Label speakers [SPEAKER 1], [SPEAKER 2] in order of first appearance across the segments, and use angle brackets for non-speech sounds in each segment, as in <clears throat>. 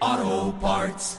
[SPEAKER 1] Auto parts.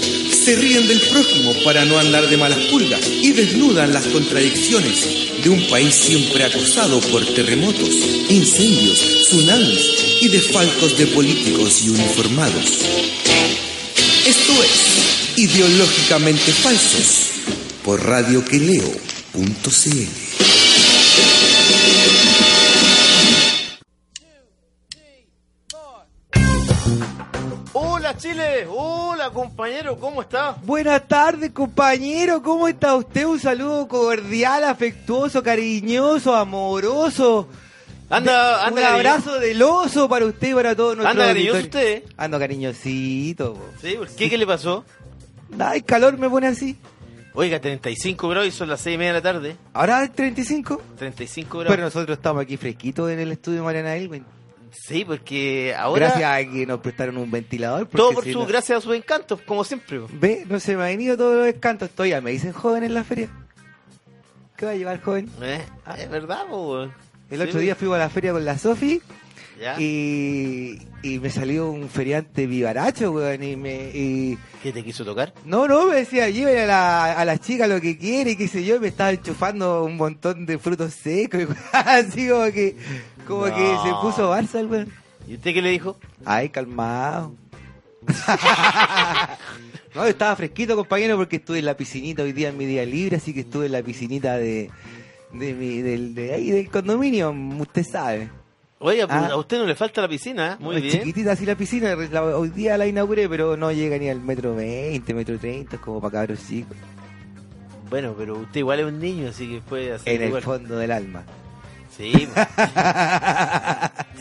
[SPEAKER 2] se ríen del prójimo para no andar de malas pulgas y desnudan las contradicciones de un país siempre acosado por terremotos, incendios, tsunamis y desfalcos de políticos y uniformados. Esto es Ideológicamente Falsos por radioqueleo.cl.
[SPEAKER 3] Hola Chile, hola compañero, ¿cómo estás?
[SPEAKER 4] Buenas tardes, compañero. ¿Cómo está usted? Un saludo cordial, afectuoso, cariñoso, amoroso.
[SPEAKER 3] Anda, anda.
[SPEAKER 4] Un abrazo del oso para usted y para todos nuestros
[SPEAKER 3] ¿Anda cariñoso
[SPEAKER 4] auditores.
[SPEAKER 3] usted? ¿eh?
[SPEAKER 4] Ando cariñosito. po.
[SPEAKER 3] Sí, ¿por ¿qué, ¿qué le pasó?
[SPEAKER 4] Ay, calor me pone así.
[SPEAKER 3] Oiga, 35 grados y son las 6 y media de la tarde.
[SPEAKER 4] Ahora es 35.
[SPEAKER 3] 35 grados.
[SPEAKER 4] Pero nosotros estamos aquí fresquitos en el estudio de Mariana Elwin.
[SPEAKER 3] sí, porque ahora.
[SPEAKER 4] Gracias a que nos prestaron un ventilador. porque
[SPEAKER 3] Todo por
[SPEAKER 4] si
[SPEAKER 3] su,
[SPEAKER 4] no-
[SPEAKER 3] gracias a sus encantos, como siempre. po.
[SPEAKER 4] Ve, no se me ha venido todos los descantos. Todavía me dicen joven en la feria. ¿Qué va a llevar joven?
[SPEAKER 3] Eh, ah, es verdad, po, weón.
[SPEAKER 4] El
[SPEAKER 3] Sí,
[SPEAKER 4] otro día fui a la feria con la Sofi
[SPEAKER 3] ya.
[SPEAKER 4] y, y me salió un feriante vivaracho, weón, y me... y-
[SPEAKER 3] ¿Qué te quiso tocar?
[SPEAKER 4] No, no, me decía, lleven a la, a la chica lo que quiere, qué sé yo, y me estaba enchufando un montón de frutos secos, <laughs> y weón, así como que... Como
[SPEAKER 3] No.
[SPEAKER 4] que se puso Barça el weón.
[SPEAKER 3] ¿Y usted qué le dijo?
[SPEAKER 4] Ay,
[SPEAKER 3] <laughs>
[SPEAKER 4] calmado. no, estaba fresquito, compañero, porque estuve en la piscinita hoy día en mi día libre, así que estuve en la piscinita de... De, mi, del, de ahí del condominio, usted sabe.
[SPEAKER 3] Oiga, pues,
[SPEAKER 4] Ah.
[SPEAKER 3] a usted no le falta la piscina, ¿eh? muy
[SPEAKER 4] Es
[SPEAKER 3] bien.
[SPEAKER 4] chiquitita así la piscina, la- hoy día la inauguré, pero no llega ni al metro 20, metro 30, es como para cabros chicos,
[SPEAKER 3] Bueno, pero usted igual es un niño, así que puede hacer
[SPEAKER 4] en el
[SPEAKER 3] igual.
[SPEAKER 4] fondo del
[SPEAKER 3] <laughs>
[SPEAKER 4] alma.
[SPEAKER 3] Sí, pues,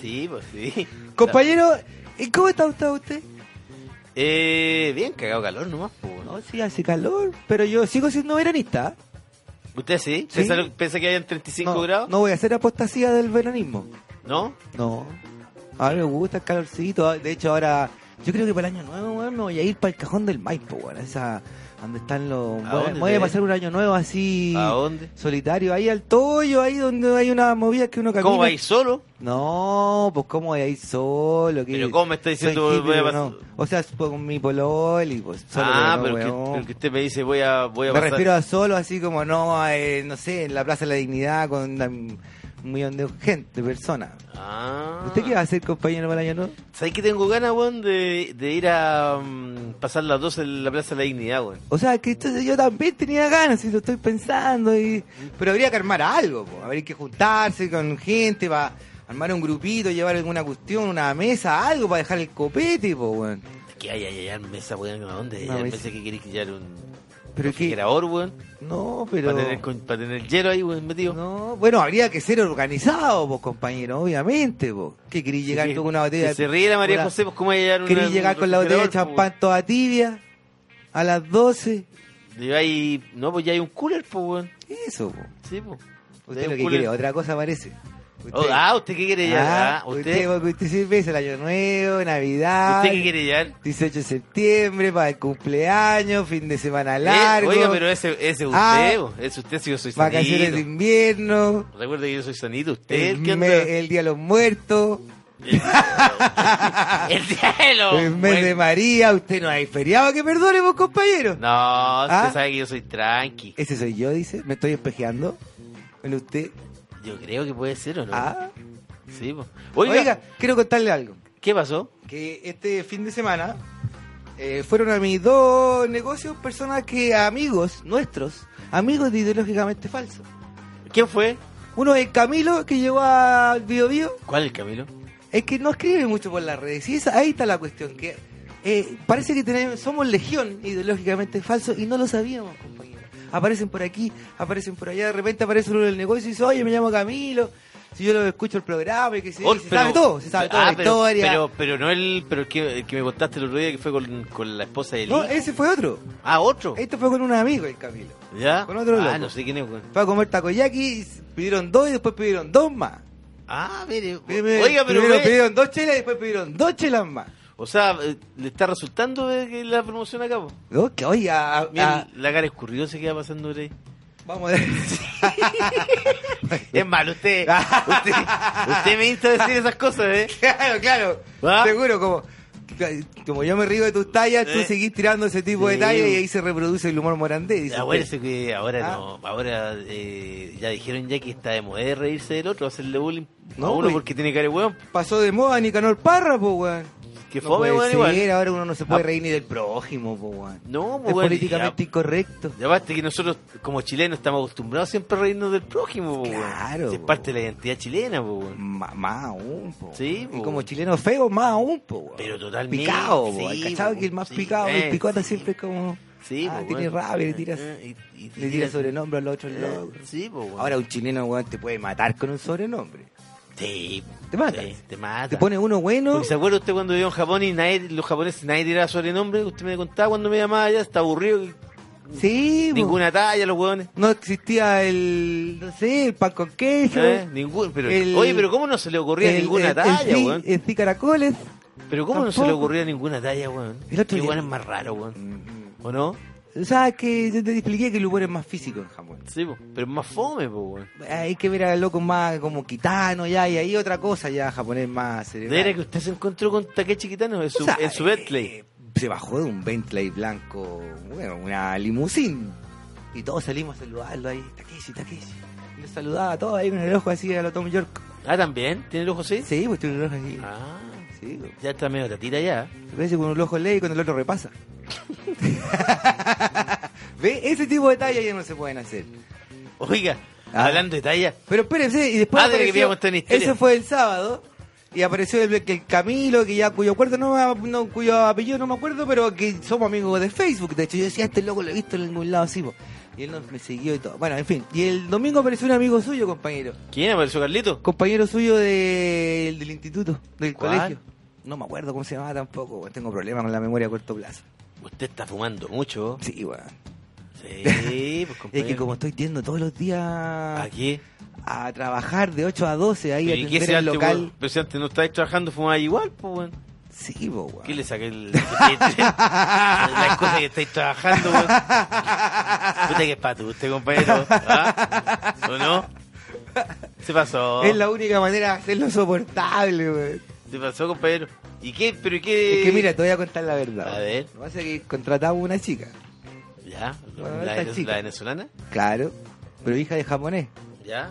[SPEAKER 3] sí, pues sí.
[SPEAKER 4] <laughs> Compañero, ¿y cómo está usted? usted?
[SPEAKER 3] Eh, bien, cagado calor nomás, po, weón.
[SPEAKER 4] No, sí, hace calor, pero yo sigo siendo veranista. ¿eh?
[SPEAKER 3] ¿Usted sí?
[SPEAKER 4] Sí.
[SPEAKER 3] ¿Piensa, piensa que hayan 35
[SPEAKER 4] no,
[SPEAKER 3] grados?
[SPEAKER 4] No voy a hacer apostasía del veranismo.
[SPEAKER 3] ¿No?
[SPEAKER 4] No. A mí me gusta el calorcito. ah, De hecho, ahora, yo creo que para el año nuevo, weón, me voy a ir para el cajón del Maipo, weón. Esa, donde están los.
[SPEAKER 3] ¿A
[SPEAKER 4] voy a-
[SPEAKER 3] dónde
[SPEAKER 4] voy
[SPEAKER 3] te
[SPEAKER 4] a
[SPEAKER 3] ves?
[SPEAKER 4] pasar un año nuevo así.
[SPEAKER 3] ¿A dónde?
[SPEAKER 4] solitario, ahí al toyo, ahí donde hay una movida que uno camina.
[SPEAKER 3] ¿Cómo va a ir solo?
[SPEAKER 4] No, pues cómo voy a ir solo. que-
[SPEAKER 3] Pero ¿cómo me está
[SPEAKER 4] soy
[SPEAKER 3] diciendo
[SPEAKER 4] hippie,
[SPEAKER 3] voy a
[SPEAKER 4] pero
[SPEAKER 3] pasar-
[SPEAKER 4] no. O sea, es con mi pololi, pues solo.
[SPEAKER 3] ah,
[SPEAKER 4] no,
[SPEAKER 3] pero, que,
[SPEAKER 4] weón.
[SPEAKER 3] pero que usted me dice voy a, voy a
[SPEAKER 4] Me
[SPEAKER 3] pasar.
[SPEAKER 4] refiero a solo, así como no, eh, no sé, en la Plaza de la Dignidad con una- un millón de gente, personas.
[SPEAKER 3] Ah.
[SPEAKER 4] ¿Usted qué va a hacer, compañero, para el año nuevo?
[SPEAKER 3] ¿Sabes que tengo ganas, weón, de, de ir a mm, pasar las 12 en la Plaza de la Dignidad, weón?
[SPEAKER 4] O sea, que entonces yo también tenía ganas y lo estoy pensando. y Pero habría que armar algo, po. habría que juntarse con gente para armar un grupito, llevar alguna cuestión, una mesa, algo para dejar el copete, po, weón.
[SPEAKER 3] Que hay, hay, hay, mesa, weón, ¿a dónde?
[SPEAKER 4] No,
[SPEAKER 3] Hay
[SPEAKER 4] me-
[SPEAKER 3] mesa que queréis que llevar un
[SPEAKER 4] Pero que...
[SPEAKER 3] refrigerador, weón,
[SPEAKER 4] No, pero...
[SPEAKER 3] para tener, con- para tener hielo ahí, weón, metido.
[SPEAKER 4] No, bueno, habría que ser organizado, vos, compañero, obviamente, vos. ¿Qué querís llegar
[SPEAKER 3] Que-
[SPEAKER 4] tú con una botella?
[SPEAKER 3] que se ríe la María
[SPEAKER 4] una-
[SPEAKER 3] José, pues cómo va a llegar una-
[SPEAKER 4] ¿Querís
[SPEAKER 3] un
[SPEAKER 4] llegar con la botella de
[SPEAKER 3] refrigerador,
[SPEAKER 4] champán toda tibia a las 12?
[SPEAKER 3] pues, weón? Y ahí- no, pues ya hay un cooler, pues, weón.
[SPEAKER 4] Eso, po.
[SPEAKER 3] Sí, pues. Ya hay
[SPEAKER 4] Usted
[SPEAKER 3] un
[SPEAKER 4] lo que
[SPEAKER 3] cooler.
[SPEAKER 4] quiere, otra cosa parece.
[SPEAKER 3] Oh, ah, ¿usted qué quiere llevar?
[SPEAKER 4] Ah,
[SPEAKER 3] Ah,
[SPEAKER 4] usted,
[SPEAKER 3] ¿usted,
[SPEAKER 4] porque usted siempre es el año nuevo, Navidad,
[SPEAKER 3] ¿Usted qué quiere llevar?
[SPEAKER 4] 18 de septiembre, para el cumpleaños, fin de semana
[SPEAKER 3] Eh,
[SPEAKER 4] largo,
[SPEAKER 3] oiga, pero ese ese usted,
[SPEAKER 4] Ah.
[SPEAKER 3] bo, ese usted si yo soy
[SPEAKER 4] vacaciones
[SPEAKER 3] sanito.
[SPEAKER 4] de invierno,
[SPEAKER 3] Recuerde que yo soy sanito, usted
[SPEAKER 4] el,
[SPEAKER 3] ¿qué onda?
[SPEAKER 4] me- el Día de los Muertos,
[SPEAKER 3] El <laughs> cielo.
[SPEAKER 4] el mes de María, usted no hay feriado que perdone, vos compañero.
[SPEAKER 3] No, usted
[SPEAKER 4] Ah. Eh.
[SPEAKER 3] sabe que yo soy tranqui.
[SPEAKER 4] Ese soy yo, dice, me estoy espejeando. ¿En usted?
[SPEAKER 3] Yo creo que puede ser o no.
[SPEAKER 4] Ah.
[SPEAKER 3] Sí, bo.
[SPEAKER 4] Oiga,
[SPEAKER 3] Oiga,
[SPEAKER 4] quiero contarle algo.
[SPEAKER 3] ¿qué pasó?
[SPEAKER 4] que este fin de semana eh, fueron a mis dos negocios personas que amigos nuestros amigos de ideológicamente falsos.
[SPEAKER 3] ¿Quién fue?
[SPEAKER 4] Uno es el Camilo que llegó al Bio Bio,
[SPEAKER 3] ¿Cuál, Camilo?
[SPEAKER 4] es que no escribe mucho por las redes. Y esa, ahí está la cuestión, que eh, parece que tenemos, somos legión ideológicamente falsos y no lo sabíamos, compañero. Aparecen por aquí, aparecen por allá, de repente aparece uno en el negocio y dice, oye, me llamo Camilo, si yo lo escucho el programa y que se,
[SPEAKER 3] Oh,
[SPEAKER 4] se sabe todo, se sabe toda
[SPEAKER 3] ah,
[SPEAKER 4] la
[SPEAKER 3] pero-
[SPEAKER 4] historia.
[SPEAKER 3] Pero, pero no el, pero el que, el que me contaste el otro día que fue con, con la esposa de él.
[SPEAKER 4] no, ese fue otro.
[SPEAKER 3] Ah, otro.
[SPEAKER 4] Esto fue con un amigo el Camilo.
[SPEAKER 3] ¿Ya?
[SPEAKER 4] con otro
[SPEAKER 3] ah,
[SPEAKER 4] loco.
[SPEAKER 3] no sé quién es. güey.
[SPEAKER 4] Fue a comer takoyaki, y pidieron dos y después pidieron dos más.
[SPEAKER 3] Ah, mire.
[SPEAKER 4] Primero-
[SPEAKER 3] Oiga, pero.
[SPEAKER 4] primero
[SPEAKER 3] ve-
[SPEAKER 4] pidieron dos chelas y después pidieron dos chelas más.
[SPEAKER 3] O sea, eh, le está resultando de que la promoción acá. po.
[SPEAKER 4] No, que oye, a- a-
[SPEAKER 3] Mira,
[SPEAKER 4] a-
[SPEAKER 3] la cara escurrió se queda pasando por ahí.
[SPEAKER 4] vamos a
[SPEAKER 3] Es malo, usted, usted, usted me insta a decir esas cosas, ¿eh?
[SPEAKER 4] <laughs> Claro, claro.
[SPEAKER 3] ¿Va?
[SPEAKER 4] Seguro, como, como yo me río de tus tallas, tú
[SPEAKER 3] Eh.
[SPEAKER 4] seguís tirando ese tipo de
[SPEAKER 3] Sí.
[SPEAKER 4] tallas y ahí se reproduce el humor morandés. dice usted.
[SPEAKER 3] Acuérdese que ahora
[SPEAKER 4] Ah.
[SPEAKER 3] no, ahora eh, ya dijeron ya que está de moda de reírse del otro, hacerle bullying a
[SPEAKER 4] No, pues.
[SPEAKER 3] uno
[SPEAKER 4] güey.
[SPEAKER 3] porque tiene cara de hueón.
[SPEAKER 4] Pasó de moda Nicanor Parra, po, weón.
[SPEAKER 3] Que
[SPEAKER 4] No
[SPEAKER 3] fome,
[SPEAKER 4] puede
[SPEAKER 3] weón, igual.
[SPEAKER 4] ser, Ahora uno no se puede
[SPEAKER 3] Ah.
[SPEAKER 4] reír ni del prójimo, po, weón.
[SPEAKER 3] No,
[SPEAKER 4] es
[SPEAKER 3] pues, weón,
[SPEAKER 4] políticamente
[SPEAKER 3] y
[SPEAKER 4] incorrecto.
[SPEAKER 3] Y aparte que nosotros como chilenos estamos acostumbrados siempre a reírnos del prójimo, po, weón.
[SPEAKER 4] Claro, pues.
[SPEAKER 3] Si Es
[SPEAKER 4] po.
[SPEAKER 3] parte de la identidad chilena, po, weón.
[SPEAKER 4] Ma- más aún, po.
[SPEAKER 3] Sí,
[SPEAKER 4] Y
[SPEAKER 3] po.
[SPEAKER 4] como chileno feo, más aún, po. weón.
[SPEAKER 3] Pero totalmente,
[SPEAKER 4] Picado, po.
[SPEAKER 3] sí,
[SPEAKER 4] ¿Cachado
[SPEAKER 3] po,
[SPEAKER 4] que el más
[SPEAKER 3] sí,
[SPEAKER 4] picado, el
[SPEAKER 3] eh,
[SPEAKER 4] picota
[SPEAKER 3] sí.
[SPEAKER 4] siempre es como.
[SPEAKER 3] Sí,
[SPEAKER 4] ah,
[SPEAKER 3] po,
[SPEAKER 4] tiene
[SPEAKER 3] weón.
[SPEAKER 4] rabia, le tiras.
[SPEAKER 3] Eh, eh, y- y
[SPEAKER 4] Le tira
[SPEAKER 3] tiras-
[SPEAKER 4] sobrenombre al otro, al
[SPEAKER 3] Eh,
[SPEAKER 4] otro.
[SPEAKER 3] Sí, po, weón.
[SPEAKER 4] Ahora un chileno, weón, te puede matar con un sobrenombre.
[SPEAKER 3] Sí,
[SPEAKER 4] Te mata.
[SPEAKER 3] sí, te mata.
[SPEAKER 4] Te pone uno bueno.
[SPEAKER 3] Porque se acuerda usted cuando vivió en Japón y nadie, los japoneses nadie tiraba sobrenombre, usted me contaba cuando me llamaba ya, está aburrido,
[SPEAKER 4] pues. Sí, po.
[SPEAKER 3] ninguna talla los hueones.
[SPEAKER 4] No existía el, no sé, el pan con queso.
[SPEAKER 3] ¿Eh? Ningún, pero,
[SPEAKER 4] pues. El-
[SPEAKER 3] oye, pero ¿cómo no se le ocurría
[SPEAKER 4] el-
[SPEAKER 3] ninguna
[SPEAKER 4] el-
[SPEAKER 3] talla,
[SPEAKER 4] el sí-
[SPEAKER 3] weón?
[SPEAKER 4] El sí caracoles.
[SPEAKER 3] Pero ¿cómo no se le
[SPEAKER 4] tampoco.
[SPEAKER 3] ocurría ninguna talla, weón?
[SPEAKER 4] El otro
[SPEAKER 3] Qué
[SPEAKER 4] día- Mm,
[SPEAKER 3] weón es más raro, weón. ¿O no?
[SPEAKER 4] O sea, que yo te expliqué que el humor es más físico en Japón.
[SPEAKER 3] Sí, po, pero es más fome, pues, po, weón.
[SPEAKER 4] Hay que ver al loco más como quitano ya, y ahí otra cosa ya japonés más
[SPEAKER 3] ¿De veras que
[SPEAKER 4] cerebral.
[SPEAKER 3] usted se encontró con Takechi Kitano en su,
[SPEAKER 4] O sea,
[SPEAKER 3] en su
[SPEAKER 4] eh,
[SPEAKER 3] Bentley?
[SPEAKER 4] eh, se bajó de un Bentley blanco, bueno, una limusín. Y todos salimos a saludarlo ahí, Takeshi, Takeshi. Y Lo saludaba a todos ahí con el ojo así a lo Tom York.
[SPEAKER 3] Ah, ¿también? ¿Tiene el ojo así?
[SPEAKER 4] Sí, pues tiene el ojo así.
[SPEAKER 3] Ah,
[SPEAKER 4] Sí, pues.
[SPEAKER 3] ya está medio tatita ya.
[SPEAKER 4] A veces con un ojo lee y con el otro
[SPEAKER 3] <laughs>
[SPEAKER 4] repasa. <laughs> ¿Ve? Ese tipo de tallas ya no se pueden hacer.
[SPEAKER 3] Oiga,
[SPEAKER 4] Ah.
[SPEAKER 3] hablando de talla,
[SPEAKER 4] Pero espérense, y después.
[SPEAKER 3] Ah, de que
[SPEAKER 4] apareció-
[SPEAKER 3] me iba a contar una historia.
[SPEAKER 4] Ese fue el sábado. Y apareció el, el Camilo, que ya cuyo acuerdo no, me- no- cuyo apellido no me acuerdo, pero que somos amigos de Facebook. De hecho, yo decía, este loco lo he visto en algún lado así, po". Y él nos, me siguió y todo. Bueno, en fin. Y el domingo apareció un amigo suyo, compañero.
[SPEAKER 3] ¿quién apareció Carlito?
[SPEAKER 4] Compañero suyo de- del instituto, del
[SPEAKER 3] ¿Cuál?
[SPEAKER 4] colegio. No me acuerdo cómo se llamaba tampoco. weón. Tengo problemas con la memoria a corto plazo.
[SPEAKER 3] Usted está fumando mucho.
[SPEAKER 4] Sí, weón. <laughs>
[SPEAKER 3] Sí, pues
[SPEAKER 4] Es
[SPEAKER 3] compañero.
[SPEAKER 4] que como estoy yendo todos los días
[SPEAKER 3] ¿A
[SPEAKER 4] a
[SPEAKER 3] qué?
[SPEAKER 4] trabajar de 8 a 12 ahí a
[SPEAKER 3] ¿Y qué
[SPEAKER 4] atender
[SPEAKER 3] si
[SPEAKER 4] el
[SPEAKER 3] antes,
[SPEAKER 4] local.
[SPEAKER 3] weón? Pero si antes no estáis trabajando, fumáis igual, pues, weón.
[SPEAKER 4] Sí, po, weón.
[SPEAKER 3] ¿Qué le
[SPEAKER 4] <laughs>
[SPEAKER 3] saqué el... Las cosas que estáis trabajando, weón. Puta que es pato usted, compañero. ¿Ah? ¿O no? Se pasó.
[SPEAKER 4] Es la única manera de hacerlo soportable, weón.
[SPEAKER 3] Se pasó, compañero. ¿Y qué? ¿Pero y qué?
[SPEAKER 4] Es que mira, te voy a contar la verdad.
[SPEAKER 3] A
[SPEAKER 4] weón.
[SPEAKER 3] ver.
[SPEAKER 4] Lo que pasa es que contratamos una chica,
[SPEAKER 3] ¿Ya?
[SPEAKER 4] Bueno, Ah,
[SPEAKER 3] ¿La,
[SPEAKER 4] esta
[SPEAKER 3] venez-
[SPEAKER 4] chica.
[SPEAKER 3] la venezolana?
[SPEAKER 4] claro, pero hija de japonés.
[SPEAKER 3] ¿Ya?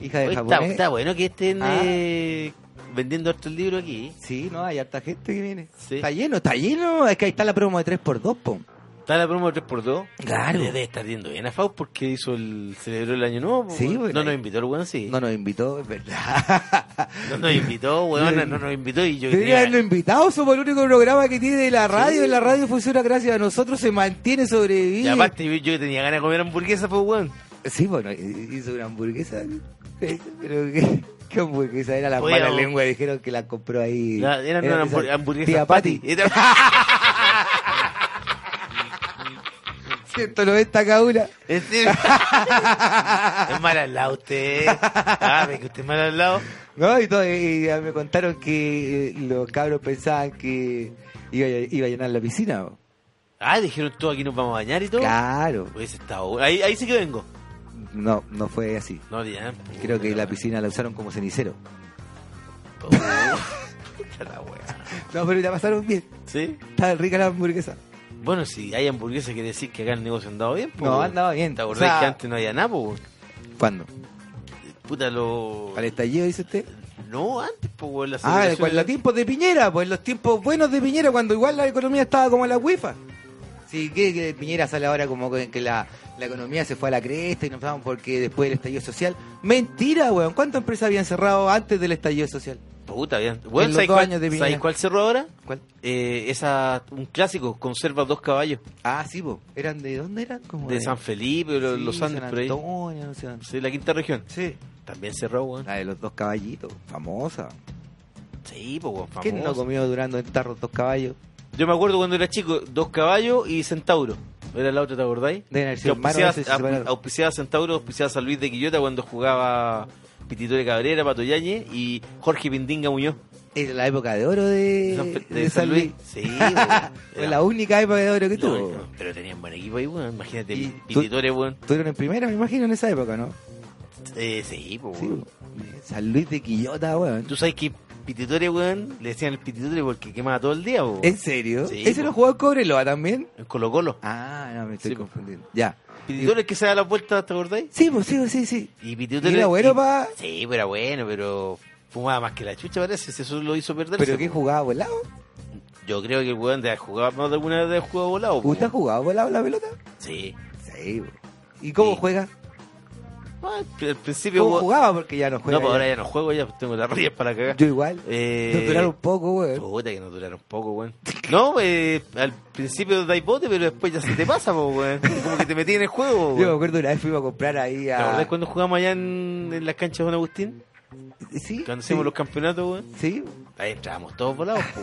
[SPEAKER 4] Hija de
[SPEAKER 3] Oye, está,
[SPEAKER 4] japonés.
[SPEAKER 3] está bueno que estén
[SPEAKER 4] Ah.
[SPEAKER 3] eh, vendiendo harto el libro aquí.
[SPEAKER 4] Sí, no, hay harta gente que viene.
[SPEAKER 3] Sí.
[SPEAKER 4] Está lleno, está lleno. Es que ahí está la promo de 3x2, po.
[SPEAKER 3] Está la promo de 3x2.
[SPEAKER 4] Claro.
[SPEAKER 3] Le Debe estar yendo bien a Faust porque hizo el, celebró el año nuevo. po,
[SPEAKER 4] Sí,
[SPEAKER 3] weón.
[SPEAKER 4] bueno,
[SPEAKER 3] no
[SPEAKER 4] ahí-
[SPEAKER 3] nos invitó el weón, sí.
[SPEAKER 4] No
[SPEAKER 3] No,
[SPEAKER 4] nos invitó, es
[SPEAKER 3] <laughs>
[SPEAKER 4] verdad.
[SPEAKER 3] nos invitó, weón, no, nos invitó y yo
[SPEAKER 4] Debería haberlo
[SPEAKER 3] quería...
[SPEAKER 4] invitado, somos el único programa que tiene la radio, y la radio funciona gracias a nosotros, se mantiene,
[SPEAKER 3] Y
[SPEAKER 4] sobrevive.
[SPEAKER 3] aparte yo, yo tenía ganas de comer hamburguesa, pues weón.
[SPEAKER 4] Sí, bueno, hizo una hamburguesa. Pero qué, <laughs> qué hamburguesa era la
[SPEAKER 3] Oye,
[SPEAKER 4] mala
[SPEAKER 3] o-
[SPEAKER 4] lengua, dijeron que la compró ahí.
[SPEAKER 3] La- Eran
[SPEAKER 4] Era
[SPEAKER 3] una
[SPEAKER 4] esa-
[SPEAKER 3] hambur- hamburguesa
[SPEAKER 4] Tía Pati,
[SPEAKER 3] <laughs> Era-
[SPEAKER 4] 190 cada una.
[SPEAKER 3] Es
[SPEAKER 4] <laughs>
[SPEAKER 3] decir, es mal al lado usted. Ah, ve que usted es mal al lado.
[SPEAKER 4] ¿No? Y, todo, y me contaron que eh, los cabros pensaban que iba, a- iba a llenar la piscina. ¿no?
[SPEAKER 3] Ah, dijeron todo aquí nos vamos a bañar y todo.
[SPEAKER 4] Claro,
[SPEAKER 3] Hubiese estado bueno. ahí, ahí sí que vengo.
[SPEAKER 4] no, no fue así.
[SPEAKER 3] No, ya. pues,
[SPEAKER 4] Creo que la piscina la usaron como cenicero.
[SPEAKER 3] Puta la weá.
[SPEAKER 4] No, pero la pasaron bien.
[SPEAKER 3] ¿Sí?
[SPEAKER 4] Estaba rica la hamburguesa.
[SPEAKER 3] Bueno, si hay hamburguesa quiere decir que acá el negocio ha andado bien. po,
[SPEAKER 4] No,
[SPEAKER 3] weón.
[SPEAKER 4] ha andado bien.
[SPEAKER 3] ¿Te acordás
[SPEAKER 4] O sea-
[SPEAKER 3] que antes no había nada, po, weón?
[SPEAKER 4] ¿Cuándo?
[SPEAKER 3] Puta, lo...
[SPEAKER 4] ¿Al estallido, dice usted?
[SPEAKER 3] No, antes, po, weón, la
[SPEAKER 4] Ah,
[SPEAKER 3] celebración
[SPEAKER 4] en los
[SPEAKER 3] era-
[SPEAKER 4] tiempos de Piñera, pues en los tiempos buenos de Piñera, cuando igual la economía estaba como la UEFA. Si Sí, que, que Piñera sale ahora como que, que la, la economía se fue a la cresta y nos vamos porque después del estallido social. Mentira, weón. ¿Cuántas empresas habían cerrado antes del estallido social?
[SPEAKER 3] Puta, bien. Bueno,
[SPEAKER 4] los
[SPEAKER 3] ¿sabes
[SPEAKER 4] dos
[SPEAKER 3] cuál,
[SPEAKER 4] años de
[SPEAKER 3] ¿sabes
[SPEAKER 4] Piñera.
[SPEAKER 3] cuál cerró ahora?
[SPEAKER 4] ¿Cuál?
[SPEAKER 3] Eh, esa, un clásico, conserva dos caballos.
[SPEAKER 4] Ah, sí, po. ¿Eran de dónde eran? Como
[SPEAKER 3] De San Felipe, lo-
[SPEAKER 4] Sí,
[SPEAKER 3] los Andes,
[SPEAKER 4] San
[SPEAKER 3] por ahí.
[SPEAKER 4] Antonio, no sé dónde.
[SPEAKER 3] Sí, la quinta región.
[SPEAKER 4] Sí.
[SPEAKER 3] También cerró, weón.
[SPEAKER 4] La de los dos caballitos, famosa.
[SPEAKER 3] Sí, pues, weón,
[SPEAKER 4] ¿Quién no
[SPEAKER 3] famoso.
[SPEAKER 4] comió durando el tarro dos caballos?
[SPEAKER 3] Yo me acuerdo cuando era chico, dos caballos y centauro. Era la otra, ¿te acordáis?
[SPEAKER 4] Deben haber
[SPEAKER 3] Que
[SPEAKER 4] sido hermanos,
[SPEAKER 3] auspiciaba,
[SPEAKER 4] no sé si se separaron.
[SPEAKER 3] au- auspiciaba Centauro, auspiciaba San Luis de Quillota cuando jugaba Pititore Cabrera, Pato Yañez y Jorge Pindinga Muñoz.
[SPEAKER 4] Es la época de oro de,
[SPEAKER 3] San Fe-
[SPEAKER 4] Eh, de San Luis.
[SPEAKER 3] Sí,
[SPEAKER 4] <laughs>
[SPEAKER 3] weón. Era-
[SPEAKER 4] Fue la única época de oro que
[SPEAKER 3] No,
[SPEAKER 4] tuvo.
[SPEAKER 3] no, pero tenían buen equipo ahí, weón. Imagínate,
[SPEAKER 4] Y tú-
[SPEAKER 3] Pititore, weón.
[SPEAKER 4] Estuvieron en primera, me imagino, en esa época, ¿no?
[SPEAKER 3] Eh, sí, pues,
[SPEAKER 4] Sí,
[SPEAKER 3] weón.
[SPEAKER 4] weón. San Luis de Quillota, weón.
[SPEAKER 3] Tú sabes que Pititore, weón, le decían el Pititore porque quemaba todo el día, weón.
[SPEAKER 4] ¿En serio?
[SPEAKER 3] Sí,
[SPEAKER 4] ¿Ese
[SPEAKER 3] po.
[SPEAKER 4] lo jugó en Cobreloa también?
[SPEAKER 3] En Colo Colo.
[SPEAKER 4] Ah, no, me estoy
[SPEAKER 3] Sí, po.
[SPEAKER 4] confundiendo. Ya.
[SPEAKER 3] Pititore es que se da la vuelta, ¿te acordáis?
[SPEAKER 4] Sí, pues sí, po, sí, sí.
[SPEAKER 3] Y Pititore.
[SPEAKER 4] ¿Y era bueno
[SPEAKER 3] y-
[SPEAKER 4] pa-
[SPEAKER 3] Sí, pero era bueno, pero fumaba más que la chucha, parece. si Eso lo hizo perder.
[SPEAKER 4] ¿Pero qué jugaba volado?
[SPEAKER 3] Yo creo que el weón de jugaba más de alguna vez de jugado volado. po.
[SPEAKER 4] ¿Usted ha jugado volado la pelota?
[SPEAKER 3] Sí.
[SPEAKER 4] Sí, po. ¿Y cómo
[SPEAKER 3] Sí.
[SPEAKER 4] juega?
[SPEAKER 3] Ah, al pri- al principio.
[SPEAKER 4] ¿Cómo
[SPEAKER 3] weón-
[SPEAKER 4] jugaba? Porque ya no
[SPEAKER 3] No,
[SPEAKER 4] juega.
[SPEAKER 3] pues ahora
[SPEAKER 4] ya.
[SPEAKER 3] ya no juego, ya tengo las rodillas para cagar.
[SPEAKER 4] Yo igual.
[SPEAKER 3] Eh,
[SPEAKER 4] Nos duraron un poco, weón.
[SPEAKER 3] Puta que no duraron poco, weón. No, eh, al principio dais bote, pero después ya se te pasa, po, weón. Como que te metí en el
[SPEAKER 4] <laughs>
[SPEAKER 3] juego,
[SPEAKER 4] Yo me
[SPEAKER 3] weón.
[SPEAKER 4] acuerdo una vez fuimos a comprar ahí
[SPEAKER 3] ¿Te
[SPEAKER 4] a...
[SPEAKER 3] acordás cuando jugamos allá en, en las canchas de Don Agustín?
[SPEAKER 4] ¿Sí?
[SPEAKER 3] Cuando hacíamos los campeonatos, weón.
[SPEAKER 4] los... Sí.
[SPEAKER 3] Ahí entrábamos todos volados,
[SPEAKER 4] <laughs>
[SPEAKER 3] po.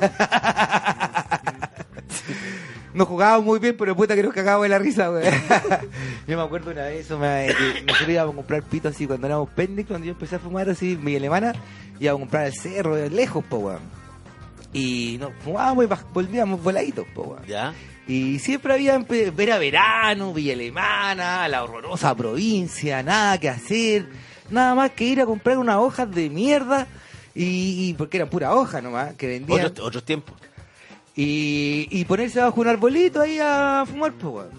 [SPEAKER 4] Nos jugábamos muy bien, pero puta que nos cagábamos de la risa, güey. <laughs> yo me acuerdo una vez, eso me- que nosotros íbamos a comprar pito así cuando éramos pending, cuando yo empecé a fumar así, mi alemana, íbamos a comprar al cerro, lejos, po, weón. Y nos fumábamos y baj- volvíamos voladitos, po, weón.
[SPEAKER 3] ¿Ya?
[SPEAKER 4] Y siempre había, empe- era verano, Villa Alemana, la horrorosa provincia, nada que hacer, nada más que ir a comprar unas hojas de mierda, y, y- porque eran pura hoja nomás, que vendían.
[SPEAKER 3] Otros, otros tiempos.
[SPEAKER 4] Y, y ponerse bajo un arbolito ahí a fumar, pues, weón.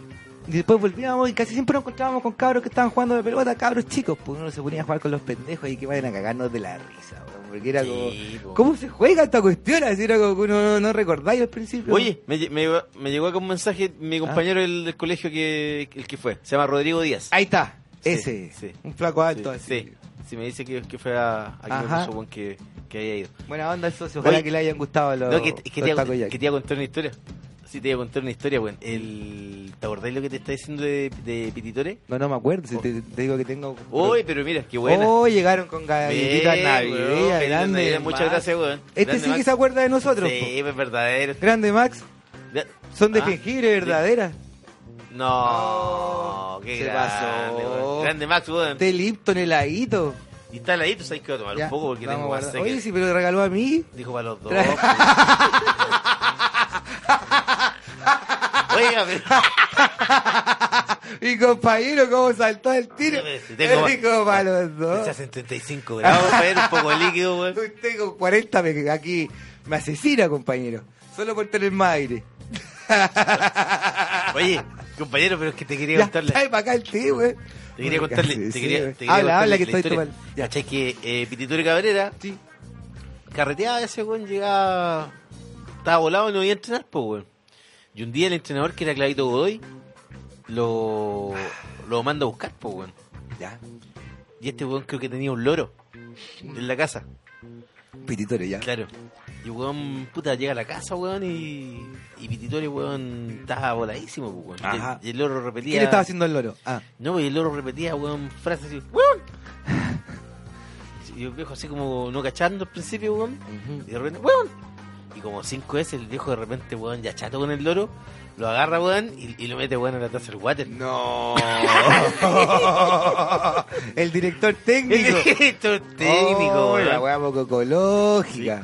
[SPEAKER 4] Y después volvíamos y casi siempre nos encontrábamos con cabros que estaban jugando de pelota, cabros chicos, pues uno se ponía a jugar con los pendejos y que vayan a cagarnos de la risa, weón. Porque era
[SPEAKER 3] Sí,
[SPEAKER 4] como,
[SPEAKER 3] po.
[SPEAKER 4] ¿cómo se juega esta cuestión? Así era como que uno no, no recordáis al principio.
[SPEAKER 3] Oye, me, lle- me, llegó- me llegó acá un mensaje
[SPEAKER 4] Ah.
[SPEAKER 3] mi compañero del, del colegio que el que fue. Se llama Rodrigo Díaz.
[SPEAKER 4] ahí está,
[SPEAKER 3] Sí,
[SPEAKER 4] ese,
[SPEAKER 3] sí.
[SPEAKER 4] un flaco
[SPEAKER 3] sí,
[SPEAKER 4] alto así.
[SPEAKER 3] sí. Sí, me dice que, que fue a, a que me
[SPEAKER 4] Ajá.
[SPEAKER 3] puso, weón, que, que haya ido.
[SPEAKER 4] Buena onda el socio, ojalá
[SPEAKER 3] Oye,
[SPEAKER 4] que le hayan gustado los,
[SPEAKER 3] No, que, que
[SPEAKER 4] los
[SPEAKER 3] te, iba,
[SPEAKER 4] tacos Jack.
[SPEAKER 3] que te iba a contar una historia. Sí, te iba a contar una historia, weón. El- ¿Te acordás lo que te está diciendo de, de Pititore?
[SPEAKER 4] No, no me acuerdo,
[SPEAKER 3] Oh.
[SPEAKER 4] si te, te digo que tengo...
[SPEAKER 3] Uy, pero mira, qué buena.
[SPEAKER 4] Oh, llegaron con
[SPEAKER 3] Bien,
[SPEAKER 4] galletitas
[SPEAKER 3] weón,
[SPEAKER 4] navideñas,
[SPEAKER 3] feliz
[SPEAKER 4] grande.
[SPEAKER 3] Navidad. Muchas
[SPEAKER 4] Max.
[SPEAKER 3] gracias, weón.
[SPEAKER 4] Este
[SPEAKER 3] Grande,
[SPEAKER 4] sí que
[SPEAKER 3] Max.
[SPEAKER 4] se acuerda de nosotros.
[SPEAKER 3] Sí, pues verdadero.
[SPEAKER 4] po. Grande Max,
[SPEAKER 3] Ya-
[SPEAKER 4] son de
[SPEAKER 3] Ah,
[SPEAKER 4] jengibre
[SPEAKER 3] sí.
[SPEAKER 4] verdadera.
[SPEAKER 3] No, qué
[SPEAKER 4] se
[SPEAKER 3] grande,
[SPEAKER 4] pasó.
[SPEAKER 3] weón. Grande Max, weón.
[SPEAKER 4] Este Lipton heladito.
[SPEAKER 3] Y está ahí, tú sabes que voy a tomar
[SPEAKER 4] Ya,
[SPEAKER 3] un poco porque
[SPEAKER 4] vamos
[SPEAKER 3] tengo
[SPEAKER 4] a
[SPEAKER 3] más
[SPEAKER 4] guardar.
[SPEAKER 3] seca.
[SPEAKER 4] Oye, si me lo regaló a mí.
[SPEAKER 3] Dijo para los dos.
[SPEAKER 4] Tra-
[SPEAKER 3] pues.
[SPEAKER 4] <laughs>
[SPEAKER 3] Oiga, pero.
[SPEAKER 4] Mi compañero, cómo saltó el tiro.
[SPEAKER 3] Si
[SPEAKER 4] <laughs>
[SPEAKER 3] tengo-
[SPEAKER 4] Rico para los
[SPEAKER 3] Se
[SPEAKER 4] dos.
[SPEAKER 3] hacen 35 grados, <laughs> ver un poco de líquido, weón.
[SPEAKER 4] Usted con 40 me, aquí me asesina, compañero. Solo por tener más aire.
[SPEAKER 3] Oye, compañero, pero es que te quería
[SPEAKER 4] Ya,
[SPEAKER 3] contarle.
[SPEAKER 4] trae para acá el té, güey.
[SPEAKER 3] Te quería contarle. Te quería, te quería
[SPEAKER 4] habla, habla,
[SPEAKER 3] contarle
[SPEAKER 4] que
[SPEAKER 3] la
[SPEAKER 4] estoy
[SPEAKER 3] historia.
[SPEAKER 4] tomando. Ya,
[SPEAKER 3] ¿Cachai que eh, Pititore Cabrera
[SPEAKER 4] sí.
[SPEAKER 3] carreteaba ese weón, llegaba. Estaba volado y no iba a entrenar, pues, weón. Y un día el entrenador, que era Clavito Godoy, lo, lo manda a buscar, pues, weón.
[SPEAKER 4] Ya,
[SPEAKER 3] Y este weón creo que tenía un loro en la casa.
[SPEAKER 4] pititore, ya.
[SPEAKER 3] Claro. Y weón, puta, llega a la casa, weón, y, y Pititore, weón, estaba voladísimo, pues, weón. Y el-
[SPEAKER 4] Ajá.
[SPEAKER 3] Y el loro repetía.
[SPEAKER 4] ¿Quién estaba haciendo el loro? Ah,
[SPEAKER 3] No, y el loro repetía, weón, frases así, weón.
[SPEAKER 4] <laughs>
[SPEAKER 3] Y el viejo así como no cachando al principio, weón. Y de repente, weón. Y como cinco veces el viejo de repente, weón, ya chato con el loro, lo agarra, weón, y, y lo mete, weón, a la taza
[SPEAKER 4] <laughs>
[SPEAKER 3] del water.
[SPEAKER 4] No. el director técnico.
[SPEAKER 3] Esto es técnico,
[SPEAKER 4] Oh, La
[SPEAKER 3] weón.
[SPEAKER 4] weá poco ecológica.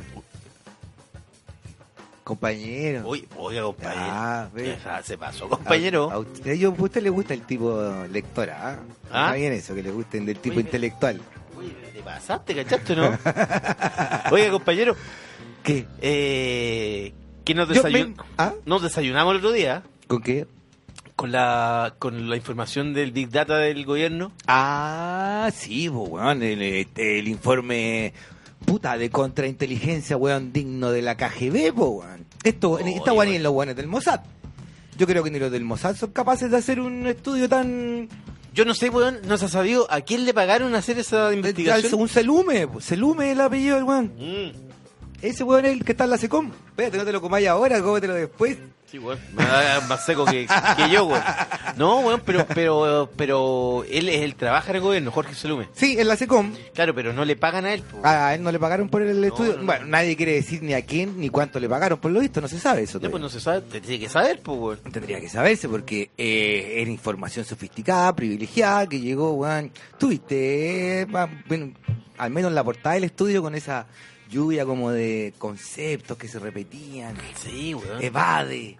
[SPEAKER 4] Compañero.
[SPEAKER 3] Uy, oiga, compañero.
[SPEAKER 4] Ah, ve.
[SPEAKER 3] Esa se pasó, compañero.
[SPEAKER 4] A, a usted, yo- a usted le gusta el tipo lectora, ¿ah?
[SPEAKER 3] ¿Ah?
[SPEAKER 4] Está bien eso, que le gusten del tipo
[SPEAKER 3] Oye,
[SPEAKER 4] intelectual.
[SPEAKER 3] Uy, te pasaste, ¿cachaste, no?
[SPEAKER 4] <laughs>
[SPEAKER 3] Oiga, compañero,
[SPEAKER 4] ¿Qué?
[SPEAKER 3] eh, que nos,
[SPEAKER 4] Yo
[SPEAKER 3] desayun-
[SPEAKER 4] me- ¿Ah?
[SPEAKER 3] nos desayunamos el otro día
[SPEAKER 4] ¿Con qué?
[SPEAKER 3] con la, con la información del Big Data del gobierno.
[SPEAKER 4] Ah, sí, bo, weón, el, este, el informe puta de contrainteligencia, weón, digno de la KGB, bo, weón. Esto,
[SPEAKER 3] Oye,
[SPEAKER 4] esta weón y
[SPEAKER 3] weón.
[SPEAKER 4] en los weones del Mossad. Yo creo que ni los del Mossad son capaces de hacer un estudio tan. eh,
[SPEAKER 3] Yo no sé, weón, no se ha sabido a quién le pagaron hacer esa investigación.
[SPEAKER 4] Un Selume, po. Selume es el apellido del weón.
[SPEAKER 3] Mm,
[SPEAKER 4] Ese weón es el que está en la SECOM. Espérate, no te lo comáis ahora, cómetelo después.
[SPEAKER 3] sí, weón. Más, más seco que, que yo, weón. No, weón, pero, pero, pero él es el trabaja en el gobierno, Jorge Salume.
[SPEAKER 4] Sí, en la SECOM.
[SPEAKER 3] Claro, pero no le pagan a él, po.
[SPEAKER 4] A él no le pagaron por el estudio.
[SPEAKER 3] no, no.
[SPEAKER 4] Bueno, nadie quiere decir ni a quién ni cuánto le pagaron, por lo visto, no se sabe eso.
[SPEAKER 3] No,
[SPEAKER 4] todavía.
[SPEAKER 3] pues no se sabe, te tiene que saber, pues, weón.
[SPEAKER 4] Tendría que saberse porque eh, era información sofisticada, privilegiada, que llegó, weón. Tuviste, eh, va- bueno, al menos la portada del estudio con esa lluvia como de conceptos que se repetían.
[SPEAKER 3] Sí, weón.
[SPEAKER 4] Eh, Evade,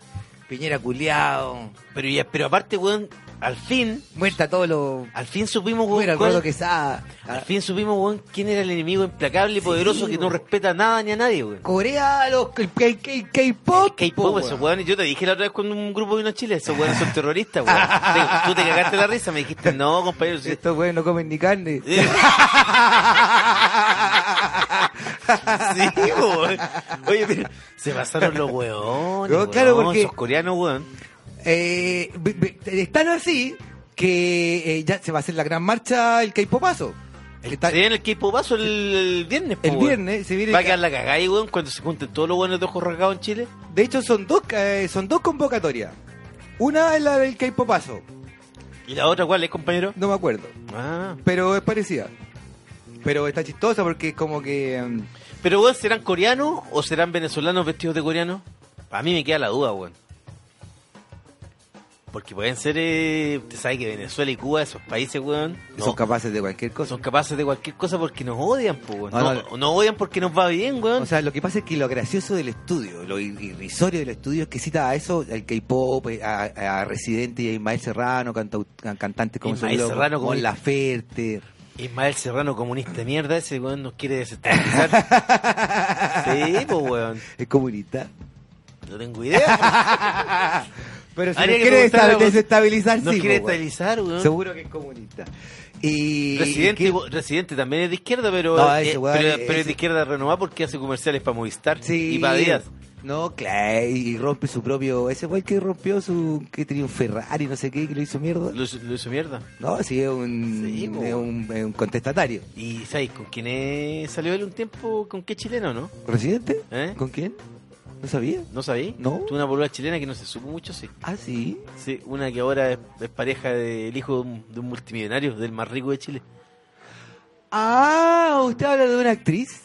[SPEAKER 4] Piñera culiao,
[SPEAKER 3] pero, ya, pero aparte, weón, al fin,
[SPEAKER 4] muerta todo lo...
[SPEAKER 3] al fin supimos, weón.
[SPEAKER 4] Mira,
[SPEAKER 3] cuál-
[SPEAKER 4] Eduardo Quesada.
[SPEAKER 3] Al fin supimos, weón, quién era el enemigo implacable y poderoso que no
[SPEAKER 4] weón.
[SPEAKER 3] respeta nada ni a nadie, weón.
[SPEAKER 4] Corea, los el K- K- K-pop.
[SPEAKER 3] K-pop, esos weones, yo te dije la otra vez cuando un grupo vino a Chile, esos weones son
[SPEAKER 4] <laughs>
[SPEAKER 3] terroristas, weón. Digo, Tú te cagaste la risa, me dijiste, no, compañero. sí".
[SPEAKER 4] Estos weones no comen ni carne.
[SPEAKER 3] <laughs> Sí, weón. Oye, pero se pasaron los weones.
[SPEAKER 4] No, claro,
[SPEAKER 3] weón,
[SPEAKER 4] porque-
[SPEAKER 3] Esos coreanos, weón.
[SPEAKER 4] Eh, be- be- están así que eh, ya se va a hacer la gran marcha el K-popazo. Está-
[SPEAKER 3] Se viene el K-popazo el, el viernes, po,
[SPEAKER 4] El
[SPEAKER 3] weón.
[SPEAKER 4] viernes se viene el
[SPEAKER 3] Va a
[SPEAKER 4] ca-
[SPEAKER 3] quedar la cagada, ahí, weón, cuando se junten todos los buenos de ojos rasgados en Chile.
[SPEAKER 4] De hecho, son dos eh, son dos convocatorias. Una es la del K-popazo,
[SPEAKER 3] ¿Y la otra cuál es, compañero?
[SPEAKER 4] no me acuerdo,
[SPEAKER 3] Ah.
[SPEAKER 4] pero es parecida. Pero está chistosa porque es como que mm,
[SPEAKER 3] Pero, weón, ¿serán coreanos o serán venezolanos vestidos de coreanos? A mí me queda la duda, weón. Porque pueden ser, eh, usted sabe que Venezuela y Cuba, esos países, weón, no,
[SPEAKER 4] son capaces de cualquier cosa.
[SPEAKER 3] son capaces de cualquier cosa porque nos odian, po, weón.
[SPEAKER 4] Ah, No,
[SPEAKER 3] No,
[SPEAKER 4] no, no.
[SPEAKER 3] nos odian porque nos va bien, weón.
[SPEAKER 4] O sea, lo que pasa es que lo gracioso del estudio, lo ir- irrisorio del estudio es que cita a eso, al K-pop, eh, a, a Residente y a Ismael Serrano, cantau- can- cantantes como
[SPEAKER 3] Ismael
[SPEAKER 4] son los-
[SPEAKER 3] Serrano como-
[SPEAKER 4] Mon Laferte.
[SPEAKER 3] Ismael Serrano, comunista de mierda, ese weón nos quiere
[SPEAKER 4] <laughs>
[SPEAKER 3] desestabilizar. sí, pues, weón.
[SPEAKER 4] Es comunista.
[SPEAKER 3] No tengo idea.
[SPEAKER 4] <laughs> Pero si
[SPEAKER 3] Habría
[SPEAKER 4] nos
[SPEAKER 3] que
[SPEAKER 4] quiere
[SPEAKER 3] preguntarle,
[SPEAKER 4] desa-
[SPEAKER 3] weón.
[SPEAKER 4] desestabilizar,
[SPEAKER 3] Nos
[SPEAKER 4] sí, pues,
[SPEAKER 3] quiere
[SPEAKER 4] po, weón.
[SPEAKER 3] estabilizar, weón.
[SPEAKER 4] Seguro que es comunista. Y
[SPEAKER 3] Residente,
[SPEAKER 4] y que-
[SPEAKER 3] igual- Residente también es de izquierda, pero,
[SPEAKER 4] No, ese
[SPEAKER 3] eh,
[SPEAKER 4] weón
[SPEAKER 3] pero,
[SPEAKER 4] es-
[SPEAKER 3] pero es de izquierda renovada porque hace comerciales para Movistar
[SPEAKER 4] sí,
[SPEAKER 3] y para Díaz.
[SPEAKER 4] No, claro, y rompe su propio. Ese güey que rompió su. que tenía un Ferrari, no sé qué, que lo hizo mierda.
[SPEAKER 3] Lo, hizo- lo hizo mierda.
[SPEAKER 4] No, sí, es un,
[SPEAKER 3] Sí, pues. po.
[SPEAKER 4] es un, es un contestatario.
[SPEAKER 3] ¿Y sabes con quién es- salió él un tiempo? ¿Con qué chileno, no?
[SPEAKER 4] ¿Residente?
[SPEAKER 3] ¿Eh?
[SPEAKER 4] ¿Con quién? No sabía.
[SPEAKER 3] ¿No sabí?
[SPEAKER 4] No.
[SPEAKER 3] Tuvo una polola chilena que no se supo mucho, sí.
[SPEAKER 4] Ah, sí.
[SPEAKER 3] Sí, una que ahora es, es pareja del hijo de un, de un multimillonario, del más rico de Chile.
[SPEAKER 4] Ah, usted habla de una actriz.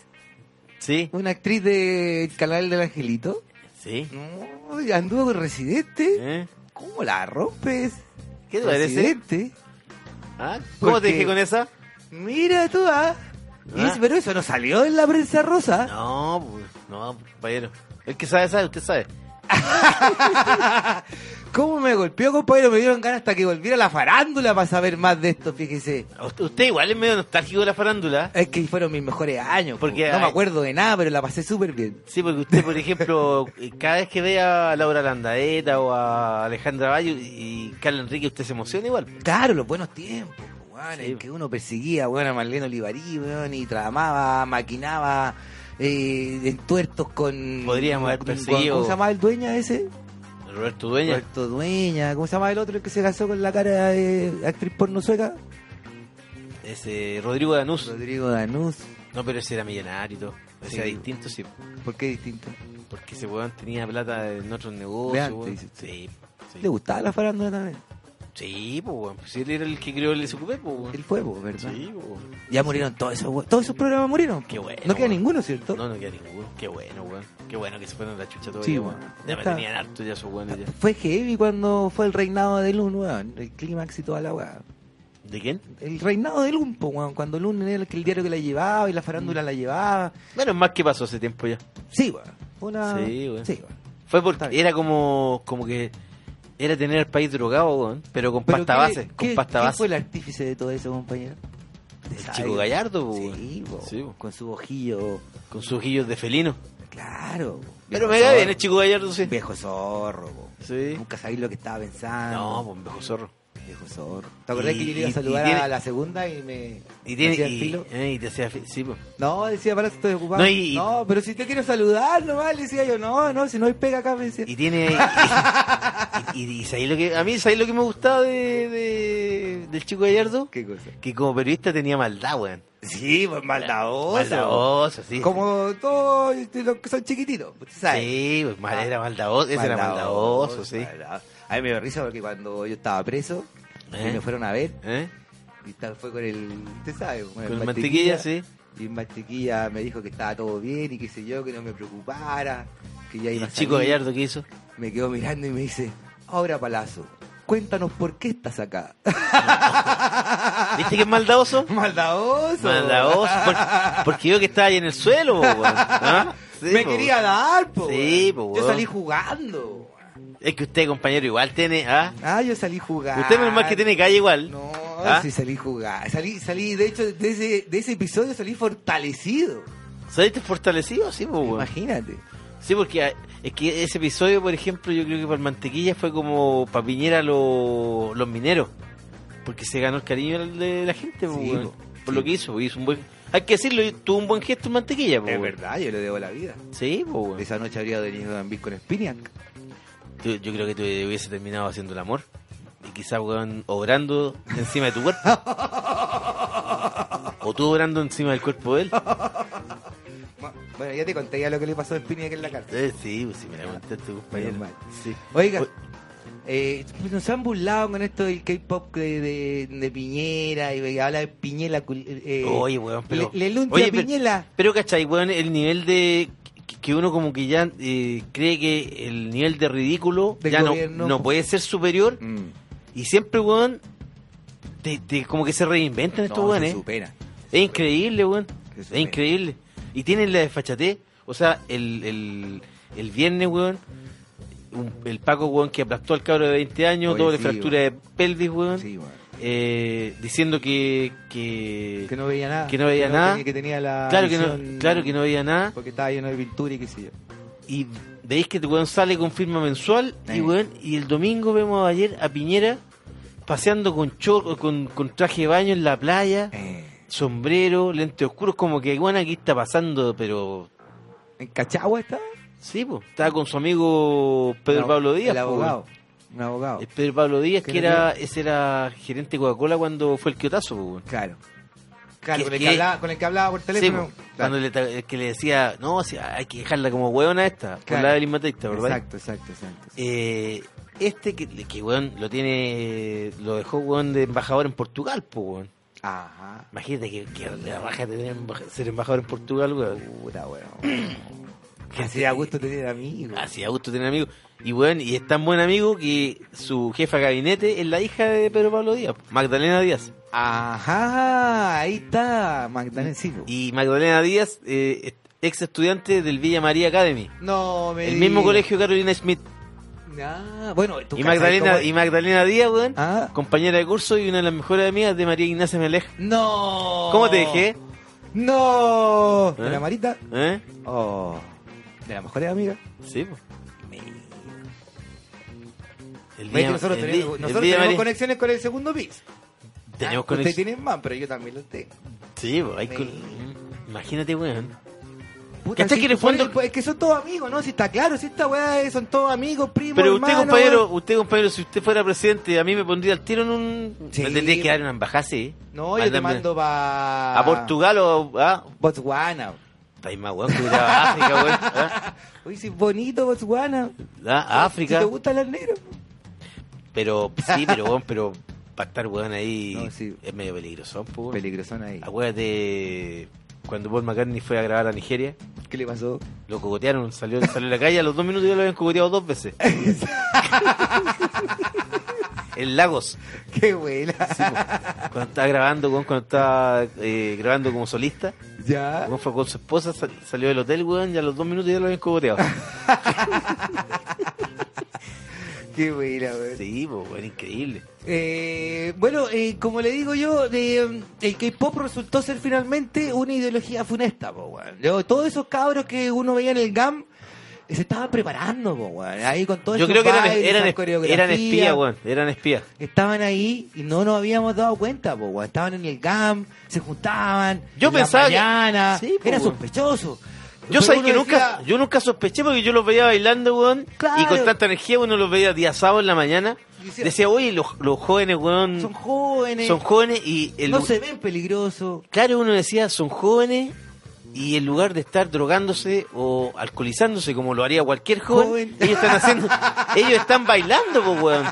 [SPEAKER 3] Sí,
[SPEAKER 4] Una actriz del canal del Angelito.
[SPEAKER 3] sí.
[SPEAKER 4] No, anduvo con Residente.
[SPEAKER 3] ¿Eh?
[SPEAKER 4] ¿Cómo la rompes?
[SPEAKER 3] ¿Qué te parece?
[SPEAKER 4] Residente.
[SPEAKER 3] ¿Ah? ¿Cómo
[SPEAKER 4] Porque-
[SPEAKER 3] te dije con esa?
[SPEAKER 4] Mira tú, ah. Y
[SPEAKER 3] Ah.
[SPEAKER 4] es- Pero eso no salió en la prensa rosa.
[SPEAKER 3] No, pues, no, compañero. El que sabe, sabe, usted sabe.
[SPEAKER 4] ¿Cómo me golpeó, compañero? Me dieron ganas hasta que volviera la farándula para saber más de esto, fíjese.
[SPEAKER 3] A Usted, usted igual es medio nostálgico de la farándula.
[SPEAKER 4] Es que fueron mis mejores años.
[SPEAKER 3] Porque
[SPEAKER 4] Porque no me
[SPEAKER 3] hay-
[SPEAKER 4] acuerdo de nada, pero la pasé súper bien.
[SPEAKER 3] Sí, porque usted, por ejemplo, eh, cada vez que ve a Laura Landaeta o a Alejandra Bayo y Carla Enrique, usted se emociona igual.
[SPEAKER 4] Claro, los buenos tiempos, po, weón,
[SPEAKER 3] Sí.
[SPEAKER 4] en que uno perseguía weón, a Marlene Olivarí, weón, y tramaba, maquinaba eh, entuertos con...
[SPEAKER 3] Podríamos haber
[SPEAKER 4] con-
[SPEAKER 3] perseguido-
[SPEAKER 4] ¿Cómo se llama el dueña ese?
[SPEAKER 3] Roberto Dueña.
[SPEAKER 4] Roberto Dueña. ¿Cómo se llama el otro el que se casó con la cara de actriz porno sueca?
[SPEAKER 3] Ese Rodrigo Danús.
[SPEAKER 4] Rodrigo Danús.
[SPEAKER 3] No, pero ese era millonario y todo. Ese
[SPEAKER 4] Sí.
[SPEAKER 3] era distinto, sí.
[SPEAKER 4] ¿Por qué distinto?
[SPEAKER 3] Porque ese weón tenía plata en otros negocios.
[SPEAKER 4] De antes,
[SPEAKER 3] weón.
[SPEAKER 4] dice usted.
[SPEAKER 3] Sí. Sí,
[SPEAKER 4] ¿Le gustaba la farándula también?
[SPEAKER 3] sí pues, weón. Pues él era el que creó el SQP, pues, weón.
[SPEAKER 4] El fuego, ¿verdad?
[SPEAKER 3] Sí, pues, weón.
[SPEAKER 4] Ya murieron todos esos we- Todos esos programas murieron.
[SPEAKER 3] Qué bueno,
[SPEAKER 4] No queda
[SPEAKER 3] weón.
[SPEAKER 4] ninguno, ¿cierto?
[SPEAKER 3] No, no queda ninguno. Qué bueno, weón. Qué bueno que se fueron a la chucha todavía,
[SPEAKER 4] Sí,
[SPEAKER 3] weón.
[SPEAKER 4] weón.
[SPEAKER 3] Ya me
[SPEAKER 4] Está-
[SPEAKER 3] tenían harto ya esos weones ya.
[SPEAKER 4] Fue heavy cuando fue el reinado de Lun, weón. El clímax y toda la weá.
[SPEAKER 3] ¿De quién?
[SPEAKER 4] El reinado de Lun, po, weón. Cuando Lun era el, que- el diario que la llevaba y la farándula la llevaba.
[SPEAKER 3] Bueno, más que pasó hace tiempo ya.
[SPEAKER 4] Sí, weón. Una...
[SPEAKER 3] Sí, weón.
[SPEAKER 4] Sí, weón.
[SPEAKER 3] Fue
[SPEAKER 4] Está
[SPEAKER 3] porque
[SPEAKER 4] bien.
[SPEAKER 3] era como, como que era tener el país drogado, weón, pero con
[SPEAKER 4] Pero
[SPEAKER 3] pasta
[SPEAKER 4] ¿qué-
[SPEAKER 3] base, con
[SPEAKER 4] qué-
[SPEAKER 3] pasta
[SPEAKER 4] ¿Qué
[SPEAKER 3] base.
[SPEAKER 4] fue el artífice de todo eso, compañero? De
[SPEAKER 3] El
[SPEAKER 4] Sabio.
[SPEAKER 3] chico Gallardo, po,
[SPEAKER 4] Sí,
[SPEAKER 3] weón.
[SPEAKER 4] po,
[SPEAKER 3] Sí, po.
[SPEAKER 4] Con su ojillo.
[SPEAKER 3] Con sus ojillos de felino.
[SPEAKER 4] Claro. Viejo
[SPEAKER 3] Pero me cae bien
[SPEAKER 4] zorro.
[SPEAKER 3] el chico gallardo, sí.
[SPEAKER 4] Viejo zorro, po.
[SPEAKER 3] Sí.
[SPEAKER 4] Nunca sabía lo que estaba pensando.
[SPEAKER 3] No, pues viejo zorro.
[SPEAKER 4] Viejo zorro. ¿Te acordás
[SPEAKER 3] Y-
[SPEAKER 4] que yo le iba
[SPEAKER 3] y-
[SPEAKER 4] a saludar
[SPEAKER 3] y tiene-
[SPEAKER 4] a la segunda y me.
[SPEAKER 3] Y tiene.
[SPEAKER 4] hacía el
[SPEAKER 3] y-
[SPEAKER 4] filo?
[SPEAKER 3] eh, y te hacía filo. Sí, po.
[SPEAKER 4] No, decía, para estoy ocupado.
[SPEAKER 3] No,
[SPEAKER 4] No,
[SPEAKER 3] y-
[SPEAKER 4] pero si te quiero saludar nomás, le decía yo, no, no, si no hay pega acá, me decía.
[SPEAKER 3] Y
[SPEAKER 4] <laughs>
[SPEAKER 3] tiene. Y, y- y ¿sabéis lo que. A mí, ¿sabéis lo que me gustaba de, de- del chico Gallardo?
[SPEAKER 4] ¿Qué cosa?
[SPEAKER 3] Que como periodista tenía maldad, weón.
[SPEAKER 4] Sí, pues maldadoso.
[SPEAKER 3] Maldadoso, sí.
[SPEAKER 4] Como todos este, los que son chiquititos, pues, ¿sabes?
[SPEAKER 3] Sí, pues, mal,
[SPEAKER 4] Ah.
[SPEAKER 3] era maldadoso. Ese era maldadoso, sí.
[SPEAKER 4] maldadoso. A mí me dio risa porque cuando yo estaba preso,
[SPEAKER 3] ¿Eh?
[SPEAKER 4] y me fueron a ver,
[SPEAKER 3] ¿Eh?
[SPEAKER 4] y tal, fue con el, usted sabe, con,
[SPEAKER 3] Con el mantequilla, sí.
[SPEAKER 4] Y el mantequilla me dijo que estaba todo bien y qué sé yo, que no me preocupara, que ya
[SPEAKER 3] ¿Y
[SPEAKER 4] iba
[SPEAKER 3] el
[SPEAKER 4] a
[SPEAKER 3] chico
[SPEAKER 4] salir.
[SPEAKER 3] Gallardo qué hizo?
[SPEAKER 4] Me quedó mirando y me dice, ahora Palazo, cuéntanos por qué estás acá. <laughs>
[SPEAKER 3] ¿Viste que es maldadoso?
[SPEAKER 4] Maldadoso.
[SPEAKER 3] Maldadoso.
[SPEAKER 4] <laughs>
[SPEAKER 3] por- porque yo que estaba ahí en el suelo, po, weón. ¿Ah? Sí,
[SPEAKER 4] me
[SPEAKER 3] po.
[SPEAKER 4] quería dar, po.
[SPEAKER 3] Sí,
[SPEAKER 4] weón.
[SPEAKER 3] po,
[SPEAKER 4] Yo
[SPEAKER 3] weón.
[SPEAKER 4] salí jugando.
[SPEAKER 3] Es que usted, compañero, igual tiene. ¿ah?
[SPEAKER 4] Ah, yo salí jugando.
[SPEAKER 3] Usted, normal que tiene calle igual.
[SPEAKER 4] No,
[SPEAKER 3] ¿Ah?
[SPEAKER 4] sí salí jugando. Salí, salí, de hecho, de ese, de ese episodio salí fortalecido.
[SPEAKER 3] ¿Saliste fortalecido? Sí, po, weón.
[SPEAKER 4] Imagínate.
[SPEAKER 3] Sí, porque ah, es que ese episodio, por ejemplo, yo creo que para el Mantequilla fue como para Piñera lo- los mineros. Porque se ganó el cariño de la- de la gente, po,
[SPEAKER 4] Sí,
[SPEAKER 3] weón.
[SPEAKER 4] po.
[SPEAKER 3] por lo que hizo. po, Hizo un buen. Hay que decirlo, tuvo un buen gesto en Mantequilla, po,
[SPEAKER 4] Es
[SPEAKER 3] weón.
[SPEAKER 4] verdad, yo le debo la vida.
[SPEAKER 3] Sí, po, weón.
[SPEAKER 4] Esa noche habría venido también con Spiniak.
[SPEAKER 3] Yo, yo creo que tú hubiese terminado haciendo el amor. Y quizás, weón, obrando encima de tu cuerpo. o tú obrando encima del cuerpo de él.
[SPEAKER 4] Bueno, ya te conté ya lo que le pasó a Spiniak en la cárcel.
[SPEAKER 3] Eh, sí, pues sí, me la contaste, compañero.
[SPEAKER 4] Menos mal.
[SPEAKER 3] Sí.
[SPEAKER 4] Oiga,
[SPEAKER 3] O-
[SPEAKER 4] eh, nos han burlado con esto del K-pop de, de- de Piñera y y habla de Piñela. cul- eh,
[SPEAKER 3] Oye, weón, pero.
[SPEAKER 4] Le, le lunte
[SPEAKER 3] Oye,
[SPEAKER 4] a
[SPEAKER 3] pero-
[SPEAKER 4] Piñela.
[SPEAKER 3] Pero, ¿cachai, weón? El nivel de. que- Que uno como que ya eh, cree que el nivel de ridículo
[SPEAKER 4] Del
[SPEAKER 3] ya no,
[SPEAKER 4] gobierno. Mm.
[SPEAKER 3] no puede ser superior. Y siempre, weón, te, te- como que se reinventan estos
[SPEAKER 4] No,
[SPEAKER 3] weones.
[SPEAKER 4] se supera.
[SPEAKER 3] Es increíble, weón.
[SPEAKER 4] Que
[SPEAKER 3] Es
[SPEAKER 4] supere.
[SPEAKER 3] increíble. Y tienen la desfachatez. O sea, el, el, el viernes, weón, un- el Paco, weón, que aplastó al cabro de 20 años,
[SPEAKER 4] Oye,
[SPEAKER 3] doble
[SPEAKER 4] sí,
[SPEAKER 3] fractura de pelvis, weón,
[SPEAKER 4] Sí, bueno.
[SPEAKER 3] eh, diciendo que... que,
[SPEAKER 4] Que no veía nada.
[SPEAKER 3] Que no veía nada.
[SPEAKER 4] tenía- Que tenía la
[SPEAKER 3] claro, que no,
[SPEAKER 4] visión-
[SPEAKER 3] claro que no veía nada.
[SPEAKER 4] Porque estaba lleno de pintura y qué sé yo.
[SPEAKER 3] Y veis que el weón sale con firma mensual. Y,
[SPEAKER 4] Eh.
[SPEAKER 3] weón, y el domingo vemos ayer a Piñera paseando con, chor- con, con traje de baño en la playa.
[SPEAKER 4] Eh.
[SPEAKER 3] sombrero, lentes oscuros, como que bueno, aquí está pasando, pero
[SPEAKER 4] ¿En Cachagua estaba?
[SPEAKER 3] sí, pues, estaba con su amigo Pedro
[SPEAKER 4] No,
[SPEAKER 3] Pablo Díaz.
[SPEAKER 4] El
[SPEAKER 3] po,
[SPEAKER 4] abogado.
[SPEAKER 3] weón.
[SPEAKER 4] Un abogado.
[SPEAKER 3] El Pedro Pablo Díaz, que
[SPEAKER 4] ¿Qué
[SPEAKER 3] era, ese era gerente de Coca-Cola cuando fue el Quiotazo, po, weón.
[SPEAKER 4] Claro. Claro,
[SPEAKER 3] Que-
[SPEAKER 4] con el,
[SPEAKER 3] que-
[SPEAKER 4] que hablaba, con el que hablaba por
[SPEAKER 3] Sí,
[SPEAKER 4] teléfono.
[SPEAKER 3] po, cuando le, ta- que le decía, no, si hay que dejarla como hueona esta, por
[SPEAKER 4] Claro.
[SPEAKER 3] la del Inmateista, ¿verdad?
[SPEAKER 4] Exacto, exacto, exacto.
[SPEAKER 3] Eh, este que, que weón, lo tiene, lo dejó weón de embajador en Portugal, pues weón.
[SPEAKER 4] Ajá.
[SPEAKER 3] Imagínate que, que la raja de tener embaja- ser embajador en Portugal, weón.
[SPEAKER 4] Puta, weón. Que hacía gusto tener amigos.
[SPEAKER 3] Así a gusto tener amigos. Y bueno, y es tan buen amigo que su jefa de gabinete es la hija de Pedro Pablo Díaz, Magdalena Díaz.
[SPEAKER 4] Ajá, ahí está. Magdalena sí, po.
[SPEAKER 3] Y Magdalena Díaz, eh, ex estudiante del Villa María Academy,
[SPEAKER 4] No, me
[SPEAKER 3] el mismo
[SPEAKER 4] digas.
[SPEAKER 3] colegio Carolina Smith.
[SPEAKER 4] Ah, bueno, tú cachai
[SPEAKER 3] Y Magdalena,
[SPEAKER 4] cómo-
[SPEAKER 3] y Magdalena Díaz, weón,
[SPEAKER 4] Ah.
[SPEAKER 3] compañera de curso y una de las mejores amigas de María Ignacia Melej.
[SPEAKER 4] No.
[SPEAKER 3] ¿Cómo te dejé?
[SPEAKER 4] No.
[SPEAKER 3] ¿Eh?
[SPEAKER 4] ¿De la Marita?
[SPEAKER 3] ¿Eh?
[SPEAKER 4] Oh. ¿De la mejor amiga?
[SPEAKER 3] Sí, po. El
[SPEAKER 4] Ve
[SPEAKER 3] Villa-
[SPEAKER 4] que nosotros
[SPEAKER 3] el
[SPEAKER 4] tenemos,
[SPEAKER 3] Villa- el
[SPEAKER 4] nosotros tenemos
[SPEAKER 3] Villa
[SPEAKER 4] Ah,
[SPEAKER 3] María-
[SPEAKER 4] conexiones con el segundo pis.
[SPEAKER 3] tenemos
[SPEAKER 4] Ustedes
[SPEAKER 3] conexión.
[SPEAKER 4] tienen más, pero yo también lo tengo.
[SPEAKER 3] Sí, po, hay con-
[SPEAKER 4] Sí.
[SPEAKER 3] Imagínate, weón.
[SPEAKER 4] Puta,
[SPEAKER 3] ¿Cachai
[SPEAKER 4] sí,
[SPEAKER 3] que en el
[SPEAKER 4] por
[SPEAKER 3] fondo-
[SPEAKER 4] pues, Es que son todos amigos, ¿no? Si está claro, si esta weá es- son todos amigos, primos,
[SPEAKER 3] Pero usted,
[SPEAKER 4] hermanos,
[SPEAKER 3] compañero, usted, compañero, si usted fuera presidente, a mí me pondría al tiro en un...
[SPEAKER 4] Sí.
[SPEAKER 3] Me tendría que dar una embajada, sí.
[SPEAKER 4] No, yo te
[SPEAKER 3] Mándame
[SPEAKER 4] mando para...
[SPEAKER 3] Ah, A Portugal o a...
[SPEAKER 4] Botswana.
[SPEAKER 3] País más weón, que ir a África, weón. ¿Ah?
[SPEAKER 4] Uy, sí, bonito Botswana.
[SPEAKER 3] ¿Ah? A África.
[SPEAKER 4] Si te gustan las negras.
[SPEAKER 3] Pero, sí, pero, weón, pero para estar, weón, ahí
[SPEAKER 4] No, sí.
[SPEAKER 3] es medio peligroso, pues, weón.
[SPEAKER 4] Peligrosona ahí.
[SPEAKER 3] Acuérdate cuando Paul McCartney fue a grabar a Nigeria,
[SPEAKER 4] ¿Qué le pasó? <laughs>
[SPEAKER 3] lo cogotearon, salió, salió a la calle, a los dos minutos ya lo habían cogoteado
[SPEAKER 4] <laughs>
[SPEAKER 3] dos veces. en Lagos.
[SPEAKER 4] Qué buena.
[SPEAKER 3] Sí, po. cuando estaba grabando, weón, cuando estaba eh, grabando como solista,
[SPEAKER 4] <laughs> Ya.
[SPEAKER 3] weón, fue con su esposa, sal- salió del hotel, weón, y a los dos minutos ya lo
[SPEAKER 4] <laughs>
[SPEAKER 3] habían cogoteado.
[SPEAKER 4] Qué buena, weón.
[SPEAKER 3] Sí, po, weón, increíble.
[SPEAKER 4] Eh, bueno, eh, como le digo yo, de, mm, el K-pop resultó ser finalmente una ideología funesta, po, weón. Yo- Todos esos cabros que uno veía en el GAM eh, se estaban preparando, po, weón. Ahí con todo
[SPEAKER 3] Yo
[SPEAKER 4] esos
[SPEAKER 3] creo que eran,
[SPEAKER 4] bailes,
[SPEAKER 3] eran,
[SPEAKER 4] esas
[SPEAKER 3] esp-
[SPEAKER 4] coreografías.
[SPEAKER 3] eran espías, weón. Eran espías.
[SPEAKER 4] Estaban ahí y no nos habíamos dado cuenta, po, weón. Estaban en el GAM, se juntaban.
[SPEAKER 3] Yo
[SPEAKER 4] en
[SPEAKER 3] pensaba
[SPEAKER 4] La
[SPEAKER 3] que-
[SPEAKER 4] mañana,
[SPEAKER 3] Sí, po,
[SPEAKER 4] era
[SPEAKER 3] weón.
[SPEAKER 4] sospechoso.
[SPEAKER 3] Yo
[SPEAKER 4] Pero
[SPEAKER 3] sabía
[SPEAKER 4] uno
[SPEAKER 3] que nunca,
[SPEAKER 4] decía,
[SPEAKER 3] yo nunca sospeché porque yo los veía bailando, weón.
[SPEAKER 4] Claro.
[SPEAKER 3] Y con tanta energía uno los veía día sábado en la mañana.
[SPEAKER 4] Decía-
[SPEAKER 3] Decía, oye, los, los jóvenes, weón,
[SPEAKER 4] "Mm, Son
[SPEAKER 3] son,
[SPEAKER 4] jóvenes.
[SPEAKER 3] jóvenes y el
[SPEAKER 4] no
[SPEAKER 3] lu-
[SPEAKER 4] se ven peligrosos.
[SPEAKER 3] claro, uno decía, son jóvenes y en lugar de estar drogándose o alcoholizándose como lo haría cualquier joven,
[SPEAKER 4] Joven.
[SPEAKER 3] ellos
[SPEAKER 4] <laughs>
[SPEAKER 3] están haciendo, ellos están bailando, pues, weón.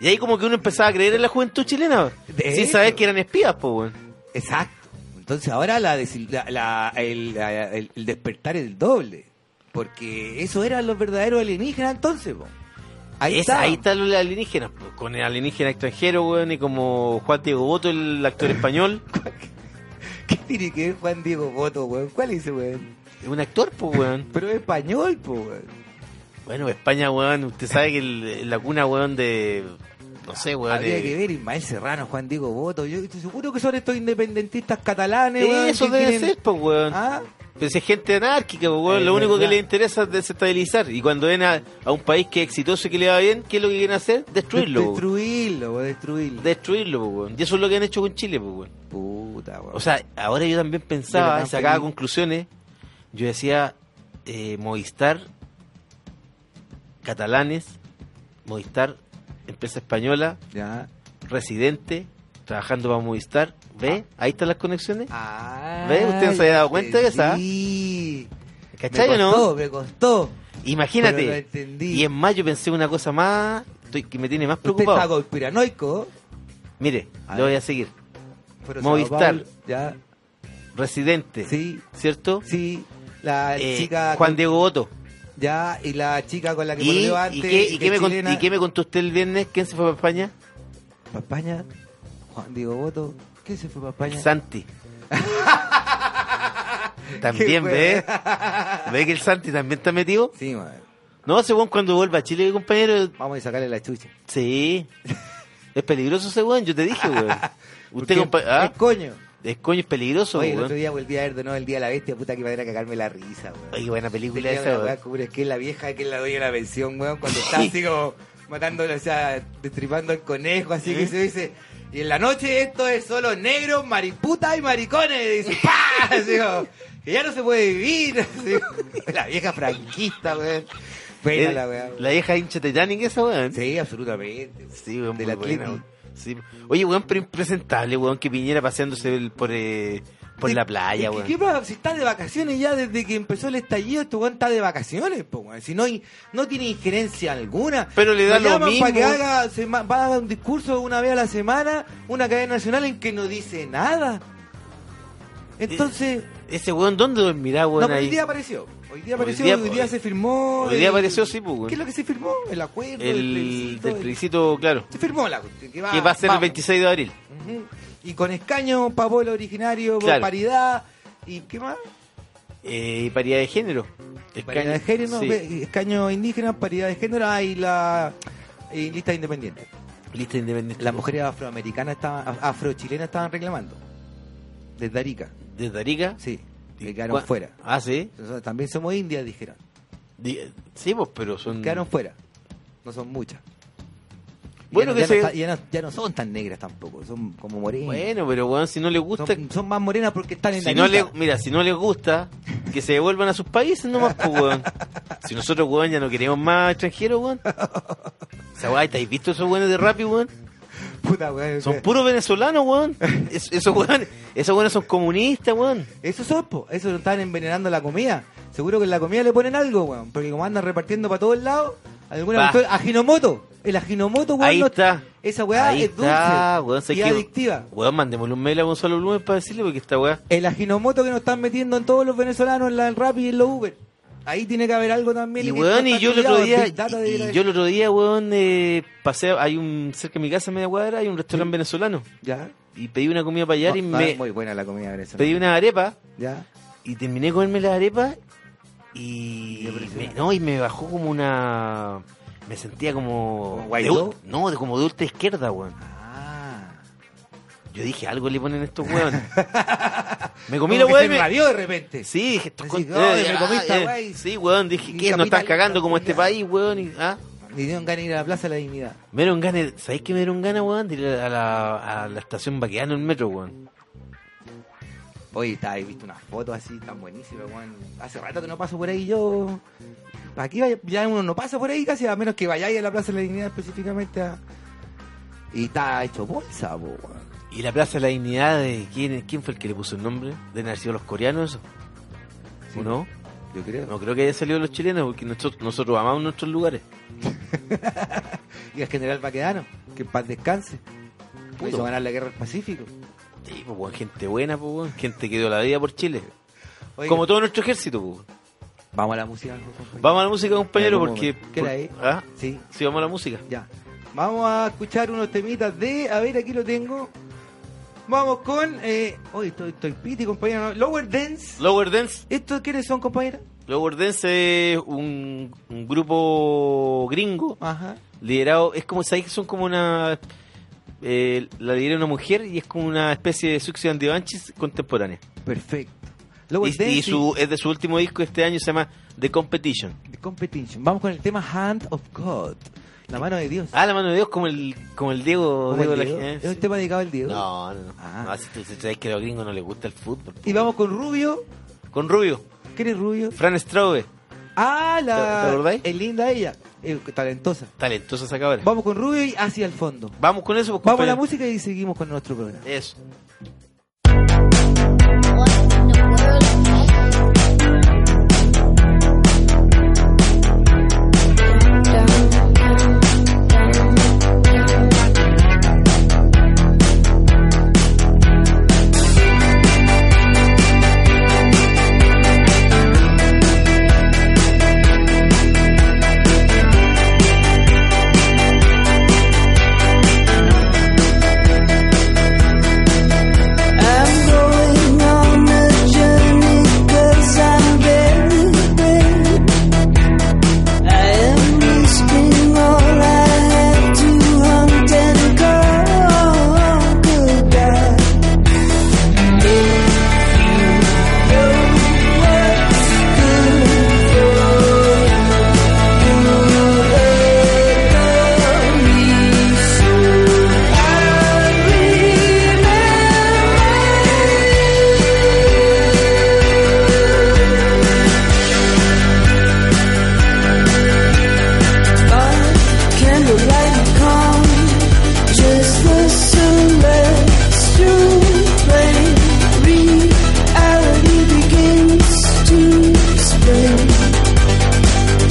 [SPEAKER 3] Y ahí como que uno empezaba a creer en la juventud chilena, weón.
[SPEAKER 4] De
[SPEAKER 3] sin
[SPEAKER 4] hecho.
[SPEAKER 3] saber que eran espías, pues, weón.
[SPEAKER 4] Exacto. Entonces ahora la, desi- la- la- el, la- el- el despertar es el doble. Porque eso eran los verdaderos alienígenas entonces, po. Ahí
[SPEAKER 3] Es-
[SPEAKER 4] está.
[SPEAKER 3] ahí están los alienígenas, pues, con el alienígena extranjero, weón, y como Juan Diego Boto,
[SPEAKER 4] <laughs>
[SPEAKER 3] el actor español,
[SPEAKER 4] <laughs> ¿Qué tiene que ver Juan Diego Boto, weón? ¿Cuál es ese weón?
[SPEAKER 3] es un actor, pues, weón.
[SPEAKER 4] Pero es español, po, weón.
[SPEAKER 3] Bueno, España, weón, usted sabe que el- la cuna, weón, de... No sé, weón.
[SPEAKER 4] Habría
[SPEAKER 3] de-
[SPEAKER 4] que ver Ismael Serrano, Juan Diego Boto. Yo estoy seguro que son estos independentistas catalanes, weón.
[SPEAKER 3] Eso
[SPEAKER 4] que
[SPEAKER 3] debe
[SPEAKER 4] quieren-
[SPEAKER 3] ser, pues, weón.
[SPEAKER 4] ¿Ah?
[SPEAKER 3] Pues es gente anárquica, pues, weón.
[SPEAKER 4] Es
[SPEAKER 3] lo único que
[SPEAKER 4] verdad.
[SPEAKER 3] le interesa es desestabilizar. Y cuando ven a, a un país que es exitoso y que le va bien, ¿qué es lo que quieren hacer? Destruirlo. pues, weón.
[SPEAKER 4] Destruirlo, weón, destruirlo.
[SPEAKER 3] Destruirlo, pues, weón. Y eso es lo que han hecho con Chile, pues, weón.
[SPEAKER 4] Puta, weón.
[SPEAKER 3] O sea, ahora yo también
[SPEAKER 4] Pero
[SPEAKER 3] pensaba,
[SPEAKER 4] tan
[SPEAKER 3] y sacaba
[SPEAKER 4] feliz.
[SPEAKER 3] conclusiones. Yo decía, eh, Movistar, catalanes, Movistar, empresa española,
[SPEAKER 4] ya.
[SPEAKER 3] residente, trabajando para Movistar. ¿Ve? Ahí están las conexiones.
[SPEAKER 4] Ah,
[SPEAKER 3] ¿Ve? ¿Usted no se había dado cuenta de esa?
[SPEAKER 4] Sí.
[SPEAKER 3] ¿Cachai o
[SPEAKER 4] me
[SPEAKER 3] no?
[SPEAKER 4] costó, me costó.
[SPEAKER 3] Imagínate.
[SPEAKER 4] Pero lo entendí.
[SPEAKER 3] Y en mayo pensé una cosa más estoy- que me tiene más
[SPEAKER 4] Usted está
[SPEAKER 3] preocupado.
[SPEAKER 4] conspiranoico.
[SPEAKER 3] Mire,
[SPEAKER 4] A
[SPEAKER 3] lo
[SPEAKER 4] ver.
[SPEAKER 3] voy a seguir.
[SPEAKER 4] pero
[SPEAKER 3] Movistar.
[SPEAKER 4] Sao Paulo, Ya.
[SPEAKER 3] Residente,
[SPEAKER 4] Sí,
[SPEAKER 3] ¿cierto?
[SPEAKER 4] sí. La
[SPEAKER 3] Eh,
[SPEAKER 4] chica.
[SPEAKER 3] Juan Diego Boto.
[SPEAKER 4] Ya, y la chica con la que
[SPEAKER 3] ¿Y,
[SPEAKER 4] volvió
[SPEAKER 3] y
[SPEAKER 4] antes.
[SPEAKER 3] qué,
[SPEAKER 4] que
[SPEAKER 3] y qué me con-
[SPEAKER 4] chilena.
[SPEAKER 3] y qué me contó usted el viernes? ¿Quién se fue para España?
[SPEAKER 4] ¿Pa' España? Juan Diego Boto. ¿Qué se fue para España? <laughs>
[SPEAKER 3] Santi. también,
[SPEAKER 4] Qué
[SPEAKER 3] ¿ve? ¿Ve que el Santi también está metido?
[SPEAKER 4] Sí, madre.
[SPEAKER 3] No, según cuando vuelva a Chile, compañero.
[SPEAKER 4] Vamos a sacarle la chucha.
[SPEAKER 3] Sí. Es peligroso ese weón, yo te dije,
[SPEAKER 4] <laughs>
[SPEAKER 3] weón. Usted,
[SPEAKER 4] Porque-
[SPEAKER 3] compa- ah,
[SPEAKER 4] ¿Qué coño?
[SPEAKER 3] es coño, es peligroso,
[SPEAKER 4] Oye, el
[SPEAKER 3] weón.
[SPEAKER 4] otro día volví a ver de nuevo el Día de la Bestia, puta que me a cagarme la risa, weón.
[SPEAKER 3] Oye, buena película
[SPEAKER 4] Tenía
[SPEAKER 3] esa,
[SPEAKER 4] una weá
[SPEAKER 3] weón.
[SPEAKER 4] como- es que es la vieja que es la dueña de la pensión, weón, cuando está así como matándolo, o sea, destripando al conejo, así
[SPEAKER 3] ¿Eh?
[SPEAKER 4] que se dice, y en la noche esto es solo negros, mariputas y maricones, y dice, ¡pah! <laughs> Así como, que ya no se puede vivir, <laughs> así como, la vieja franquista, weón. Pena
[SPEAKER 3] Eh,
[SPEAKER 4] la weá, weón.
[SPEAKER 3] la vieja hincha Titanic esa, weón.
[SPEAKER 4] Sí, absolutamente. weón.
[SPEAKER 3] Sí, weón,
[SPEAKER 4] Del
[SPEAKER 3] muy buena,
[SPEAKER 4] atletismo.
[SPEAKER 3] weón. Sí. Oye, weón, pero impresentable, weón, que Piñera paseándose el- por, eh, por
[SPEAKER 4] Sí,
[SPEAKER 3] la playa,
[SPEAKER 4] es que
[SPEAKER 3] weón.
[SPEAKER 4] ¿Qué pasa? Si está de vacaciones ya desde que empezó el estallido, este weón está de vacaciones, po, weón. Si no, hay- no tiene injerencia alguna.
[SPEAKER 3] Pero le da lo mismo.
[SPEAKER 4] Para que haga, sema- va a dar un discurso una vez a la semana, una cadena nacional en que no dice nada. Entonces,
[SPEAKER 3] Ese weón, ¿dónde dormirá,
[SPEAKER 4] no,
[SPEAKER 3] weón?
[SPEAKER 4] pero hoy
[SPEAKER 3] Eh, ahí?
[SPEAKER 4] día apareció. Hoy día
[SPEAKER 3] Hoy
[SPEAKER 4] apareció, hoy
[SPEAKER 3] día-
[SPEAKER 4] día, se firmó.
[SPEAKER 3] hoy día apareció, sí, po, weón.
[SPEAKER 4] ¿Qué es lo que se firmó? El acuerdo.
[SPEAKER 3] el
[SPEAKER 4] plebiscito,
[SPEAKER 3] del
[SPEAKER 4] el-
[SPEAKER 3] plebiscito, claro.
[SPEAKER 4] Se firmó la cuestión. Que va,
[SPEAKER 3] que va a ser
[SPEAKER 4] vamos.
[SPEAKER 3] el 26 de abril.
[SPEAKER 4] Ujú. Y con escaño, para pueblo originario, por
[SPEAKER 3] Claro.
[SPEAKER 4] paridad. ¿Y qué más?
[SPEAKER 3] Eh, y paridad de género. El
[SPEAKER 4] Paridad de
[SPEAKER 3] caño-
[SPEAKER 4] género,
[SPEAKER 3] sí.
[SPEAKER 4] ve- escaño indígena, paridad de género ah, y la y lista independiente.
[SPEAKER 3] Lista independiente.
[SPEAKER 4] Las mujeres afroamericanas estaban, af- afrochilenas estaban reclamando. Desde Arica,
[SPEAKER 3] Desde Arica.
[SPEAKER 4] sí.
[SPEAKER 3] ¿Y
[SPEAKER 4] Que quedaron
[SPEAKER 3] cuá-
[SPEAKER 4] fuera.
[SPEAKER 3] Ah, sí.
[SPEAKER 4] Nosotros también somos indias, dijeron.
[SPEAKER 3] Di- Sí, pues, pero son.
[SPEAKER 4] Quedaron fuera. No son muchas. Y
[SPEAKER 3] Bueno,
[SPEAKER 4] ya, no-
[SPEAKER 3] que
[SPEAKER 4] ya
[SPEAKER 3] se-
[SPEAKER 4] no, está- ya, no, ya no son tan negras tampoco, son como morenas.
[SPEAKER 3] Bueno, pero weón, si no les gusta.
[SPEAKER 4] son, son más morenas porque están en
[SPEAKER 3] Si
[SPEAKER 4] Arica.
[SPEAKER 3] no le, mira, si no les gusta, que se devuelvan a sus países nomás, pues, weón. Si nosotros, weón, ya no queremos más extranjeros, weón. O sea, weón, ¿te has visto esos weones de Rappi, weón?
[SPEAKER 4] <laughs> Puta, weón,
[SPEAKER 3] Son
[SPEAKER 4] que-
[SPEAKER 3] puros venezolanos, weón. Es- esos weones, esos weones son comunistas, weón.
[SPEAKER 4] Eso son, po. Eso están envenenando la comida. Seguro que en la comida le ponen algo, weón. Porque como andan repartiendo para todos lados, alguna
[SPEAKER 3] Va.
[SPEAKER 4] cuestión- Ajinomoto. El ajinomoto, weón.
[SPEAKER 3] Ahí
[SPEAKER 4] no-
[SPEAKER 3] está.
[SPEAKER 4] Esa weá
[SPEAKER 3] Ahí
[SPEAKER 4] es dulce.
[SPEAKER 3] está, weón. sé
[SPEAKER 4] y
[SPEAKER 3] que-
[SPEAKER 4] adictiva.
[SPEAKER 3] Weón, mandémosle un mail a Gonzalo Blumen para decirle porque esta weá.
[SPEAKER 4] El ajinomoto que nos están metiendo en todos los venezolanos, en la en Rappi y en los Uber. Ahí tiene que haber algo también.
[SPEAKER 3] Y
[SPEAKER 4] que
[SPEAKER 3] weón,
[SPEAKER 4] no
[SPEAKER 3] y
[SPEAKER 4] está
[SPEAKER 3] yo el otro
[SPEAKER 4] estudiado,
[SPEAKER 3] día,
[SPEAKER 4] Big Data
[SPEAKER 3] y-
[SPEAKER 4] de-
[SPEAKER 3] y yo el otro día, weón, eh, pasé, hay un, cerca de mi casa, a media cuadra, hay un restaurante venezolano.
[SPEAKER 4] Ya.
[SPEAKER 3] Y pedí una comida para allá y
[SPEAKER 4] No, no,
[SPEAKER 3] me
[SPEAKER 4] es muy buena la comida venezolana.
[SPEAKER 3] pedí una arepa.
[SPEAKER 4] Ya.
[SPEAKER 3] y terminé de comerme las arepas y
[SPEAKER 4] ¿Te pareció?
[SPEAKER 3] me, no y me bajó como una me sentía como
[SPEAKER 4] ¿Como Guaidó?
[SPEAKER 3] de ul- no de como de ultra izquierda weón
[SPEAKER 4] Ah. <laughs>
[SPEAKER 3] yo dije algo le ponen estos weones Me comí
[SPEAKER 4] Como
[SPEAKER 3] la
[SPEAKER 4] que
[SPEAKER 3] weá
[SPEAKER 4] se
[SPEAKER 3] y me-
[SPEAKER 4] irradió de repente.
[SPEAKER 3] Sí, dije, estos
[SPEAKER 4] Así,
[SPEAKER 3] con-
[SPEAKER 4] "Ay,
[SPEAKER 3] eh,
[SPEAKER 4] me comí esta
[SPEAKER 3] eh,
[SPEAKER 4] weá y-
[SPEAKER 3] Sí, weón, dije,
[SPEAKER 4] y
[SPEAKER 3] ¿qué? No estás
[SPEAKER 4] capitalista,
[SPEAKER 3] cagando como este
[SPEAKER 4] culiao".
[SPEAKER 3] país, weón. y- ¿ah?
[SPEAKER 4] Y dieron ganas de ir a la Plaza de la Dignidad.
[SPEAKER 3] Me dieron ganas, ¿sabéis qué me dieron ganas, weón? De ir a la, a la estación Baquedano en metro, weón.
[SPEAKER 4] Oye, está, he visto unas fotos así tan buenísimas, weón. Hace rato que no paso por ahí yo. ¿Para qué vaya? Ya uno no pasa por ahí casi, a menos que vayáis a la Plaza de la Dignidad específicamente a... Y está hecho bolsa, po, weón.
[SPEAKER 3] Y la Plaza de la Dignidad, de ¿quién, ¿quién fue el que le puso el nombre? ¿De haber sido los coreanos?
[SPEAKER 4] Sí.
[SPEAKER 3] ¿O no?
[SPEAKER 4] Yo creo.
[SPEAKER 3] No creo que haya salido los chilenos, porque nosotros, nosotros amamos nuestros lugares.
[SPEAKER 4] Y el general Baquedano, que en paz descanse. Lo hizo ganar la guerra del Pacífico.
[SPEAKER 3] Sí, pues, weón, gente buena, pues, weón, gente que dio la vida por Chile.
[SPEAKER 4] Oye,
[SPEAKER 3] Como todo nuestro ejército, pues. weón.
[SPEAKER 4] Vamos a la música. compañero.
[SPEAKER 3] Vamos a la música, compañero,
[SPEAKER 4] Ya,
[SPEAKER 3] porque...
[SPEAKER 4] ¿cómo? ¿Qué era ahí?
[SPEAKER 3] ¿Ah?
[SPEAKER 4] Sí,
[SPEAKER 3] Sí, vamos a la música.
[SPEAKER 4] ya. Vamos a escuchar unos temitas de... A ver, aquí lo tengo. Vamos con... Eh, hoy estoy, estoy piti, compañero. Lower Dance.
[SPEAKER 3] Lower Dance.
[SPEAKER 4] ¿Estos quiénes son, compañera?
[SPEAKER 3] Lower Dance es un, un grupo gringo
[SPEAKER 4] Ajá.
[SPEAKER 3] liderado... Es como, ¿sabéis que son como una... eh, la lidera una mujer y es como una especie de Suxy and the Banshees contemporánea.
[SPEAKER 4] Perfecto. Lower
[SPEAKER 3] Y,
[SPEAKER 4] Dance
[SPEAKER 3] y su, es de su último disco este año, se llama The Competition.
[SPEAKER 4] The Competition. Vamos con el tema Hand of God. La mano de Dios.
[SPEAKER 3] Ah, la mano de Dios, como el, como el Diego.
[SPEAKER 4] Como el
[SPEAKER 3] Diego la-
[SPEAKER 4] Diego.
[SPEAKER 3] eh,
[SPEAKER 4] Es un
[SPEAKER 3] sí.
[SPEAKER 4] tema dedicado al Diego.
[SPEAKER 3] No, no, no.
[SPEAKER 4] Ah.
[SPEAKER 3] No, si tú si tú sabes que a los gringos no les gusta el fútbol.
[SPEAKER 4] Y vamos con Rubio.
[SPEAKER 3] Con Rubio,
[SPEAKER 4] ¿Quién es Rubio?
[SPEAKER 3] Fran Straube,
[SPEAKER 4] Ah,
[SPEAKER 3] ¿Te- te
[SPEAKER 4] la.
[SPEAKER 3] acordáis?
[SPEAKER 4] es linda ella. Es talentosa.
[SPEAKER 3] talentosa esa cabra.
[SPEAKER 4] Vamos con Rubio y hacia el fondo.
[SPEAKER 3] Vamos con eso, pues,
[SPEAKER 4] Vamos a la
[SPEAKER 3] compañero.
[SPEAKER 4] música y seguimos con nuestro programa.
[SPEAKER 3] Eso.
[SPEAKER 5] Thank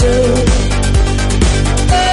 [SPEAKER 5] Oh, Oh,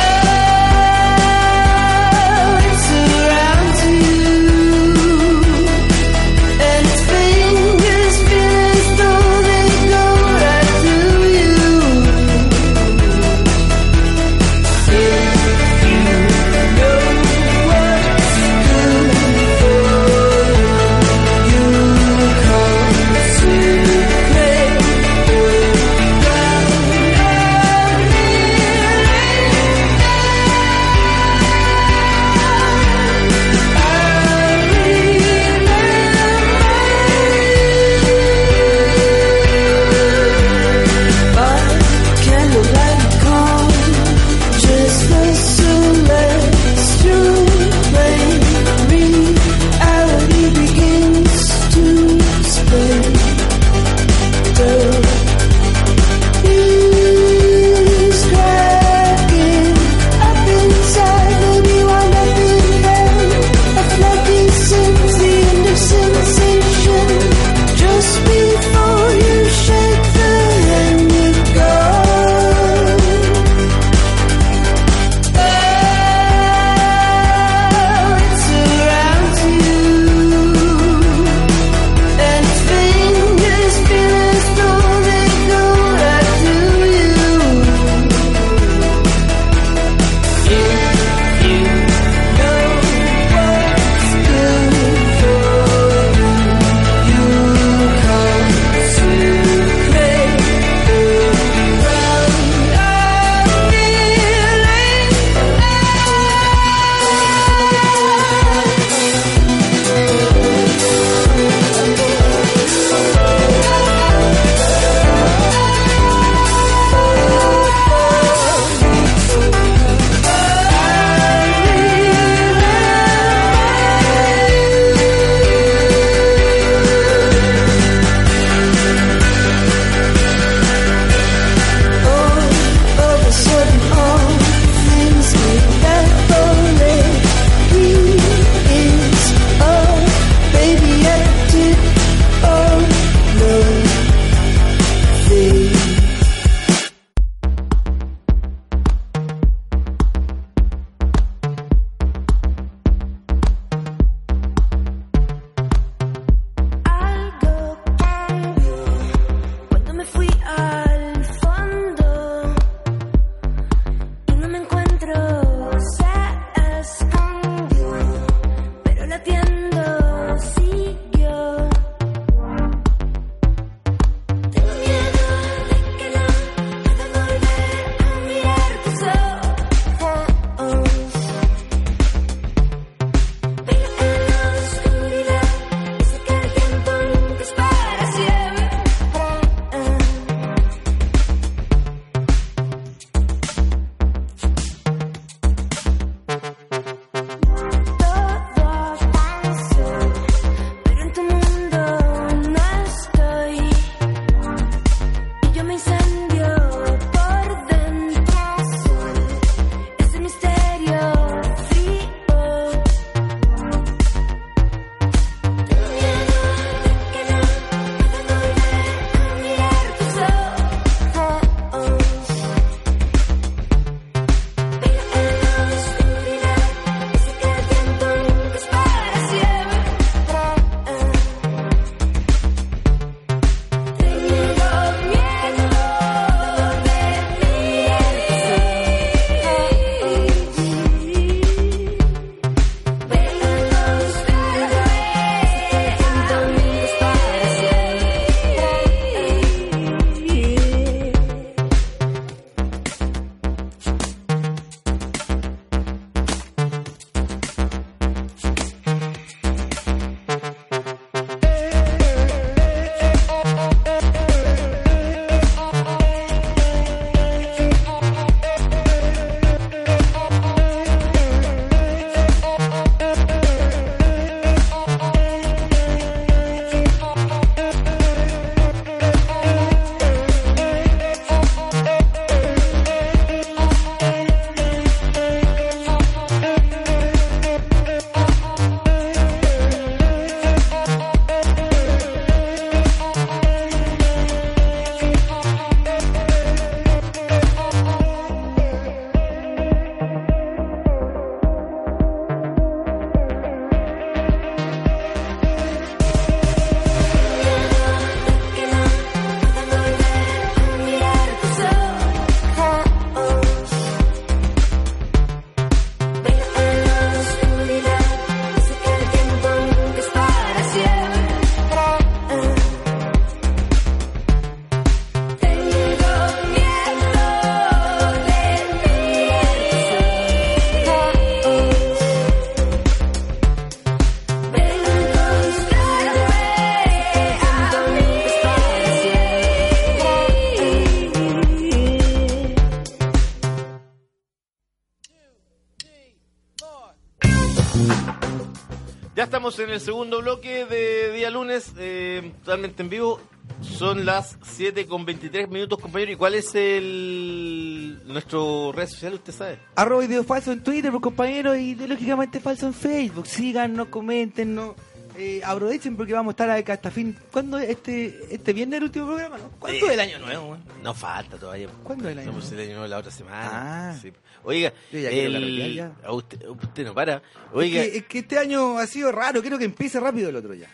[SPEAKER 3] Estamos en el segundo bloque de día lunes, eh, totalmente en vivo. Son las 7 con 23 minutos, compañero. ¿Y cuál es el nuestro red social? Usted sabe.
[SPEAKER 4] Arroba video falso en Twitter, pues, compañero, y ideológicamente falso en Facebook. Síganos, coméntenos, eh, aprovechen porque vamos a estar acá hasta fin. ¿Cuándo es este, este viernes el último programa? ¿no? ¿Cuándo es el año nuevo? weón?
[SPEAKER 3] No falta todavía.
[SPEAKER 4] ¿Cuándo es el año
[SPEAKER 3] Estamos
[SPEAKER 4] nuevo?
[SPEAKER 3] el año nuevo la otra semana.
[SPEAKER 4] Ah.
[SPEAKER 3] Sí. Oiga,
[SPEAKER 4] Yo ya quiero
[SPEAKER 3] el-
[SPEAKER 4] carretear ya.
[SPEAKER 3] a usted, usted no para. Oiga,
[SPEAKER 4] Es que, es que este año ha sido raro, creo que empiece rápido el otro ya.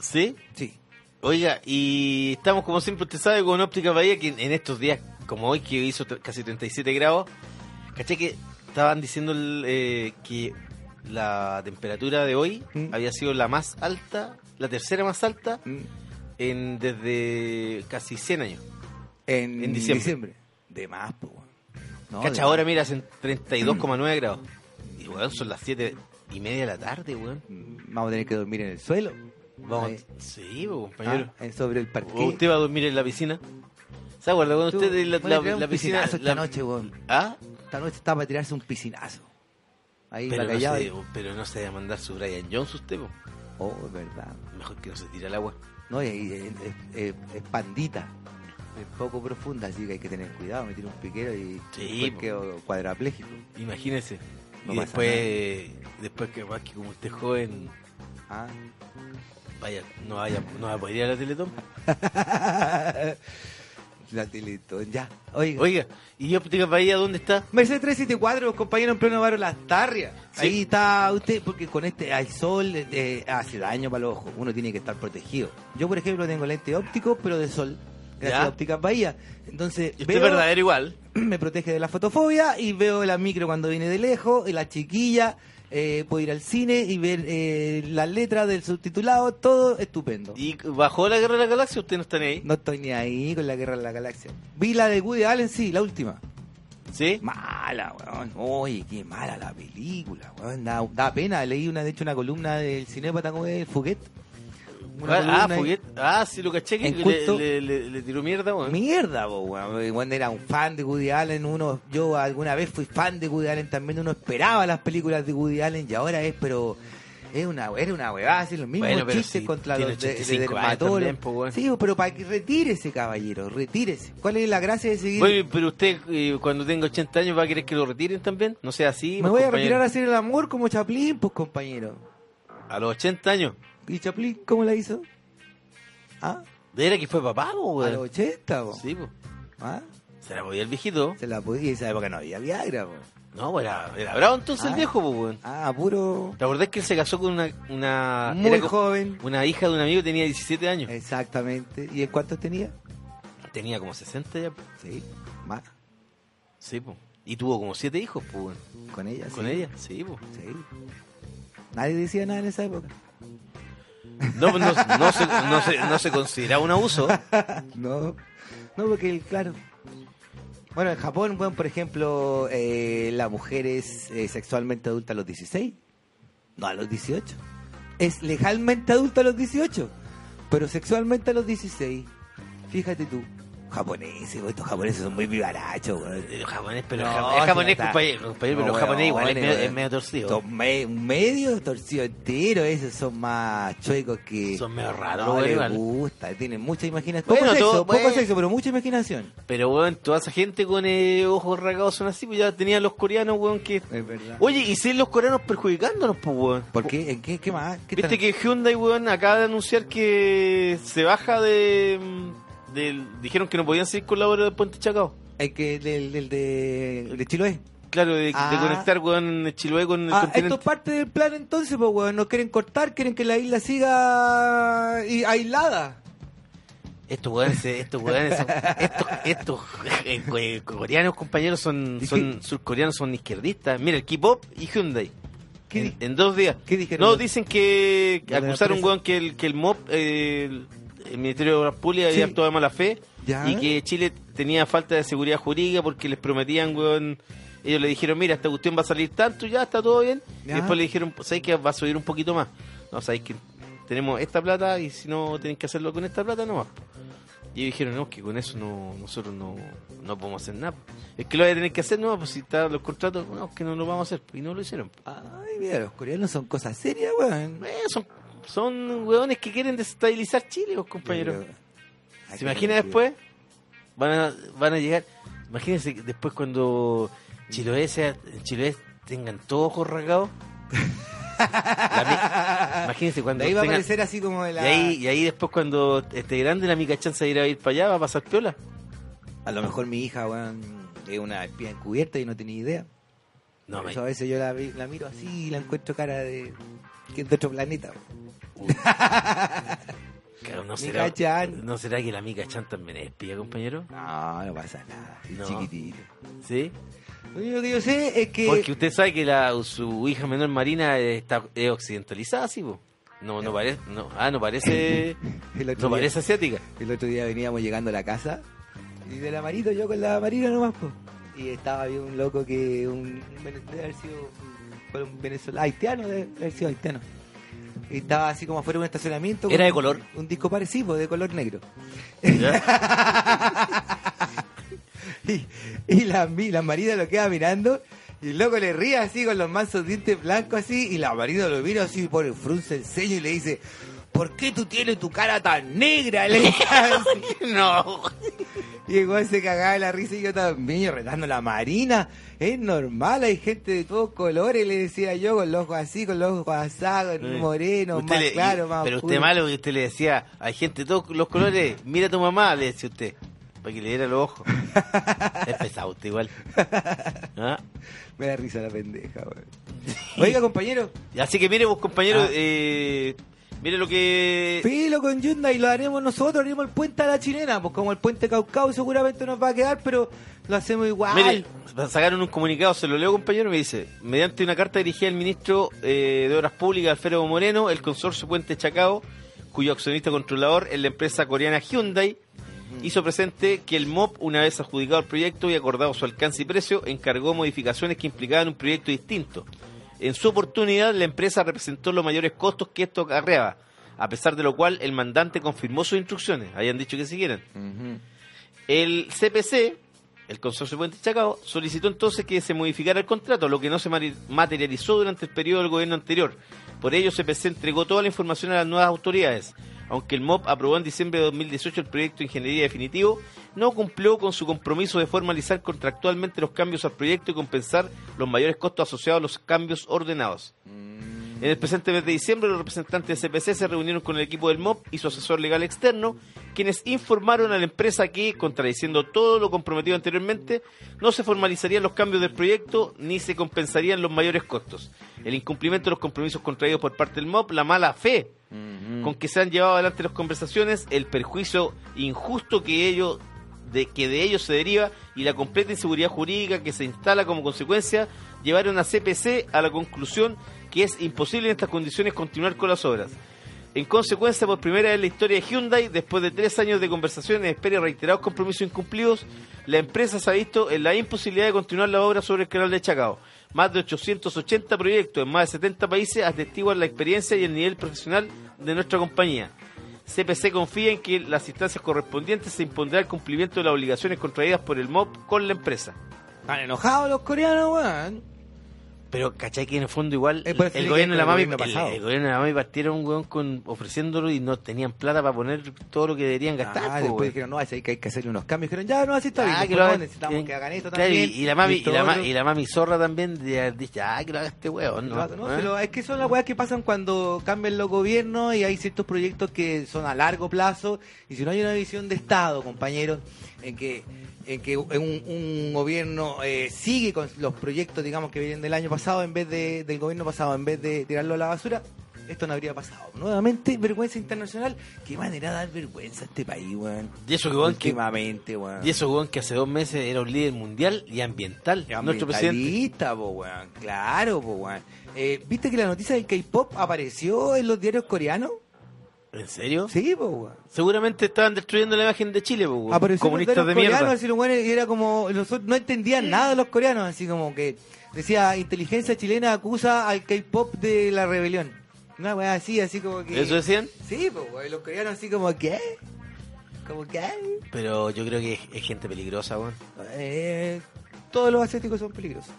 [SPEAKER 3] ¿sí?
[SPEAKER 4] Sí.
[SPEAKER 3] Oiga, y estamos como siempre, usted sabe, con Óptica Bahía, que en en estos días, como hoy, que hizo tre- casi 37 grados, caché que estaban diciendo el, eh, que la temperatura de hoy
[SPEAKER 4] Mm.
[SPEAKER 3] había sido la más alta, la tercera más alta,
[SPEAKER 4] Mm.
[SPEAKER 3] en desde casi 100 años.
[SPEAKER 4] En,
[SPEAKER 3] En diciembre.
[SPEAKER 4] diciembre. De más, pues. weón. No, de
[SPEAKER 3] Cacha,
[SPEAKER 4] más.
[SPEAKER 3] ahora mira, hacen 32,9
[SPEAKER 4] <clears throat>
[SPEAKER 3] grados. Y weón, son las 7 y media de la tarde, weón.
[SPEAKER 4] Mm, Vamos a tener que dormir en el suelo.
[SPEAKER 3] Vamos.
[SPEAKER 4] Ahí.
[SPEAKER 3] Sí, weón, compañero.
[SPEAKER 4] Ah, en- sobre el parque.
[SPEAKER 3] ¿O usted va a dormir en la piscina? ¿Se acuerda cuando usted en la, la- la piscina?
[SPEAKER 4] Esta
[SPEAKER 3] la-
[SPEAKER 4] noche, weón.
[SPEAKER 3] ¿Ah?
[SPEAKER 4] Esta noche está para tirarse un piscinazo. Ahí,
[SPEAKER 3] Pero no,
[SPEAKER 4] bacallao.
[SPEAKER 3] se, pero no se debe mandar su Brian Jones usted, po.
[SPEAKER 4] Oh, es verdad.
[SPEAKER 3] mejor que no se tire al agua.
[SPEAKER 4] No, y ahí es, es- es pandita. Es poco profunda, así que hay que tener cuidado. Me tiro un piquero y
[SPEAKER 3] Sí,
[SPEAKER 4] después
[SPEAKER 3] po.
[SPEAKER 4] quedo cuadrapléjico.
[SPEAKER 3] Imagínese.
[SPEAKER 4] No
[SPEAKER 3] y
[SPEAKER 4] pasa
[SPEAKER 3] después, después que más que como usted es joven,
[SPEAKER 4] Ah. <laughs>
[SPEAKER 3] vaya, no vaya, no va a poder ir a la Teletón.
[SPEAKER 4] La Teletón, ya. Oiga.
[SPEAKER 3] Oiga, ¿y óptica Bahía dónde está?
[SPEAKER 4] Mercedes 374, compañero en pleno barrio Las Tarrias.
[SPEAKER 3] Sí.
[SPEAKER 4] Ahí está usted, porque con este al sol eh, hace daño para los ojos. Uno tiene que estar protegido. Yo, por ejemplo, tengo lentes ópticos, pero de sol. Gracias
[SPEAKER 3] Ya.
[SPEAKER 4] a Ópticas Bahía. Entonces,
[SPEAKER 3] Y usted
[SPEAKER 4] veo-
[SPEAKER 3] es verdadero igual.
[SPEAKER 4] <clears throat> me protege de la fotofobia y veo la micro cuando viene de lejos, y la chiquilla, eh, puedo ir al cine y ver eh, las letras del subtitulado, todo estupendo.
[SPEAKER 3] ¿Y bajó la guerra de la galaxia? ¿Usted no está ni ahí?
[SPEAKER 4] No estoy ni ahí con la guerra de la galaxia. Vi la de Woody Allen, sí, la última.
[SPEAKER 3] ¿Sí?
[SPEAKER 4] Mala, weón. Oye, qué mala la película, weón. Da, da pena. Leí una, de hecho, una columna del cinépata como el Fuguet. Una
[SPEAKER 3] Ah,
[SPEAKER 4] columna-
[SPEAKER 3] Foguet. Ah, sí, lo caché que
[SPEAKER 4] En
[SPEAKER 3] le,
[SPEAKER 4] culto.
[SPEAKER 3] le, le- le tiró mierda, weón.
[SPEAKER 4] Mierda, po, weón. Y Cuando era un fan de Woody Allen, uno, yo alguna vez fui fan de Woody Allen también, uno esperaba las películas de Woody Allen y ahora es, pero es una, era una huevada, así los mismos
[SPEAKER 3] Bueno, pero
[SPEAKER 4] chistes
[SPEAKER 3] si
[SPEAKER 4] contra
[SPEAKER 3] tiene
[SPEAKER 4] los de, de
[SPEAKER 3] 85 años
[SPEAKER 4] dermatólogos.
[SPEAKER 3] también, po, weón.
[SPEAKER 4] Sí, pero para que retírese, caballero, retírese. ¿Cuál es la gracia de seguir?
[SPEAKER 3] Bueno, pero usted eh, cuando tenga 80 años va a querer que lo retiren también. No sea así.
[SPEAKER 4] Me
[SPEAKER 3] pues,
[SPEAKER 4] voy a
[SPEAKER 3] compañero.
[SPEAKER 4] retirar a hacer el amor como Chaplin, pues compañero.
[SPEAKER 3] A los 80 años.
[SPEAKER 4] ¿Y Chaplin cómo la hizo? ¿Ah?
[SPEAKER 3] ¿Era que fue papá, po,
[SPEAKER 4] A
[SPEAKER 3] weón?
[SPEAKER 4] los 80, po.
[SPEAKER 3] Sí, po.
[SPEAKER 4] ¿Ah?
[SPEAKER 3] Se la podía el viejito.
[SPEAKER 4] Se la podía, y en esa época no había Viagra, po.
[SPEAKER 3] No, pues era, era bravo entonces el
[SPEAKER 4] Ah.
[SPEAKER 3] viejo, po, weón.
[SPEAKER 4] Ah, puro.
[SPEAKER 3] ¿Te acordás que él se casó con una. una
[SPEAKER 4] Muy
[SPEAKER 3] Ah, era co- <laughs>
[SPEAKER 4] joven. Eh.
[SPEAKER 3] Una hija de un amigo que tenía 17 años.
[SPEAKER 4] Exactamente. ¿Y en cuántos tenía?
[SPEAKER 3] Tenía como 60 ya. po.
[SPEAKER 4] Sí, más.
[SPEAKER 3] Sí, po. Y tuvo como 7 hijos, po, weón.
[SPEAKER 4] Con ella.
[SPEAKER 3] Con
[SPEAKER 4] sí.
[SPEAKER 3] ella. Sí, po.
[SPEAKER 4] Sí. Nadie decía nada en esa época.
[SPEAKER 3] No, pues, no, no, se, no, se, no se consideraba un abuso.
[SPEAKER 4] No. No, porque, el- claro. Bueno, en Japón, bueno, por ejemplo, eh, la mujer es eh, sexualmente adulta a los 16, no a los 18. Es legalmente adulta a los 18, pero sexualmente a los 16. Fíjate tú. Japoneses, güey, estos japoneses son muy vivarachos, güey.
[SPEAKER 3] Eh, japonés, pero
[SPEAKER 4] No,
[SPEAKER 3] el jap-
[SPEAKER 4] si
[SPEAKER 3] el
[SPEAKER 4] no
[SPEAKER 3] japonés,
[SPEAKER 4] está.
[SPEAKER 3] compañero, compañero, pero
[SPEAKER 4] No,
[SPEAKER 3] el japonés igual
[SPEAKER 4] huevones,
[SPEAKER 3] es medio, es
[SPEAKER 4] huevones.
[SPEAKER 3] medio torcido.
[SPEAKER 4] Son me- un medio torcido entero, esos son más chuecos que.
[SPEAKER 3] Son medio raros,
[SPEAKER 4] No
[SPEAKER 3] güey,
[SPEAKER 4] les
[SPEAKER 3] igual.
[SPEAKER 4] gusta, tienen mucha imaginación.
[SPEAKER 3] Bueno,
[SPEAKER 4] poco sexo, pues.
[SPEAKER 3] todo-
[SPEAKER 4] poco
[SPEAKER 3] bueno.
[SPEAKER 4] sexo, pero mucha imaginación.
[SPEAKER 3] Pero, weón, toda esa gente con eh, ojos rasgados son así, pues ya tenían los coreanos, weón, que...
[SPEAKER 4] Es verdad.
[SPEAKER 3] Oye, y si los coreanos perjudicándonos, pues, weón.
[SPEAKER 4] ¿Por qué? ¿En qué, qué más? ¿Qué
[SPEAKER 3] Viste
[SPEAKER 4] tan-
[SPEAKER 3] que Hyundai, weón, acaba de anunciar que se baja de... mm, del- dijeron que no podían seguir con la obra de Puente Chacao.
[SPEAKER 4] el que del, del de, de Chiloé.
[SPEAKER 3] Claro, de, de
[SPEAKER 4] Ah.
[SPEAKER 3] conectar, weón, Chiloé con el
[SPEAKER 4] Ah, esto es
[SPEAKER 3] continente.
[SPEAKER 4] parte del plan entonces, pues, weón. No quieren cortar, quieren que la isla siga i- aislada.
[SPEAKER 3] Estos weones, eh, estos weones, son- estos, estos eh, eh, coreanos, compañeros, son,
[SPEAKER 4] ¿Y
[SPEAKER 3] son surcoreanos, son izquierdistas. Mira, el K-pop y Hyundai.
[SPEAKER 4] ¿Qué
[SPEAKER 3] en,
[SPEAKER 4] di-
[SPEAKER 3] en dos días.
[SPEAKER 4] qué dijeron
[SPEAKER 3] No,
[SPEAKER 4] los-
[SPEAKER 3] dicen que
[SPEAKER 4] de la
[SPEAKER 3] acusaron,
[SPEAKER 4] empresa?
[SPEAKER 3] weón, que el, que el MOP, eh, el, el Ministerio de Obras Públicas,
[SPEAKER 4] Sí.
[SPEAKER 3] había actuado de mala fe
[SPEAKER 4] Ya.
[SPEAKER 3] y que Chile tenía falta de seguridad jurídica porque les prometían, weón. Ellos le dijeron, mira, esta cuestión va a salir tanto, ya está todo bien. Y
[SPEAKER 4] Ya.
[SPEAKER 3] después le dijeron, ¿sabes que va a subir un poquito más? No, sabéis que tenemos esta plata y si no tienen que hacerlo con esta plata, no más. Y ellos dijeron, no, que con eso no, nosotros no, no podemos hacer nada. Es que lo voy a tener que hacer, no, pues si están los contratos, no, que no lo vamos a hacer. Y no lo hicieron.
[SPEAKER 4] Ay, Oye, mira, los coreanos son cosas serias, weón.
[SPEAKER 3] Eh, son, son hueones que quieren desestabilizar Chile, pues, vos, compañero. ¿Se imagina después? Van a, van a llegar. Imagínense que después cuando Chiloé, sea, Chiloé tengan todos ojos rasgados. La mi- imagínense
[SPEAKER 4] Cuando
[SPEAKER 3] cuando
[SPEAKER 4] ahí va a
[SPEAKER 3] tengan-
[SPEAKER 4] aparecer así como de la.
[SPEAKER 3] y, ahí, y ahí después cuando esté grande la mica chance de ir a ir para allá va a pasar piola.
[SPEAKER 4] A lo mejor mi hija, weón, es una espía encubierta y no tenía idea.
[SPEAKER 3] No,
[SPEAKER 4] Por
[SPEAKER 3] me...
[SPEAKER 4] eso a veces yo la, vi- la miro así y la encuentro cara de. que es de otro planeta, weón. <laughs>
[SPEAKER 3] claro, no,
[SPEAKER 4] Mica
[SPEAKER 3] será,
[SPEAKER 4] Chan.
[SPEAKER 3] ¿No será que la mica chan también es espía, compañero?
[SPEAKER 4] No, no pasa nada. Es
[SPEAKER 3] No.
[SPEAKER 4] chiquitito.
[SPEAKER 3] ¿Sí?
[SPEAKER 4] Lo único que yo sé es que.
[SPEAKER 3] Porque usted sabe que la, su hija menor Marina está es occidentalizada, sí, po. No, no parece, no, ah,
[SPEAKER 4] <coughs>
[SPEAKER 3] no parece,
[SPEAKER 4] El otro día-
[SPEAKER 3] no
[SPEAKER 4] <laughs>
[SPEAKER 3] parece asiática.
[SPEAKER 4] El otro día veníamos llegando a la casa y de la marito, yo con la marina nomás, po. Y estaba había un loco que un, un vene- debe haber sido fue un venezolano, haitiano, debe haber sido haitiano. Y estaba así como afuera de un estacionamiento. con
[SPEAKER 3] ¿Era de
[SPEAKER 4] un-
[SPEAKER 3] color?
[SPEAKER 4] Un disco parecido, de color negro. <laughs>
[SPEAKER 3] ¿Ya?
[SPEAKER 4] Y, y la, mi- la marina lo queda mirando y el loco le ríe así con los mansos dientes blancos así y la marina lo mira así por el frunce el sello y le dice, ¿por qué tú tienes tu cara tan negra? Le dice así.
[SPEAKER 3] <laughs> no.
[SPEAKER 4] Y el weón se cagaba de la risa y yo también, yo retando la marina. Es normal, hay gente de todos colores, le decía yo, con los ojos así, con los ojos asados, morenos,
[SPEAKER 3] Eh, Usted
[SPEAKER 4] más
[SPEAKER 3] le-
[SPEAKER 4] claro, más
[SPEAKER 3] Pero usted
[SPEAKER 4] oscuro.
[SPEAKER 3] malo que usted le decía, hay gente de todos los colores, mira a tu mamá, le decía usted, para que le diera los ojos. es pesado
[SPEAKER 4] <laughs>
[SPEAKER 3] usted igual. ¿Ah?
[SPEAKER 4] Me da risa la pendeja,
[SPEAKER 3] <laughs>
[SPEAKER 4] weón. Oiga, compañero,
[SPEAKER 3] Así que mire vos, compañero,
[SPEAKER 4] Ah.
[SPEAKER 3] eh, mire lo que...
[SPEAKER 4] pilo con Yunda y lo haremos nosotros, haremos el puente a la chilena, pues como el puente Caucao seguramente nos va a quedar, pero lo hacemos igual.
[SPEAKER 3] Mire, sacaron un comunicado, se lo leo compañero, me dice, mediante una carta dirigida al ministro eh, de Obras Públicas, Alfredo Moreno, el consorcio Puente Chacao, cuyo accionista controlador es la empresa coreana Hyundai, hizo presente que el MOP, una vez adjudicado el proyecto y acordado su alcance y precio, encargó modificaciones que implicaban un proyecto distinto. En su oportunidad, la empresa representó los mayores costos que esto acarreaba, a pesar de lo cual el mandante confirmó sus instrucciones, habían dicho que siguieran. El CPC, el Consorcio Puente Chacao, solicitó entonces que se modificara el contrato, lo que no se mari- materializó durante el periodo del gobierno anterior. Por ello, CPC entregó toda la información a las nuevas autoridades. Aunque el MOP aprobó en diciembre de 2018 el proyecto de ingeniería definitivo, no cumplió con su compromiso de formalizar contractualmente los cambios al proyecto y compensar los mayores costos asociados a los cambios ordenados. En el presente mes de diciembre, los representantes de CPC se reunieron con el equipo del MOP y su asesor legal externo, quienes informaron a la empresa que, contradiciendo todo lo comprometido anteriormente, no se formalizarían los cambios del proyecto ni se compensarían los mayores costos. El incumplimiento de los compromisos contraídos por parte del MOP, la mala fe con que se han llevado adelante las conversaciones, el perjuicio injusto que ello de que de ello se deriva y la completa inseguridad jurídica que se instala como consecuencia llevaron a CPC a la conclusión que es imposible en estas condiciones continuar con las obras. En consecuencia, por primera vez en la historia de Hyundai, después de tres años de conversaciones, espera y reiterados compromisos incumplidos, la empresa se ha visto en la imposibilidad de continuar la obra sobre el canal de Chacao. Más de 880 proyectos en más de 70 países atestiguan la experiencia y el nivel profesional de nuestra compañía. CPC confía en que las instancias correspondientes se impondrá el cumplimiento de las obligaciones contraídas por el MOB con la empresa.
[SPEAKER 4] Están enojados los coreanos, weón.
[SPEAKER 3] Pero, ¿cachai? Que en el fondo igual
[SPEAKER 4] Eh,
[SPEAKER 3] el,
[SPEAKER 4] por eso
[SPEAKER 3] el
[SPEAKER 4] yo
[SPEAKER 3] gobierno de
[SPEAKER 4] creo
[SPEAKER 3] la mami
[SPEAKER 4] que el gobierno pasado.
[SPEAKER 3] el, el gobierno de la mami partieron weón, con, ofreciéndolo y no tenían plata para poner todo lo que deberían gastar.
[SPEAKER 4] Ah,
[SPEAKER 3] po,
[SPEAKER 4] después
[SPEAKER 3] pues, weón.
[SPEAKER 4] dijeron, no, así que hay que hacerle unos cambios. Dijeron, ya, no, así está bien.
[SPEAKER 3] Ah,
[SPEAKER 4] por
[SPEAKER 3] que lo
[SPEAKER 4] favor,
[SPEAKER 3] hagan-
[SPEAKER 4] necesitamos
[SPEAKER 3] eh,
[SPEAKER 4] que hagan esto
[SPEAKER 3] claro,
[SPEAKER 4] también.
[SPEAKER 3] Y, y la mami, y
[SPEAKER 4] esto
[SPEAKER 3] la, ma-
[SPEAKER 4] otro.
[SPEAKER 3] y la mami zorra también de haber dicho, ah, que lo haga este huevón. No,
[SPEAKER 4] No, no,
[SPEAKER 3] ¿Eh?
[SPEAKER 4] se lo- es que son las weas que pasan cuando cambian los gobiernos y hay ciertos proyectos que son a largo plazo y si no hay una visión de Estado, compañeros, en que en que un, un gobierno eh, sigue con los proyectos, digamos, que vienen del año pasado en vez de, del gobierno pasado, en vez de tirarlo a la basura, esto no habría pasado. Nuevamente, vergüenza internacional. Qué manera de dar vergüenza a este país, weón.
[SPEAKER 3] Y eso, que, weón, que,
[SPEAKER 4] Últimamente, weón.
[SPEAKER 3] y eso, weón, que hace dos meses era un líder mundial y ambiental. Nuestro presidente.
[SPEAKER 4] Ambientalista, po, weón. Claro, po, weón. Eh, ¿Viste que la noticia del K-pop apareció en los diarios coreanos?
[SPEAKER 3] ¿En serio?
[SPEAKER 4] Sí, Ah, po, weón.
[SPEAKER 3] Seguramente estaban destruyendo la imagen de Chile, po, weón.
[SPEAKER 4] Apareció en los
[SPEAKER 3] comunistas de
[SPEAKER 4] diarios coreanos,
[SPEAKER 3] mierda.
[SPEAKER 4] así los weones, y era como, nosotros no entendían nada de los coreanos, así como que decía, inteligencia chilena acusa al K-pop de la rebelión. Una weá así, así como que...
[SPEAKER 3] ¿Eso decían?
[SPEAKER 4] Sí, po, weón. Los coreanos así como, ¿qué? Como, ¿qué?
[SPEAKER 3] Pero yo creo que es, es gente peligrosa, weón.
[SPEAKER 4] Eh, todos los asiáticos son peligrosos.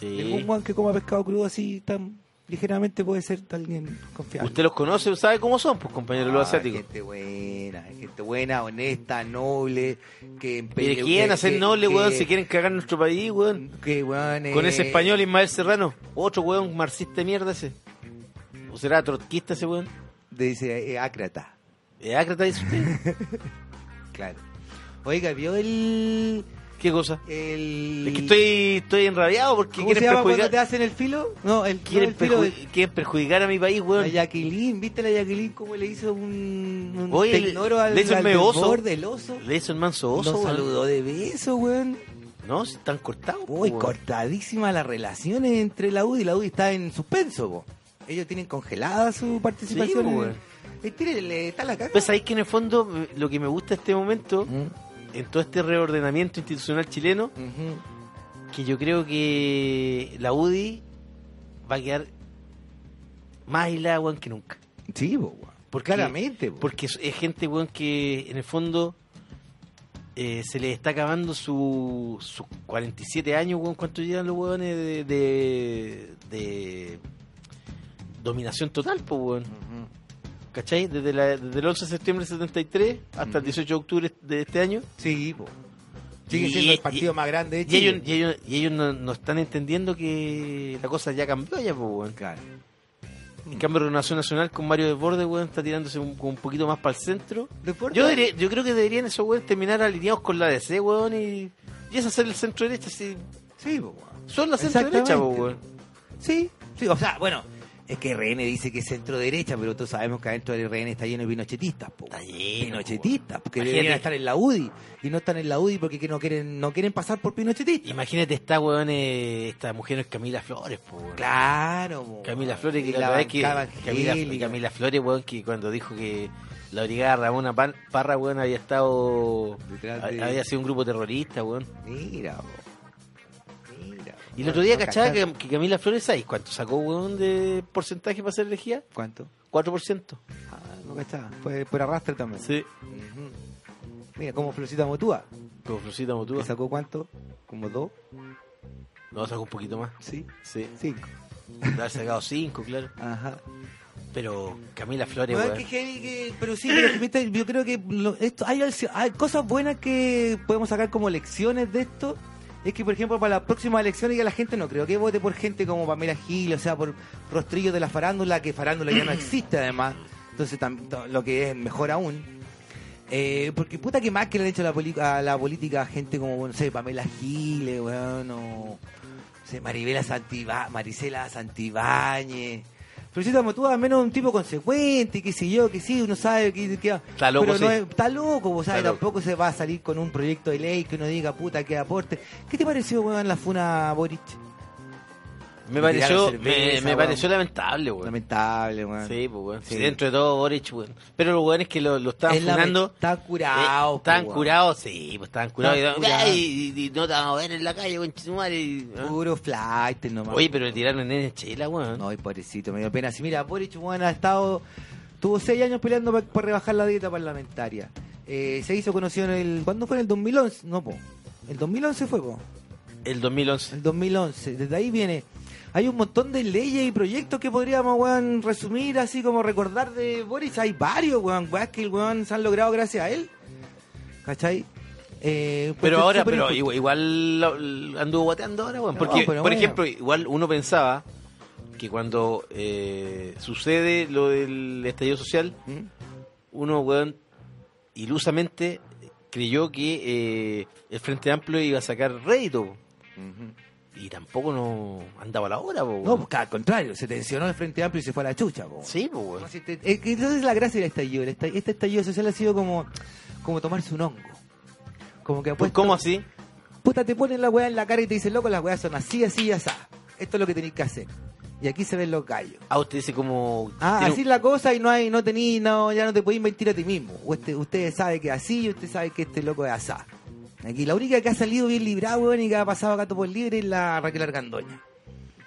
[SPEAKER 3] Sí.
[SPEAKER 4] Ningún guan que coma pescado crudo así tan ligeramente puede ser alguien confiable.
[SPEAKER 3] Usted los conoce, sabe cómo son, pues compañeros los
[SPEAKER 4] Ah,
[SPEAKER 3] asiáticos.
[SPEAKER 4] Gente buena, gente buena, honesta, noble, que
[SPEAKER 3] ¿Y
[SPEAKER 4] empeñe-
[SPEAKER 3] de quién
[SPEAKER 4] que-
[SPEAKER 3] hacer
[SPEAKER 4] que-
[SPEAKER 3] noble, weón?
[SPEAKER 4] que-
[SPEAKER 3] Si quieren cagar nuestro país, weón.
[SPEAKER 4] que, weón,
[SPEAKER 3] Con
[SPEAKER 4] eh,
[SPEAKER 3] ese español Ismael Serrano. Otro weón marxista de mierda ese. ¿O será trotskista ese weón?
[SPEAKER 4] Dice eh, ácrata,
[SPEAKER 3] ¿Es ácrata dice
[SPEAKER 4] <laughs>
[SPEAKER 3] usted?
[SPEAKER 4] claro. Oiga, vio el.
[SPEAKER 3] ¿Qué cosa?
[SPEAKER 4] el
[SPEAKER 3] Es que estoy, estoy enrabiado porque
[SPEAKER 4] ¿Cómo se
[SPEAKER 3] quieren
[SPEAKER 4] llama
[SPEAKER 3] perjudicar,
[SPEAKER 4] cuando te hacen el filo? No, el, no,
[SPEAKER 3] quieren,
[SPEAKER 4] el filo de
[SPEAKER 3] perju- quieren perjudicar a mi país,
[SPEAKER 4] la
[SPEAKER 3] weón.
[SPEAKER 4] Jacqueline. ¿Viste la Jacqueline cómo le hizo un, un
[SPEAKER 3] Oye, le-
[SPEAKER 4] tecnoro al,
[SPEAKER 3] le hizo el
[SPEAKER 4] al
[SPEAKER 3] medio oso.
[SPEAKER 4] desborde, el oso?
[SPEAKER 3] Le hizo un manso oso,
[SPEAKER 4] Lo
[SPEAKER 3] weón.
[SPEAKER 4] saludó de beso, weón.
[SPEAKER 3] No, si están cortados. po,
[SPEAKER 4] Uy,
[SPEAKER 3] weón.
[SPEAKER 4] cortadísima las relaciones entre la UDI y la UDI está en suspenso, po. Ellos tienen congelada su participación.
[SPEAKER 3] Sí, po,
[SPEAKER 4] en-
[SPEAKER 3] weón.
[SPEAKER 4] Eh, tírele, está la caca.
[SPEAKER 3] Pues ahí que en el fondo eh, lo que me gusta de este momento,
[SPEAKER 4] Mm,
[SPEAKER 3] en todo este reordenamiento institucional chileno,
[SPEAKER 4] ujú.
[SPEAKER 3] que yo creo que la UDI va a quedar más aislada, weón, que nunca.
[SPEAKER 4] Sí, po, weón.
[SPEAKER 3] Porque-
[SPEAKER 4] Claramente, po.
[SPEAKER 3] Porque es es gente, weón, que en el fondo eh, se les está acabando su- sus 47 años, weón. ¿Cuánto llevan los weones de, de, de dominación total, pues, weón?
[SPEAKER 4] Ujú.
[SPEAKER 3] ¿Cachai? Desde, la- desde el 11 de septiembre del 73 hasta
[SPEAKER 4] Ujú.
[SPEAKER 3] el 18 de octubre de este año.
[SPEAKER 4] Sí, po. Sigue
[SPEAKER 3] Y-
[SPEAKER 4] siendo el
[SPEAKER 3] y-
[SPEAKER 4] partido más grande de
[SPEAKER 3] Y
[SPEAKER 4] Chile.
[SPEAKER 3] ellos, y ellos, y ellos no, no están entendiendo que la cosa ya cambió ya, pues, weón.
[SPEAKER 4] Claro.
[SPEAKER 3] En cambio, Renovación Nacional con Mario Desbordes, weón, está tirándose un, un poquito más para el centro.
[SPEAKER 4] Deporte-
[SPEAKER 3] Yo, diré- yo creo que deberían esos weón terminar alineados con la DC, weón, y, y es hacer el centro derecha. Si
[SPEAKER 4] Sí, po, weón.
[SPEAKER 3] son la centro derecha, po,
[SPEAKER 4] Exactamente.
[SPEAKER 3] weón.
[SPEAKER 4] Sí, sí, o sea, bueno, es que RN dice que es centro derecha, pero todos sabemos que adentro del RN está lleno de pinochetistas, po.
[SPEAKER 3] Está lleno,
[SPEAKER 4] Pinochetistas, porque
[SPEAKER 3] Imagínate.
[SPEAKER 4] deberían estar en la UDI y no están en la UDI porque que no quieren no quieren pasar por pinochetistas.
[SPEAKER 3] Imagínate esta, weón, eh, esta mujer es Camila Flores, po, weón.
[SPEAKER 4] Claro, po.
[SPEAKER 3] Camila Flores, que
[SPEAKER 4] Y
[SPEAKER 3] la, verdad es que
[SPEAKER 4] bancada
[SPEAKER 3] Camila,
[SPEAKER 4] evangélica.
[SPEAKER 3] Camila Flores, weón, que cuando dijo que la brigada Ramona Pan- Parra, weón, había estado.
[SPEAKER 4] Detrás de-
[SPEAKER 3] Había sido un grupo terrorista, weón.
[SPEAKER 4] Mira, po. Mira. po.
[SPEAKER 3] Y el otro día,
[SPEAKER 4] No,
[SPEAKER 3] ¿cachaba
[SPEAKER 4] cachai.
[SPEAKER 3] que, que Camila Flores, ¿sabes cuánto sacó, weón, de porcentaje para ser elegida?
[SPEAKER 4] ¿Cuánto?
[SPEAKER 3] 4%.
[SPEAKER 4] Ah, no cachaba. Fue por arrastre también.
[SPEAKER 3] Sí.
[SPEAKER 4] Ujú. Mira, como Florcita Motúa.
[SPEAKER 3] Como Florcita Motúa.
[SPEAKER 4] ¿Le sacó cuánto? ¿Como dos?
[SPEAKER 3] No, sacó un poquito más.
[SPEAKER 4] Sí.
[SPEAKER 3] Sí.
[SPEAKER 4] Cinco.
[SPEAKER 3] Debe haber sacado 5, claro.
[SPEAKER 4] Ajá.
[SPEAKER 3] Pero Camila Flores,
[SPEAKER 4] Weón, que
[SPEAKER 3] weón.
[SPEAKER 4] heavy, que- pero sí, pero que viste, yo creo que lo- esto, hay, alci- hay cosas buenas que podemos sacar como lecciones de esto. Es que, por ejemplo, para las próximas elecciones ya la gente no creo que vote por gente como Pamela Gil, o sea, por rostrillos de la farándula, que farándula ya no existe además. Entonces, tam- to- lo que es mejor aún. Eh, porque puta que más que le han hecho a la, poli- a la política a gente como, no sé, Pamela Giles, weón, o no sé, Maribela Santiba Marisela Santibáñez. Florcita Motúa, al menos un tipo consecuente, qué sé yo, que sí, uno sabe que... que-
[SPEAKER 3] Está loco,
[SPEAKER 4] pero no
[SPEAKER 3] sí.
[SPEAKER 4] es- está loco, o sea,
[SPEAKER 3] Está loco.
[SPEAKER 4] tampoco se va a salir con un proyecto de ley que uno diga, puta, qué aporte. ¿Qué te pareció, weón, la funa Boric?
[SPEAKER 3] Me
[SPEAKER 4] le
[SPEAKER 3] pareció,
[SPEAKER 4] tiraron
[SPEAKER 3] me,
[SPEAKER 4] cerveza,
[SPEAKER 3] me
[SPEAKER 4] weón.
[SPEAKER 3] pareció lamentable, weón.
[SPEAKER 4] Lamentable, weón.
[SPEAKER 3] Sí, pues, weón.
[SPEAKER 4] Sí.
[SPEAKER 3] Sí, dentro de todo, Boric, weón. Pero los weones que lo, lo estaban
[SPEAKER 4] Es
[SPEAKER 3] funando.
[SPEAKER 4] lame- está curado,
[SPEAKER 3] eh, estaban
[SPEAKER 4] po, weón.
[SPEAKER 3] curados, sí, pues estaban curados.
[SPEAKER 4] Está
[SPEAKER 3] y,
[SPEAKER 4] curado.
[SPEAKER 3] "Ay, y- y no te vamos a ver en la calle, weón, chismar. y- ¿ah?
[SPEAKER 4] Puro flight nomás.
[SPEAKER 3] Oye, pero le tiraron en el chela, weón.
[SPEAKER 4] No, y pobrecito, me dio pena. Si mira, Boric, weón, ha estado... Tuvo seis años peleando para rebajar la dieta parlamentaria. Eh, se hizo conocido en el... ¿Cuándo fue? ¿En el 2011? No, po. ¿El 2011 fue, po?
[SPEAKER 3] El 2011.
[SPEAKER 4] El 2011. Desde ahí viene. Hay un montón de leyes y proyectos que podríamos, weón, resumir, así como recordar de Boris. Hay varios, weón, weón, que el weón se han logrado gracias a él. ¿Cachai? Eh, pues
[SPEAKER 3] Pero
[SPEAKER 4] es
[SPEAKER 3] ahora,
[SPEAKER 4] súper
[SPEAKER 3] pero
[SPEAKER 4] injusto.
[SPEAKER 3] igual, igual lo- anduvo guateando ahora, weón.
[SPEAKER 4] No,
[SPEAKER 3] Porque,
[SPEAKER 4] pero
[SPEAKER 3] por
[SPEAKER 4] bueno.
[SPEAKER 3] ejemplo, igual uno pensaba que cuando eh, sucede lo del estallido social,
[SPEAKER 4] ¿Mm?
[SPEAKER 3] uno, weón, ilusamente creyó que eh, el Frente Amplio iba a sacar rédito. po. Y tampoco no andaba la hora, po, weón.
[SPEAKER 4] No, pues, al contrario, se tensionó el Frente Amplio y se fue a la chucha, po.
[SPEAKER 3] Sí, po, weón.
[SPEAKER 4] Así te- es que Entonces la gracia del estallido. el estallido- Este estallido social ha sido como, como tomarse un hongo. Como que ha
[SPEAKER 3] Pues,
[SPEAKER 4] puesto-
[SPEAKER 3] ¿Cómo así?
[SPEAKER 4] Puta, te ponen la weá en la cara y te dicen, loco, las weas son así, así y así. Esto es lo que tenéis que hacer. Y aquí se ven los gallos.
[SPEAKER 3] Ah, usted dice como...
[SPEAKER 4] Ah,
[SPEAKER 3] tiene-
[SPEAKER 4] así es la cosa y no hay, no tení, no, ya no te podéis mentir a ti mismo. O este- usted sabe que es así y usted sabe que este loco es asá. Aquí la única que ha salido bien librada, weón, y que ha pasado gato por libre es la Raquel Argandoña.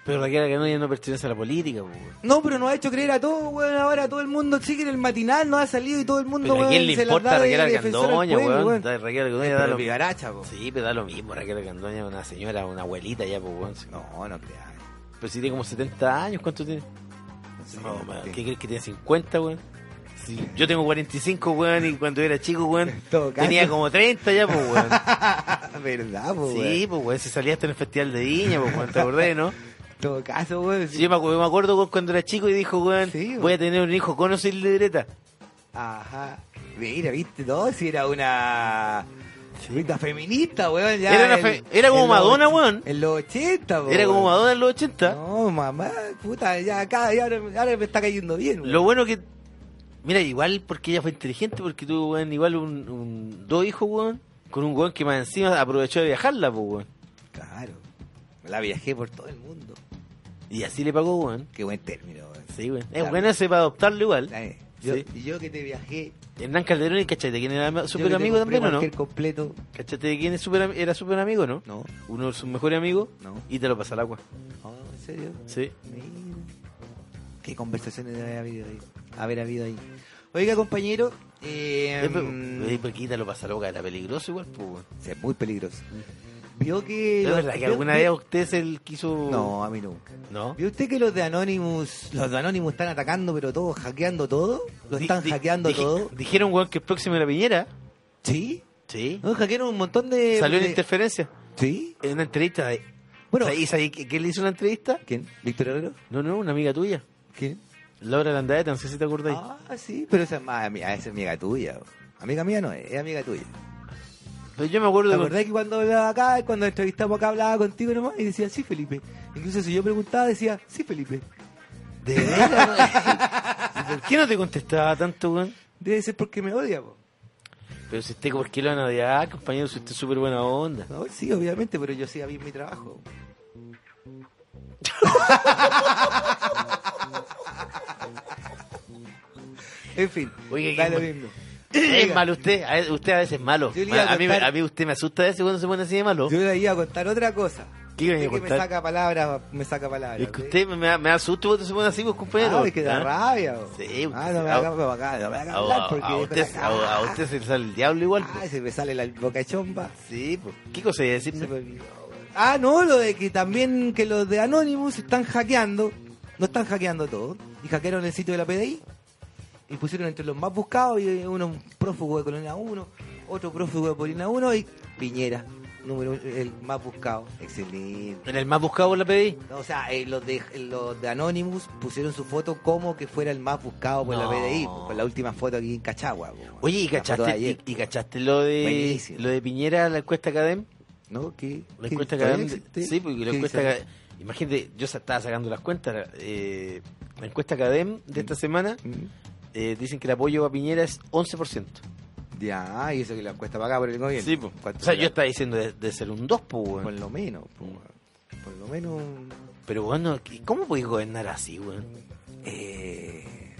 [SPEAKER 3] Pero Raquel Arcanoya no pertenece a la política, po.
[SPEAKER 4] No, pero nos ha hecho creer a todo, weón. Ahora todo el mundo, sí, que en el matinal no ha salido y todo el mundo,
[SPEAKER 3] Pero ¿a
[SPEAKER 4] weón,
[SPEAKER 3] quién le
[SPEAKER 4] se las
[SPEAKER 3] importa
[SPEAKER 4] da
[SPEAKER 3] a
[SPEAKER 4] de
[SPEAKER 3] Raquel
[SPEAKER 4] defensor al
[SPEAKER 3] Argandoña,
[SPEAKER 4] pueblo,
[SPEAKER 3] weón? Da- Raquel Argandoña da
[SPEAKER 4] Pero
[SPEAKER 3] lo mismo.
[SPEAKER 4] pigaracha, po.
[SPEAKER 3] Sí, pero da lo mismo. Raquel Argandoña es una señora, una abuelita ya, po, weón. Sí, No.
[SPEAKER 4] No, no creas.
[SPEAKER 3] Pero si tiene como 70 años, ¿cuánto tiene?
[SPEAKER 4] No sé,
[SPEAKER 3] No, man,
[SPEAKER 4] sí.
[SPEAKER 3] ¿Qué crees que tiene 50, weón? Sí, yo tengo 45, weón, y cuando era
[SPEAKER 4] <laughs>
[SPEAKER 3] chico, weón,
[SPEAKER 4] todo caso.
[SPEAKER 3] tenía como 30 ya,
[SPEAKER 4] <laughs>
[SPEAKER 3] pues,
[SPEAKER 4] <laughs>
[SPEAKER 3] weón.
[SPEAKER 4] ¿Verdad, po,
[SPEAKER 3] Sí,
[SPEAKER 4] weón?
[SPEAKER 3] pues, weón, si salía hasta en el Festival de Viña, pues, weón, te acordás, ¿no?
[SPEAKER 4] En todo caso, weón.
[SPEAKER 3] Sí, yo me, acu- me acuerdo weón, cuando era chico y dijo, weón,
[SPEAKER 4] Sí, weón.
[SPEAKER 3] voy a tener un hijo con o sin libreta.
[SPEAKER 4] Ajá. Mira, viste todo, si era una. Una feminista, weón. ya
[SPEAKER 3] Era una
[SPEAKER 4] en-
[SPEAKER 3] fe- era como
[SPEAKER 4] en los
[SPEAKER 3] Madonna,
[SPEAKER 4] och-
[SPEAKER 3] weón.
[SPEAKER 4] En los 80, po,
[SPEAKER 3] Era como
[SPEAKER 4] Oh, weón.
[SPEAKER 3] Madonna en los 80.
[SPEAKER 4] No, mamá, puta, ya acá, ya ahora, ahora me está cayendo bien, weón.
[SPEAKER 3] Lo bueno que. Mira, igual porque ella fue inteligente, porque tuvo, weón, igual un, un- dos hijos, weón, con un weón que más encima aprovechó de viajarla, pues, weón.
[SPEAKER 4] Claro. La viajé por todo el mundo.
[SPEAKER 3] Y así le pagó, weón.
[SPEAKER 4] Qué buen término, weón.
[SPEAKER 3] Sí, weón. Es
[SPEAKER 4] Claro.
[SPEAKER 3] bueno ese para adoptarlo igual.
[SPEAKER 4] Eh, Yo,
[SPEAKER 3] Sí.
[SPEAKER 4] y yo que te viajé.
[SPEAKER 3] Hernán Calderón, ¿y ¿cachai? ¿De quién era
[SPEAKER 4] yo que
[SPEAKER 3] súper
[SPEAKER 4] te
[SPEAKER 3] amigo
[SPEAKER 4] compré
[SPEAKER 3] también o no?
[SPEAKER 4] cualquier completo.
[SPEAKER 3] ¿Cachate de quién es super, am- era súper amigo, no?
[SPEAKER 4] No.
[SPEAKER 3] Uno de sus mejores amigos.
[SPEAKER 4] No.
[SPEAKER 3] Y te lo pasa al agua.
[SPEAKER 4] Oh, ¿En serio?
[SPEAKER 3] Sí.
[SPEAKER 4] Mira. ¿Qué conversaciones debe haber habido ahí? Haber habido ahí. Oiga, compañero. eh,
[SPEAKER 3] Eh, pero-
[SPEAKER 4] mm,
[SPEAKER 3] eh, pero quita lo pasa al agua, era peligroso igual, pues, weón.
[SPEAKER 4] sí, es muy peligroso. Vio que...
[SPEAKER 3] Es
[SPEAKER 4] los-
[SPEAKER 3] verdad que
[SPEAKER 4] vio-
[SPEAKER 3] alguna vez
[SPEAKER 4] vio-
[SPEAKER 3] a usted se el quiso.
[SPEAKER 4] No, a mí nunca.
[SPEAKER 3] ¿No?
[SPEAKER 4] ¿Vio usted que los de Anonymous, los de Anonymous están atacando, pero todo, hackeando todo? ¿Lo
[SPEAKER 3] Di-
[SPEAKER 4] están
[SPEAKER 3] di-
[SPEAKER 4] hackeando
[SPEAKER 3] dije-
[SPEAKER 4] todo?
[SPEAKER 3] Dijeron, weón, que el próximo era Piñera.
[SPEAKER 4] ¿Sí?
[SPEAKER 3] Sí.
[SPEAKER 4] No, hackearon un montón de...
[SPEAKER 3] Salió en
[SPEAKER 4] de-
[SPEAKER 3] interferencia.
[SPEAKER 4] ¿Sí?
[SPEAKER 3] En una entrevista. De...
[SPEAKER 4] Bueno.
[SPEAKER 3] ¿Y sabes qué- quién le hizo una entrevista?
[SPEAKER 4] ¿Quién? ¿Víctor Herrero?
[SPEAKER 3] No, no, una amiga tuya.
[SPEAKER 4] ¿Quién?
[SPEAKER 3] Laura Landaeta, no sé si te acordáis.
[SPEAKER 4] Ah, sí, pero esa es, más ami- esa es amiga tuya. bo. Amiga mía no es, es amiga tuya.
[SPEAKER 3] Pero yo me
[SPEAKER 4] ¿Te
[SPEAKER 3] acuerdo de-
[SPEAKER 4] acordás que cuando hablaba acá, cuando entrevistamos acá, hablaba contigo nomás y decía, sí, Felipe? Incluso si yo preguntaba, decía, sí, Felipe.
[SPEAKER 3] ¿De veras, weón? ¿Por qué no te contestaba tanto, weón?
[SPEAKER 4] Debe ser porque me odia, po.
[SPEAKER 3] Pero si usted, ¿por qué lo van a odiar, compañero? Si usted es súper buena
[SPEAKER 4] <laughs>
[SPEAKER 3] onda.
[SPEAKER 4] No, sí, obviamente, pero yo hacía bien mi trabajo. <laughs> en fin,
[SPEAKER 3] Oye,
[SPEAKER 4] da
[SPEAKER 3] qué
[SPEAKER 4] lo
[SPEAKER 3] buen-
[SPEAKER 4] mismo.
[SPEAKER 3] Es
[SPEAKER 4] Oiga.
[SPEAKER 3] malo usted. a veces- Usted a veces es malo.
[SPEAKER 4] Yo le iba a
[SPEAKER 3] A mí, me-
[SPEAKER 4] contar-
[SPEAKER 3] a mí usted me asusta a veces cuando se pone así de malo.
[SPEAKER 4] Yo le iba a contar otra cosa.
[SPEAKER 3] ¿Qué iba a
[SPEAKER 4] Es que me
[SPEAKER 3] contar?
[SPEAKER 4] saca palabras, me saca palabras.
[SPEAKER 3] Es que usted me, me, me asusta cuando se pone así, pues, compañero.
[SPEAKER 4] Ah, es que da
[SPEAKER 3] ¿Ah?
[SPEAKER 4] rabia. bo. ah,
[SPEAKER 3] Sí, usted-
[SPEAKER 4] no me
[SPEAKER 3] a-
[SPEAKER 4] haga no me haga- no me haga
[SPEAKER 3] A,
[SPEAKER 4] hablar
[SPEAKER 3] a-
[SPEAKER 4] porque
[SPEAKER 3] a ah, usted, se- a, a usted se le sale el diablo igual.
[SPEAKER 4] Ah,
[SPEAKER 3] pues.
[SPEAKER 4] se me sale la bocachomba.
[SPEAKER 3] Sí, pues. ¿Qué cosa iba a decir?
[SPEAKER 4] Se me olvidó, weón. Ah, no, lo de que también que los de Anonymous están hackeando. No están hackeando todo. Y hackearon el sitio de la PDI. Y pusieron entre los más buscados y uno prófugo de Colina 1, otro prófugo de Colina 1 y Piñera, número uno, el más buscado. Excelente.
[SPEAKER 3] En el más buscado por la pedí.
[SPEAKER 4] No, O sea, eh, los, de, los de Anonymous pusieron su foto como que fuera el más buscado por la
[SPEAKER 3] No.
[SPEAKER 4] PDI, por la última foto aquí en Cachagua. po.
[SPEAKER 3] Oye, ¿y
[SPEAKER 4] La foto de
[SPEAKER 3] cachaste,
[SPEAKER 4] ayer.
[SPEAKER 3] y, y cachaste lo de
[SPEAKER 4] Buenísimo.
[SPEAKER 3] lo de Piñera, la encuesta Academ?
[SPEAKER 4] ¿No? ¿Qué?
[SPEAKER 3] La
[SPEAKER 4] ¿Qué?
[SPEAKER 3] encuesta
[SPEAKER 4] ¿Todavía
[SPEAKER 3] Academ.
[SPEAKER 4] existe?
[SPEAKER 3] Sí, porque la
[SPEAKER 4] ¿Qué
[SPEAKER 3] encuesta
[SPEAKER 4] dice?
[SPEAKER 3] Academ. Imagínate, yo sa- estaba sacando las cuentas. eh, la encuesta Academ de esta semana
[SPEAKER 4] Mm.
[SPEAKER 3] eh, dicen que el apoyo a Piñera es 11%.
[SPEAKER 4] Ya, y eso que la encuesta para acá por el gobierno.
[SPEAKER 3] Sí, pues.
[SPEAKER 4] ¿Cuánto
[SPEAKER 3] O sea,
[SPEAKER 4] será?
[SPEAKER 3] yo estaba diciendo de, de ser un 2, pues,
[SPEAKER 4] Por
[SPEAKER 3] weón.
[SPEAKER 4] lo menos, po, weón.
[SPEAKER 3] Mm.
[SPEAKER 4] por lo menos.
[SPEAKER 3] Pero bueno, ¿qué- ¿cómo podéis gobernar así, weón?
[SPEAKER 4] Eh...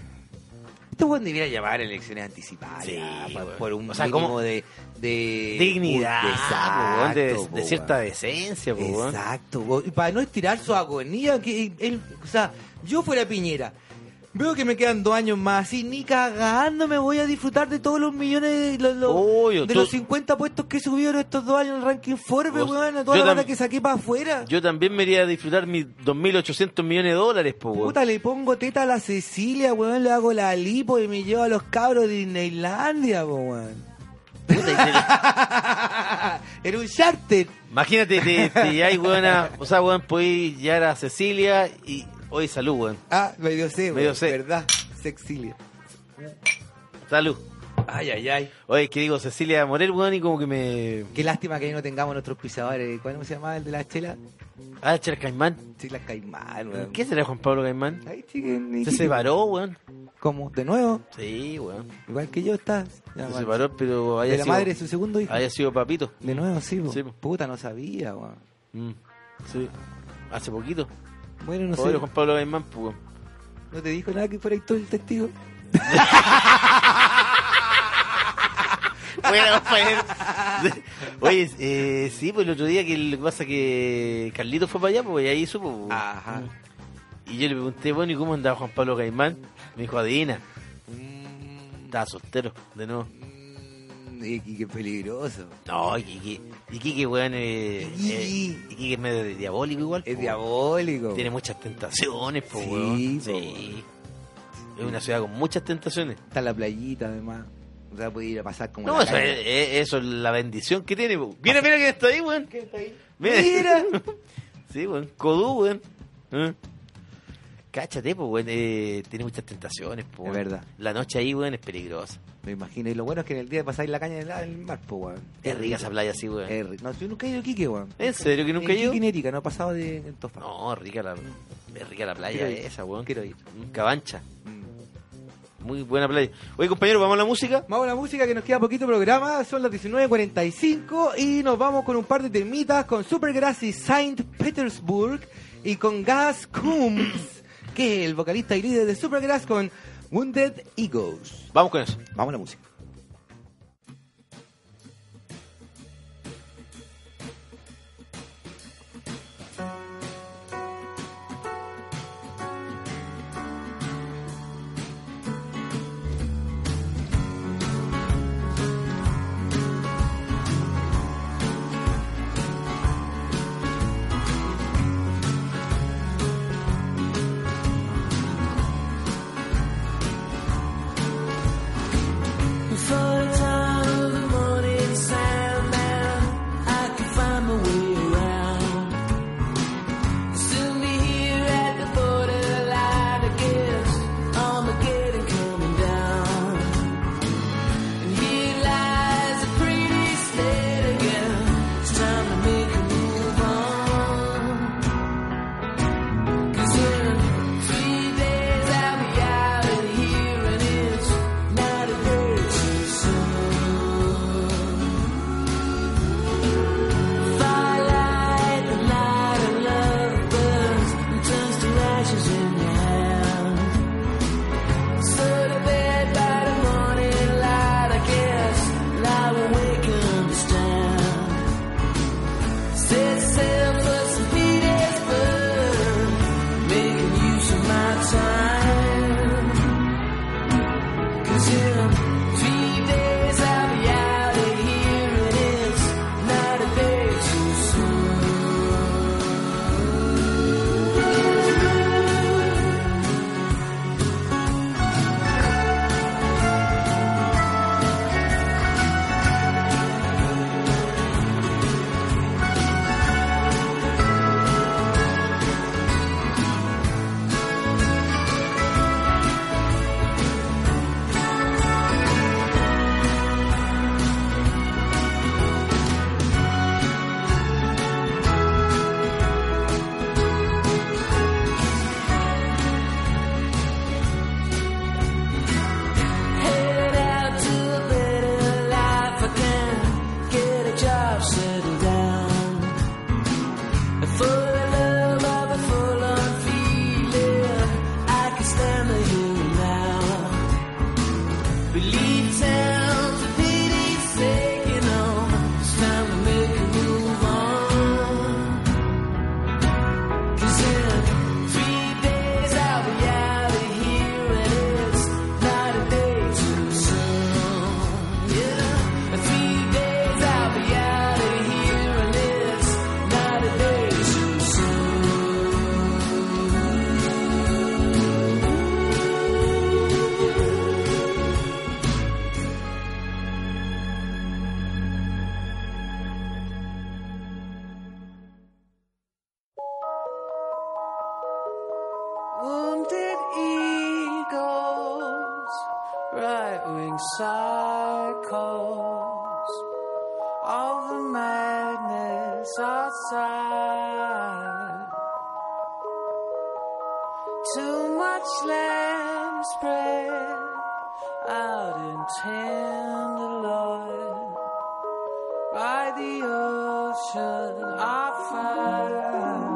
[SPEAKER 4] Este weón debiera llamar a elecciones anticipadas
[SPEAKER 3] Sí,
[SPEAKER 4] ya, pa-
[SPEAKER 3] weón.
[SPEAKER 4] por, un
[SPEAKER 3] O sea,
[SPEAKER 4] mínimo
[SPEAKER 3] como-
[SPEAKER 4] de, de.
[SPEAKER 3] Dignidad,
[SPEAKER 4] Eh, Exacto,
[SPEAKER 3] po, weón, de,
[SPEAKER 4] po,
[SPEAKER 3] de
[SPEAKER 4] weón.
[SPEAKER 3] cierta decencia, po, weón.
[SPEAKER 4] Exacto, weón. Y para no estirar su agonía, que él, o sea, yo fuera Piñera, veo que me quedan dos años más y ni cagando me voy a disfrutar de todos los millones, de, los, los-
[SPEAKER 3] Obvio,
[SPEAKER 4] de
[SPEAKER 3] tú-
[SPEAKER 4] los 50 puestos que subieron estos dos años en el ranking Forbes,
[SPEAKER 3] Vos-
[SPEAKER 4] weón, a toda
[SPEAKER 3] yo
[SPEAKER 4] la banda
[SPEAKER 3] tam-
[SPEAKER 4] que saqué para afuera.
[SPEAKER 3] Yo también me iría a disfrutar mis 2.800 millones de dólares, po, weón.
[SPEAKER 4] Puta, le pongo teta a la Cecilia, weón, le hago la lipo y me llevo a los cabros de Disneylandia, po, weón. <laughs> Era un charter.
[SPEAKER 3] Imagínate, te,
[SPEAKER 4] <laughs>
[SPEAKER 3] te lleváis, weón, a- o sea, weón, podéis llegar a Cecilia y hoy salud, weón.
[SPEAKER 4] Ah, medio C, weón.
[SPEAKER 3] Medio C.
[SPEAKER 4] ¿Verdad? Sexilia.
[SPEAKER 3] Salud.
[SPEAKER 4] Ay, ay, ay.
[SPEAKER 3] Oye, es que digo Cecilia Morel, weón, y como que me...
[SPEAKER 4] Qué lástima que ahí no tengamos nuestros pisadores. ¿Cuál se llamaba el de las chelas?
[SPEAKER 3] Ah, Char Caimán.
[SPEAKER 4] Chelas Caimán, weón.
[SPEAKER 3] ¿Qué será Juan Pablo Caimán?
[SPEAKER 4] Ay, chiquen, y
[SPEAKER 3] Se
[SPEAKER 4] chiquen.
[SPEAKER 3] separó, weón.
[SPEAKER 4] Como de nuevo,
[SPEAKER 3] Sí, weón.
[SPEAKER 4] igual que yo estás. Ya,
[SPEAKER 3] Se
[SPEAKER 4] bueno.
[SPEAKER 3] separó, pero haya
[SPEAKER 4] De la
[SPEAKER 3] sido...
[SPEAKER 4] madre de su segundo hijo.
[SPEAKER 3] Haya sido papito.
[SPEAKER 4] De nuevo, sí, po.
[SPEAKER 3] Sí, po.
[SPEAKER 4] Puta, no sabía, weón.
[SPEAKER 3] Mm, Sí. Hace poquito.
[SPEAKER 4] Bueno, no
[SPEAKER 3] Pobre
[SPEAKER 4] sé.
[SPEAKER 3] Juan Pablo Caimán, pues, weón.
[SPEAKER 4] ¿No te dijo nada que fuera tú el testigo?
[SPEAKER 3] <laughs>
[SPEAKER 4] <laughs>
[SPEAKER 3] Bueno, Rafael. Oye, eh, sí, pues el otro día que lo que pasa que Carlito fue para allá, pues y ahí supo. pues.
[SPEAKER 4] Ajá.
[SPEAKER 3] Y yo le pregunté, bueno, ¿y cómo andaba Juan Pablo Caimán? Me dijo, Adina. Estaba soltero, de nuevo.
[SPEAKER 4] Mm, Y, y qué peligroso.
[SPEAKER 3] No, y Kiki, y Kiki, weón, eh,
[SPEAKER 4] Kiki.
[SPEAKER 3] eh, y Kiki es medio de- diabólico igual.
[SPEAKER 4] Es
[SPEAKER 3] po.
[SPEAKER 4] diabólico.
[SPEAKER 3] Tiene muchas tentaciones, po,
[SPEAKER 4] Sí,
[SPEAKER 3] weón.
[SPEAKER 4] po,
[SPEAKER 3] Sí. Es una ciudad con muchas tentaciones.
[SPEAKER 4] Está la playita, además. O sea, puede ir a pasar como.
[SPEAKER 3] No,
[SPEAKER 4] la
[SPEAKER 3] eso
[SPEAKER 4] calle.
[SPEAKER 3] es, es- eso es la bendición que tiene, po.
[SPEAKER 4] Ah.
[SPEAKER 3] Mira, mira quién está ahí, weón.
[SPEAKER 4] Mira.
[SPEAKER 3] <laughs> sí, weón. Codú, weón. ¿Eh? Cáchate, po, weón. eh, tiene muchas tentaciones, po.
[SPEAKER 4] Es
[SPEAKER 3] weón.
[SPEAKER 4] verdad.
[SPEAKER 3] La noche ahí, weón, es peligrosa.
[SPEAKER 4] Me imagino. Y lo bueno es que en el día pasáis la caña en el, en el mar, po, weón.
[SPEAKER 3] Es rica esa playa así, weón.
[SPEAKER 4] Es rico. No, yo nunca he ido a Quique, weón.
[SPEAKER 3] ¿En serio que ¿Eh? nunca he
[SPEAKER 4] En
[SPEAKER 3] ido?
[SPEAKER 4] Quique, en Erika, no ha pasado de Antofagasta.
[SPEAKER 3] No, rica la, es rica la playa
[SPEAKER 4] Quiero ir.
[SPEAKER 3] esa, weón.
[SPEAKER 4] Quiero ir.
[SPEAKER 3] Cabancha.
[SPEAKER 4] Mm.
[SPEAKER 3] Muy buena playa. Oye, compañero, ¿vamos a la música?
[SPEAKER 4] Vamos a la música que nos queda poquito programa, son las 19.45 y nos vamos con un par de temitas con Supergrass y Saint Petersburg y con Gas Coombs, que es el vocalista y líder de Supergrass con Wounded Eagles.
[SPEAKER 3] Vamos con eso.
[SPEAKER 4] Vamos a la música.
[SPEAKER 5] Before the time of the morning sand I can find my way around. I'll soon be here at the borderline, I guess. Armageddon coming down. And here lies a pretty state again. It's time to make a move on. Cause in three days I'll be out of here and it's not a day too soon. Firelight, the night of love burns and turns to ashes in your hand. Slow to bed by the morning light, I guess. Lie awake and understand. Set sail for St. Petersburg, making use of my time. 'Cause in three days I'll be out of here, and it's not a day too soon. Head out to a better life again. Get a job, settle down. Full of love, I'll be full on feeling. I can stand the here and now. We leave town for pity's sake, you know. It's time to make a move on. Cause in three days I'll be out of here and it's not a day too soon. Yeah, three days I'll be out of here and it's not a day too soon. Wounded eagles, right wing cycles of the madness outside. Too much land spread out in tenderloin by the ocean. I find.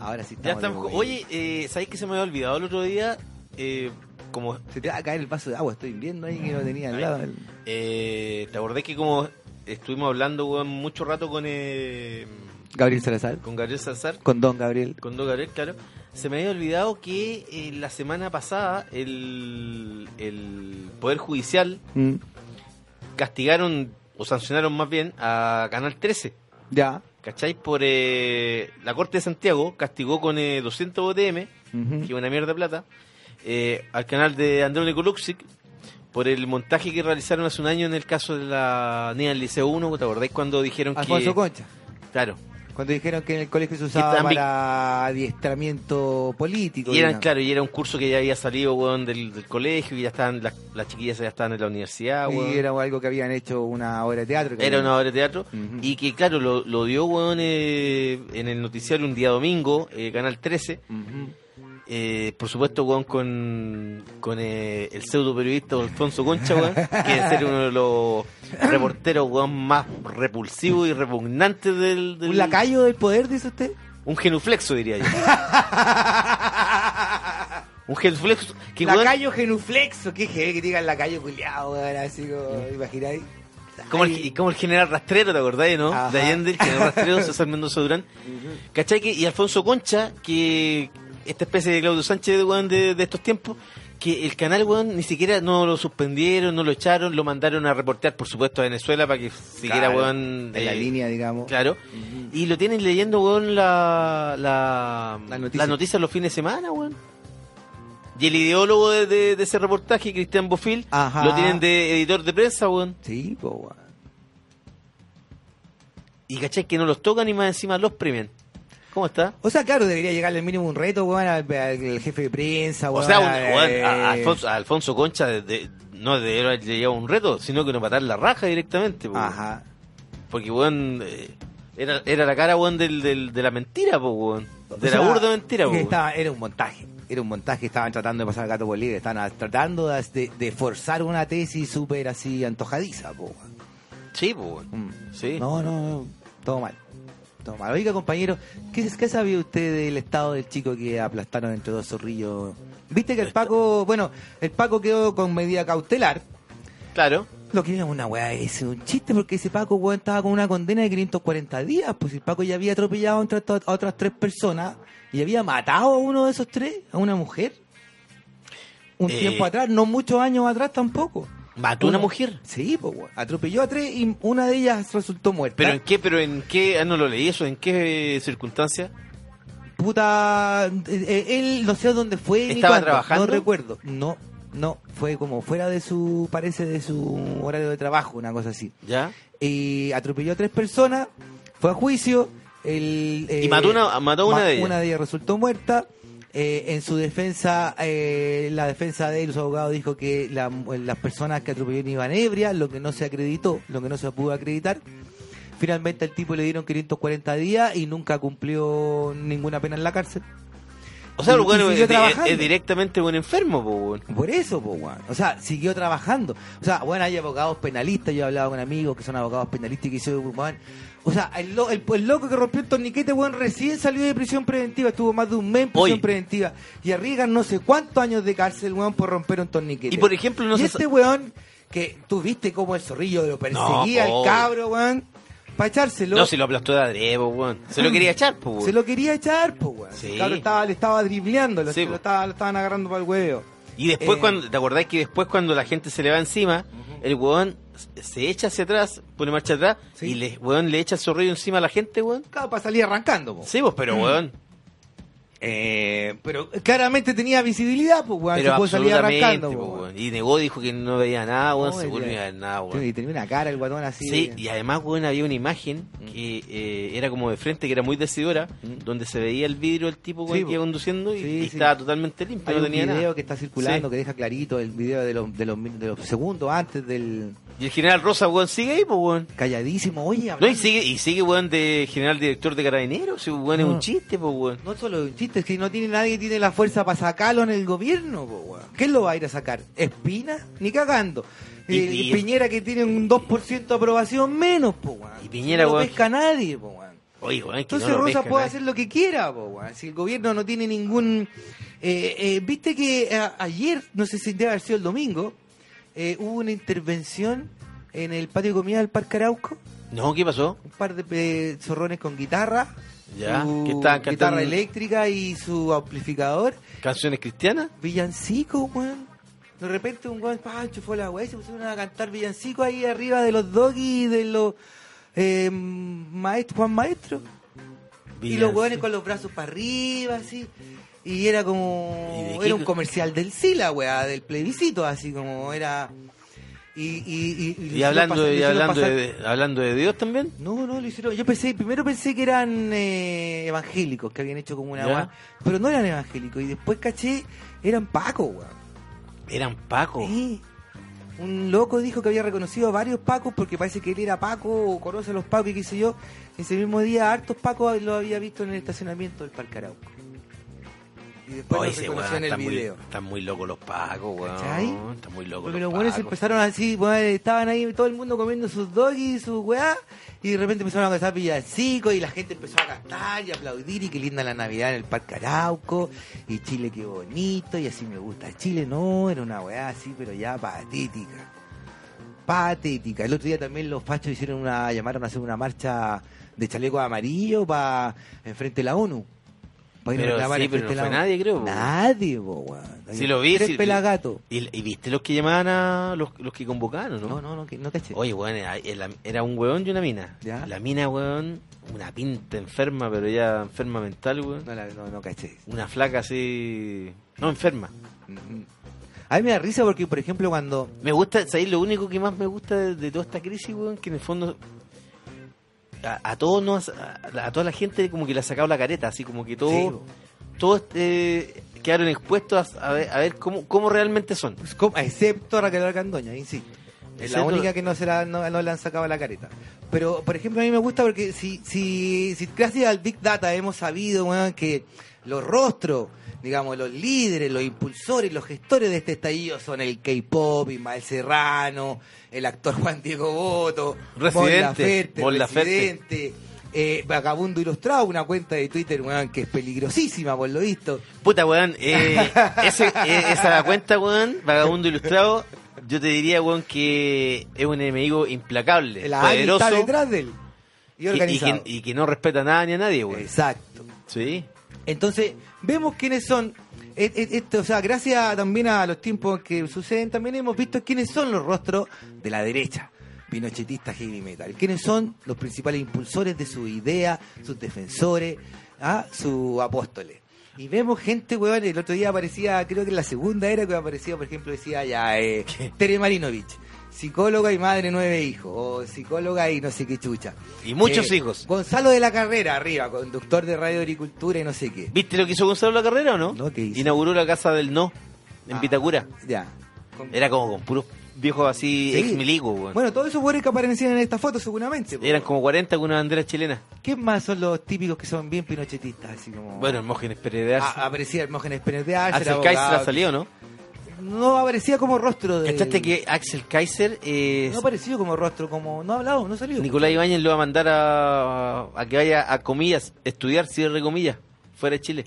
[SPEAKER 4] Ahora sí estamos. de
[SPEAKER 3] Ya estamos. con-
[SPEAKER 4] buena.
[SPEAKER 3] Oye, eh, ¿sabéis que se me había olvidado el otro día? Eh, como
[SPEAKER 4] Se te va a caer el vaso de agua, estoy viendo ahí que lo tenía al lado.
[SPEAKER 3] eh, te acordé que como estuvimos hablando weón, mucho rato con eh,
[SPEAKER 4] Gabriel Salazar.
[SPEAKER 3] con Gabriel Salzar,
[SPEAKER 4] Con Don Gabriel.
[SPEAKER 3] con Don Gabriel, claro, se me había olvidado que eh, la semana pasada el, el Poder Judicial
[SPEAKER 4] Mm,
[SPEAKER 3] castigaron o sancionaron más bien a Canal 13.
[SPEAKER 4] Ya.
[SPEAKER 3] ¿Cachai? Por eh, la Corte de Santiago castigó con eh, 200 BTM,
[SPEAKER 4] Ujú.
[SPEAKER 3] que es una mierda de plata, eh, al canal de Andrónico Luxic por el montaje que realizaron hace un año en el caso de la niña del Liceo 1. ¿Te acordáis cuando dijeron
[SPEAKER 4] Alfonso
[SPEAKER 3] que.
[SPEAKER 4] Concha.
[SPEAKER 3] Claro.
[SPEAKER 4] Cuando dijeron que en el colegio se usaba
[SPEAKER 3] estaban vi-
[SPEAKER 4] para adiestramiento político.
[SPEAKER 3] Y eran,
[SPEAKER 4] digamos.
[SPEAKER 3] claro, y era un curso que ya había salido weón, del, del colegio y ya estaban, las, las chiquillas ya estaban en la universidad. weón.
[SPEAKER 4] Y era algo que habían hecho una obra de teatro. que
[SPEAKER 3] Era
[SPEAKER 4] habían-
[SPEAKER 3] una obra de teatro.
[SPEAKER 4] Ujú.
[SPEAKER 3] Y que, claro, lo, lo dio, weón, eh, en el noticiario un día domingo, eh, Canal 13.
[SPEAKER 4] Ujú.
[SPEAKER 3] Eh, por supuesto, weón, con, con eh, el pseudo periodista Alfonso Concha, weón, que es ser uno de los reporteros, weón, más repulsivos y repugnantes del... del
[SPEAKER 4] ¿Un lacayo del poder, dice usted?
[SPEAKER 3] Un genuflexo, diría yo. un genuflexo <laughs> que, weón,
[SPEAKER 4] lacayo genuflexo. Qué jefe que digan lacayo culiado, weón. Así como,
[SPEAKER 3] Mm.
[SPEAKER 4] imagináis.
[SPEAKER 3] como el, y como el general Rastrero, ¿te acordáis, no?
[SPEAKER 4] Ajá.
[SPEAKER 3] De Allende, el
[SPEAKER 4] <laughs>
[SPEAKER 3] general Rastrero, César Mendoza Durán. ¿Cachai? Que- y Alfonso Concha, que esta especie de Claudio Sánchez weón, de, de estos tiempos, que el canal, weón, ni siquiera no lo suspendieron, no lo echaron, lo mandaron a reportear, por supuesto, a Venezuela para que siguiera,
[SPEAKER 4] Claro,
[SPEAKER 3] weón,
[SPEAKER 4] En la
[SPEAKER 3] eh,
[SPEAKER 4] línea, digamos.
[SPEAKER 3] Claro. Y lo tienen leyendo, weón, la, la,
[SPEAKER 4] La noticia.
[SPEAKER 3] la noticia los fines de semana, weón. Y el ideólogo de, de- de ese reportaje, Cristian Bofil,
[SPEAKER 4] Ajá.
[SPEAKER 3] lo tienen de editor de prensa, weón.
[SPEAKER 4] Sí, po, weón.
[SPEAKER 3] Y caché que no los tocan y más encima los premian. ¿Cómo está?
[SPEAKER 4] O sea, claro, debería llegarle al mínimo un reto, weón, al, al jefe de prensa,
[SPEAKER 3] O
[SPEAKER 4] weón.
[SPEAKER 3] sea, un- weón,
[SPEAKER 4] Ah, eh,
[SPEAKER 3] a, a Alfonso, a Alfonso Concha de- de- no de haber llegado un reto, sino que no matar la raja directamente. po, weón.
[SPEAKER 4] Ajá.
[SPEAKER 3] Porque, weón, eh, era, era la cara, weón, del, del- de la mentira, po, weón. De
[SPEAKER 4] O
[SPEAKER 3] la
[SPEAKER 4] sea,
[SPEAKER 3] burda mentira, po,
[SPEAKER 4] que
[SPEAKER 3] weón.
[SPEAKER 4] estaba- Era un montaje. Era un montaje, estaban tratando de pasar el gato por libre, estaban tratando de, de- de forzar una tesis súper así antojadiza, po, weón.
[SPEAKER 3] Sí, po, weón.
[SPEAKER 4] Mm.
[SPEAKER 3] Sí.
[SPEAKER 4] No, no, no, todo mal. Todo mal. Oiga, compañero, ¿qué, qué sabía usted del estado del chico que aplastaron entre dos zorrillos? Viste que el Paco, bueno, el Paco quedó con medida cautelar.
[SPEAKER 3] Claro.
[SPEAKER 4] Lo que era una weá, es un chiste, porque ese Paco, weón, estaba con una condena de 540 días. Pues el Paco ya había atropellado a otras- a otras tres personas y había matado a uno de esos tres, a una mujer. Un
[SPEAKER 3] Eh.
[SPEAKER 4] tiempo atrás, no muchos años atrás tampoco.
[SPEAKER 3] ¿Mató a una mujer?
[SPEAKER 4] Sí, pues, weón. Atropelló a tres y una de ellas resultó muerta.
[SPEAKER 3] ¿Pero en qué? ¿Pero en qué? Ah, no lo leí eso. ¿En qué circunstancia?
[SPEAKER 4] Puta, eh, eh, él no sé dónde fue. ni
[SPEAKER 3] ¿Estaba
[SPEAKER 4] cuándo,
[SPEAKER 3] trabajando?
[SPEAKER 4] No recuerdo. No, no, fue como fuera de su, parece de su horario de trabajo, una cosa así.
[SPEAKER 3] ¿Ya?
[SPEAKER 4] Y atropelló a tres personas, fue a juicio. El, eh,
[SPEAKER 3] mató una- mató a una de ellas.
[SPEAKER 4] Una de ellas resultó muerta. Eh, en su defensa, eh, la defensa de él, su abogado dijo que la- las personas que atropelló no iban ebrias, lo que no se acreditó, lo que no se pudo acreditar. Finalmente al tipo le dieron 540 días y nunca cumplió ninguna pena en la cárcel.
[SPEAKER 3] O sea,
[SPEAKER 4] Y-
[SPEAKER 3] el weón
[SPEAKER 4] y
[SPEAKER 3] es,
[SPEAKER 4] siguió
[SPEAKER 3] es- es
[SPEAKER 4] trabajando.
[SPEAKER 3] directamente un enfermo, po, weón.
[SPEAKER 4] Por eso, po, weón. O sea, siguió trabajando. O sea, bueno, hay abogados penalistas, yo he hablado con amigos que son abogados penalistas y que dicen, weón, o sea, el, lo- el- el loco que rompió el torniquete, weón, recién salió de prisión preventiva, estuvo más de un mes en prisión
[SPEAKER 3] Oye.
[SPEAKER 4] preventiva y arriesgan no sé cuántos años de cárcel, weón, por romper un torniquete.
[SPEAKER 3] Y, por ejemplo, no
[SPEAKER 4] Y
[SPEAKER 3] se
[SPEAKER 4] este
[SPEAKER 3] sa-
[SPEAKER 4] weón, que tú viste cómo el zorrillo lo perseguía,
[SPEAKER 3] No, po.
[SPEAKER 4] el cabro, weón, para echárselo.
[SPEAKER 3] No, se lo aplastó de adrede, po, weón. Se lo quería echar, po, weón.
[SPEAKER 4] Se lo quería echar, po, weón.
[SPEAKER 3] Sí.
[SPEAKER 4] El cabro estaba, le estaba dribleando, lo,
[SPEAKER 3] Sí,
[SPEAKER 4] lo
[SPEAKER 3] po.
[SPEAKER 4] estaba- lo estaban agarrando para el huevo.
[SPEAKER 3] Y después
[SPEAKER 4] Eh,
[SPEAKER 3] cuando, ¿te acordás que después cuando la gente se le va encima, el weón se echa hacia atrás, pone marcha atrás,
[SPEAKER 4] Sí.
[SPEAKER 3] y le, weón le echa el zorrillo encima a la gente, weón?
[SPEAKER 4] Claro, para salir arrancando, po.
[SPEAKER 3] Sí, vos, pero weón.
[SPEAKER 4] Eh, pero claramente tenía visibilidad, pues, weón.
[SPEAKER 3] pero
[SPEAKER 4] se pudo salir
[SPEAKER 3] absolutamente,
[SPEAKER 4] arrancando,
[SPEAKER 3] po,
[SPEAKER 4] pues, weón.
[SPEAKER 3] weón. Y negó, dijo que no veía nada, weón,
[SPEAKER 4] No,
[SPEAKER 3] seguro
[SPEAKER 4] el-
[SPEAKER 3] no iba a ver nada, weón.
[SPEAKER 4] Y tenía una cara el guatón así.
[SPEAKER 3] Sí,
[SPEAKER 4] de-
[SPEAKER 3] y además, weón, había una imagen
[SPEAKER 4] Mm.
[SPEAKER 3] que eh, era como de frente, que era muy decidora, donde se veía el vidrio del tipo, weón,
[SPEAKER 4] Sí,
[SPEAKER 3] que iba
[SPEAKER 4] po.
[SPEAKER 3] conduciendo y,
[SPEAKER 4] Sí,
[SPEAKER 3] y
[SPEAKER 4] sí.
[SPEAKER 3] estaba totalmente limpio,
[SPEAKER 4] Hay
[SPEAKER 3] no
[SPEAKER 4] un
[SPEAKER 3] tenía
[SPEAKER 4] video
[SPEAKER 3] nada.
[SPEAKER 4] que está circulando
[SPEAKER 3] Sí.
[SPEAKER 4] que deja clarito el video de los, de los, min- de los segundos antes del
[SPEAKER 3] Y el general Rosa, weón, sigue ahí, pues, weón.
[SPEAKER 4] calladísimo. Oye,
[SPEAKER 3] No,
[SPEAKER 4] hablando-
[SPEAKER 3] y sigue, y sigue, weón, de general director de carabineros, sí, weón, es
[SPEAKER 4] No.
[SPEAKER 3] un chiste, pues, weón.
[SPEAKER 4] no solo un chiste, es que no tiene nadie que tiene la fuerza para sacarlo en el gobierno, po, weón. ¿Quién lo va a ir a sacar? ¿Espina? Ni cagando.
[SPEAKER 3] Y-
[SPEAKER 4] Eh,
[SPEAKER 3] y-
[SPEAKER 4] Piñera que tiene un 2% de aprobación menos, po, weón.
[SPEAKER 3] Y Piñera,
[SPEAKER 4] No lo
[SPEAKER 3] weón.
[SPEAKER 4] pesca nadie, po, weón.
[SPEAKER 3] Oye, weón, que
[SPEAKER 4] Entonces
[SPEAKER 3] no lo
[SPEAKER 4] Rosa
[SPEAKER 3] pescan,
[SPEAKER 4] puede
[SPEAKER 3] ¿eh?
[SPEAKER 4] hacer lo que quiera, po, weón. si el gobierno no tiene ningún... eh, eh, Viste que a- ayer, no sé si debe haber sido el domingo, eh, hubo una intervención en el patio de comida del Parque Arauco,
[SPEAKER 3] No, ¿qué pasó?
[SPEAKER 4] un par de eh, zorrones con guitarra,
[SPEAKER 3] Ya,
[SPEAKER 4] su
[SPEAKER 3] que estaban cantando-
[SPEAKER 4] guitarra eléctrica y su amplificador,
[SPEAKER 3] ¿Canciones cristianas?
[SPEAKER 4] villancico, weón. De repente un weón pa, enchufó la weá y se pusieron a cantar villancico ahí arriba de los doggy y de los eh, maest- Juan Maestro. Y los
[SPEAKER 3] Villancico.
[SPEAKER 4] hueones con los brazos para arriba, así. Y era
[SPEAKER 3] ¿Y
[SPEAKER 4] como.
[SPEAKER 3] de qué?
[SPEAKER 4] Era un comercial del SILA, weá, del plebiscito, así como era. Y, y, y,
[SPEAKER 3] Y hablando,
[SPEAKER 4] de
[SPEAKER 3] de, y hablando, de, hablando de Dios también.
[SPEAKER 4] No, no, lo hicieron. Yo pensé, primero pensé que eran eh, evangélicos, que habían hecho como una
[SPEAKER 3] Ya.
[SPEAKER 4] weá. Pero no eran evangélicos. Y después caché, eran pacos, weá.
[SPEAKER 3] Eran Paco.
[SPEAKER 4] Sí. Un loco dijo que había reconocido a varios pacos porque parece que él era paco o conoce a los pacos y qué sé yo. Ese mismo día, hartos pacos lo había visto en el estacionamiento del Parque Arauco. Y después
[SPEAKER 3] Oye,
[SPEAKER 4] lo
[SPEAKER 3] ese
[SPEAKER 4] reconoció en el
[SPEAKER 3] weón, están muy-
[SPEAKER 4] video.
[SPEAKER 3] Están muy locos los Pacos, weón.
[SPEAKER 4] ¿Cachai?
[SPEAKER 3] Están muy locos
[SPEAKER 4] Porque
[SPEAKER 3] los
[SPEAKER 4] los buenos
[SPEAKER 3] Pacos.
[SPEAKER 4] empezaron así, weón, estaban ahí todo el mundo comiendo sus doggies, sus weá, y de repente empezaron a cantar villancicos y la gente empezó a cantar y aplaudir y qué linda la Navidad en el Parque Arauco, y Chile qué bonito, y así me gusta Chile, no, era una weá así, pero ya patética. Patética. El otro día también los fachos hicieron una, llamaron a hacer una marcha de chaleco amarillo para enfrente de la ONU. Pa' ir a
[SPEAKER 3] Pero
[SPEAKER 4] reclamar
[SPEAKER 3] sí,
[SPEAKER 4] enfrente
[SPEAKER 3] pero no
[SPEAKER 4] de
[SPEAKER 3] fue
[SPEAKER 4] la ONU.
[SPEAKER 3] nadie, creo, po.
[SPEAKER 4] Nadie, po, weón.
[SPEAKER 3] Sí, lo vi.
[SPEAKER 4] Tres
[SPEAKER 3] sí,
[SPEAKER 4] pelagatos.
[SPEAKER 3] Y, y viste los que llamaban a los, los que convocaron, ¿no?
[SPEAKER 4] No, no, no, que- no caché.
[SPEAKER 3] Oye, weón, era- era- era un weón y una mina.
[SPEAKER 4] Ya.
[SPEAKER 3] La mina, weón, una pinta enferma, pero ya enferma mental, weón.
[SPEAKER 4] No, la- no, no caché.
[SPEAKER 3] Una flaca así. No, enferma.
[SPEAKER 4] Mm. A mí me da risa porque, por ejemplo, cuando.
[SPEAKER 3] Me gusta, ¿sabéis lo único que más me gusta de, de toda esta crisis, weón? Que en el fondo. A, a todos nos. A, a toda la gente, como que le ha sacado la careta, así como que todo.
[SPEAKER 4] Sí, weón.
[SPEAKER 3] todos eh, quedaron expuestos a, a ver, a ver cómo, cómo realmente son.
[SPEAKER 4] pues, ¿cómo? Excepto Raquel Arcandoña, insisto. Es la
[SPEAKER 3] Excepto-
[SPEAKER 4] única que no, se la, no, no le han sacado la careta. Pero, por ejemplo, a mí me gusta porque si, si, si gracias al Big Data hemos sabido weón, que los rostros, digamos, los líderes, los impulsores, los gestores de este estallido son el K-pop, Ismael Serrano, el actor Juan Diego Boto,
[SPEAKER 3] Residente, Mon
[SPEAKER 4] Mon
[SPEAKER 3] Laferte.
[SPEAKER 4] Laferte, eh, Vagabundo Ilustrado, una cuenta de Twitter weón, que es peligrosísima por lo visto.
[SPEAKER 3] Puta, weón,
[SPEAKER 4] <laughs>
[SPEAKER 3] eh, ese- eh, esa cuenta, weón, vagabundo ilustrado, yo te diría, weón, que es un enemigo implacable,
[SPEAKER 4] La AMI
[SPEAKER 3] poderoso
[SPEAKER 4] está detrás de él. Y
[SPEAKER 3] y- y,
[SPEAKER 4] organizado.
[SPEAKER 3] que, y que no respeta a nada ni a nadie, weón.
[SPEAKER 4] Exacto.
[SPEAKER 3] Sí.
[SPEAKER 4] Entonces, vemos quiénes son. eh, eh, Esto, o sea, gracias también a los tiempos que suceden, también hemos visto quiénes son los rostros de la derecha. Pinochetista heavy metal. ¿Quiénes son los principales impulsores de su idea, sus defensores, ¿ah? sus apóstoles? Y vemos gente, weón, el otro día aparecía, creo que en la segunda era que aparecía, por ejemplo, decía ya,
[SPEAKER 3] <laughs>
[SPEAKER 4] eh, Tere Marinovich, psicóloga y madre de nueve hijos, o psicóloga y no sé qué chucha. Eh,
[SPEAKER 3] Y muchos hijos.
[SPEAKER 4] Gonzalo de la Carrera, arriba, conductor de Radio Agricultura y no sé qué.
[SPEAKER 3] ¿Viste lo que hizo Gonzalo la carrera o no?
[SPEAKER 4] No, ¿qué hizo?
[SPEAKER 3] Inauguró la casa del no en
[SPEAKER 4] Ah,
[SPEAKER 3] Vitacura.
[SPEAKER 4] Ya. Con-
[SPEAKER 3] Era como con puros viejos así,
[SPEAKER 4] Sí.
[SPEAKER 3] ex milico, weón.
[SPEAKER 4] Bueno, todos esos buenos que aparecían en esta foto seguramente. po.
[SPEAKER 3] Eran como 40 con una bandera chilena.
[SPEAKER 4] ¿Qué más son los típicos que son bien pinochetistas? Así como...
[SPEAKER 3] Bueno, Hermógenes Pérez de Arce.
[SPEAKER 4] A- aparecía Hermógenes Pérez de Arce,
[SPEAKER 3] Axel
[SPEAKER 4] el
[SPEAKER 3] Kaiser ha
[SPEAKER 4] Ah, abogado.
[SPEAKER 3] salido, ¿no?
[SPEAKER 4] No aparecía como rostro de...
[SPEAKER 3] ¿Cachaste que Axel Kaiser eh,
[SPEAKER 4] No apareció como rostro, como... No ha hablado, no salió.
[SPEAKER 3] Nicolás Ibáñez lo va a mandar a, a que vaya a comillas, estudiar, cierre comillas, fuera de Chile.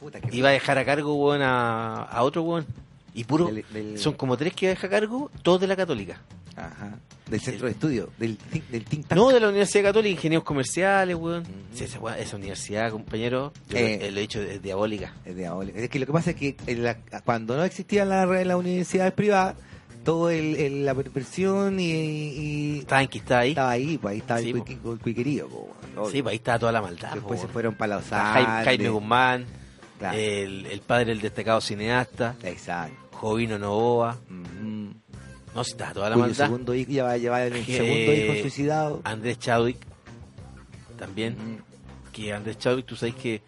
[SPEAKER 4] Puta, que...
[SPEAKER 3] Y va a dejar a cargo, weón, a, a otro weón. Y puro,
[SPEAKER 4] Del- del-
[SPEAKER 3] son como tres que deja a cargo, todos de la Católica.
[SPEAKER 4] Ajá. Del centro de estudio, del, think- del think tank.
[SPEAKER 3] No de la Universidad Católica, ingenieros comerciales, weón. Sí, esa, weón- esa universidad, compañero, yo
[SPEAKER 4] Eh.
[SPEAKER 3] lo- eh, lo he dicho, es diabólica.
[SPEAKER 4] Es de ahora. Es que lo que pasa es que en la- cuando no existían las la universidades privadas, todo el, el- la perversión y, y-
[SPEAKER 3] Estaba enquistada ahí.
[SPEAKER 4] estaba ahí, pues ahí estaba
[SPEAKER 3] Sí,
[SPEAKER 4] el,
[SPEAKER 3] po.
[SPEAKER 4] cuiqui- el cuiquerío. po, bueno, obvio.
[SPEAKER 3] Sí, pues ahí estaba toda la maldad. po,
[SPEAKER 4] Después se
[SPEAKER 3] weón.
[SPEAKER 4] fueron para los
[SPEAKER 3] Está Jaime,
[SPEAKER 4] Andes.
[SPEAKER 3] Jaime Guzmán, eh.
[SPEAKER 4] Claro.
[SPEAKER 3] el, el padre del destacado cineasta,
[SPEAKER 4] Exacto.
[SPEAKER 3] Jovino Novoa.
[SPEAKER 4] Mm.
[SPEAKER 3] No, si está toda la
[SPEAKER 4] Cuyo
[SPEAKER 3] maldad.
[SPEAKER 4] segundo hijo ya va a llevar el
[SPEAKER 3] Que- Ah.
[SPEAKER 4] segundo hijo suicidado.
[SPEAKER 3] Andrés Chadwick también.
[SPEAKER 4] Mm.
[SPEAKER 3] Que Andrés Chadwick, tú sabes que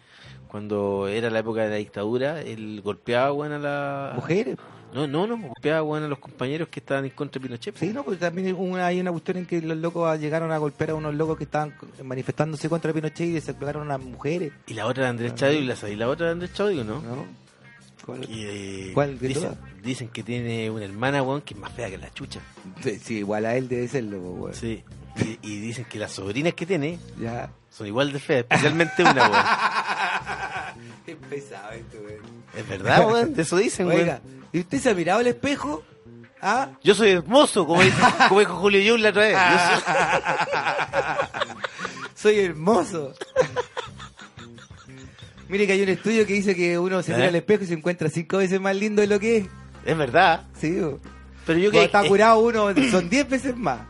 [SPEAKER 3] cuando era la época de la dictadura, él golpeaba bueno, a la.
[SPEAKER 4] Mujeres.
[SPEAKER 3] No, no, no, golpeaba bueno, a los compañeros que estaban en contra de Pinochet.
[SPEAKER 4] Sí, no, porque también hubo una- hay una cuestión en que los locos ah, llegaron a golpear a unos locos que estaban manifestándose contra Pinochet y desemplearon a unas mujeres.
[SPEAKER 3] Y la otra de Andrés Chadwick, la, sabéis la otra de Andrés Chadwick, ¿no?
[SPEAKER 4] ¿no? ¿Cuál?
[SPEAKER 3] Y, eh,
[SPEAKER 4] ¿Cuál de
[SPEAKER 3] dicen,
[SPEAKER 4] todas?
[SPEAKER 3] dicen que tiene una hermana, weón, que es más fea que la chucha.
[SPEAKER 4] Sí, sí, igual a él debe serlo, po, weón.
[SPEAKER 3] Sí. Y, y dicen que las sobrinas que tiene <laughs>
[SPEAKER 4] Ya.
[SPEAKER 3] son igual de feas, especialmente una,
[SPEAKER 4] <laughs>
[SPEAKER 3] weón.
[SPEAKER 4] Qué pesado esto, weón.
[SPEAKER 3] Es verdad, weón, de eso dicen,
[SPEAKER 4] Oiga,
[SPEAKER 3] Este weón.
[SPEAKER 4] ¿y usted se ha mirado al espejo? ¿Ah?
[SPEAKER 3] Yo soy hermoso, como dijo, como dijo Julio Yul la otra vez. Yo soy-
[SPEAKER 4] Ah. Soy hermoso. Mire que hay un estudio que dice que uno se
[SPEAKER 3] ¿Eh?
[SPEAKER 4] mira al espejo y se encuentra cinco veces más lindo de lo que es.
[SPEAKER 3] <laughs> es verdad.
[SPEAKER 4] Sí, bo.
[SPEAKER 3] Pero yo
[SPEAKER 4] Cuando
[SPEAKER 3] que.
[SPEAKER 4] está
[SPEAKER 3] eh,
[SPEAKER 4] curado uno, son diez veces
[SPEAKER 3] <clears throat>
[SPEAKER 4] más.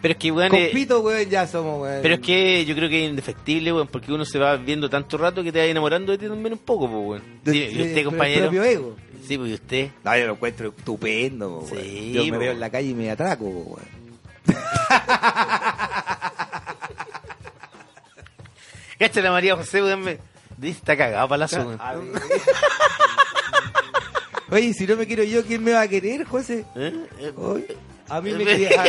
[SPEAKER 3] pero es que, weón, eh,
[SPEAKER 4] Compito, weón, ya somos, weón.
[SPEAKER 3] pero es que yo creo que es indefectible, weón, porque uno se va viendo tanto rato que te va enamorando de ti también un poco, pues, weón.
[SPEAKER 4] De-
[SPEAKER 3] Sí, y
[SPEAKER 4] de-
[SPEAKER 3] usted,
[SPEAKER 4] del
[SPEAKER 3] compañero.
[SPEAKER 4] propio ego.
[SPEAKER 3] Sí, pues, y usted.
[SPEAKER 4] No, yo lo encuentro estupendo, po, weón.
[SPEAKER 3] Sí,
[SPEAKER 4] Yo me
[SPEAKER 3] po.
[SPEAKER 4] veo en la calle y me atraco, po, weón.
[SPEAKER 3] Cacha Este la María José, weón, me. Dice, está cagado palazo, weón.
[SPEAKER 4] Oye, si no me quiero yo, ¿quién me va a querer, José?
[SPEAKER 3] ¿Eh? Pues, Eh,
[SPEAKER 4] Oye, a mí
[SPEAKER 3] <laughs>
[SPEAKER 4] me quería-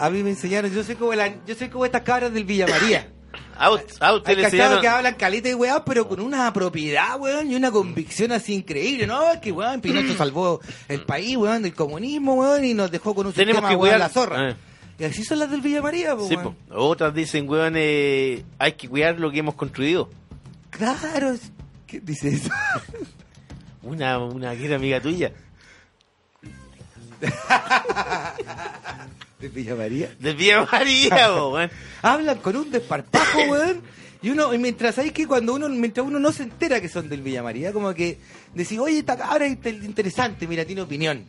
[SPEAKER 4] a, a mí me enseñaron, yo soy como la- yo soy como estas cabras del Villa María.
[SPEAKER 3] A usted- a usted
[SPEAKER 4] Hay
[SPEAKER 3] le
[SPEAKER 4] cachados
[SPEAKER 3] enseñaron.
[SPEAKER 4] que hablan caleta y weá, pero con una propiedad, weón, y una convicción así increíble, ¿no? Es que, weón, Pinocho salvó el país, weón, del comunismo, weón, y nos dejó con un
[SPEAKER 3] Tenemos
[SPEAKER 4] sistema,
[SPEAKER 3] que
[SPEAKER 4] weón,
[SPEAKER 3] cuidar-
[SPEAKER 4] la zorra.
[SPEAKER 3] Eh.
[SPEAKER 4] Y así son las del Villa María, po,
[SPEAKER 3] Sí,
[SPEAKER 4] pues, weón.
[SPEAKER 3] po. Otras dicen, weón, eh, hay que cuidar lo que hemos construido.
[SPEAKER 4] Claro, es- ¿qué dice eso?
[SPEAKER 3] Una, una que era amiga tuya,
[SPEAKER 4] De Villa María.
[SPEAKER 3] del Villa
[SPEAKER 4] <laughs>
[SPEAKER 3] María, po, weón.
[SPEAKER 4] Hablan con un
[SPEAKER 3] <laughs>
[SPEAKER 4] desparpajo, weón. Y uno, y mientras sabéis que cuando uno, mientras uno no se entera que son del Villa María, como que decís, oye, esta cabra es inter- interesante, mira, tiene opinión.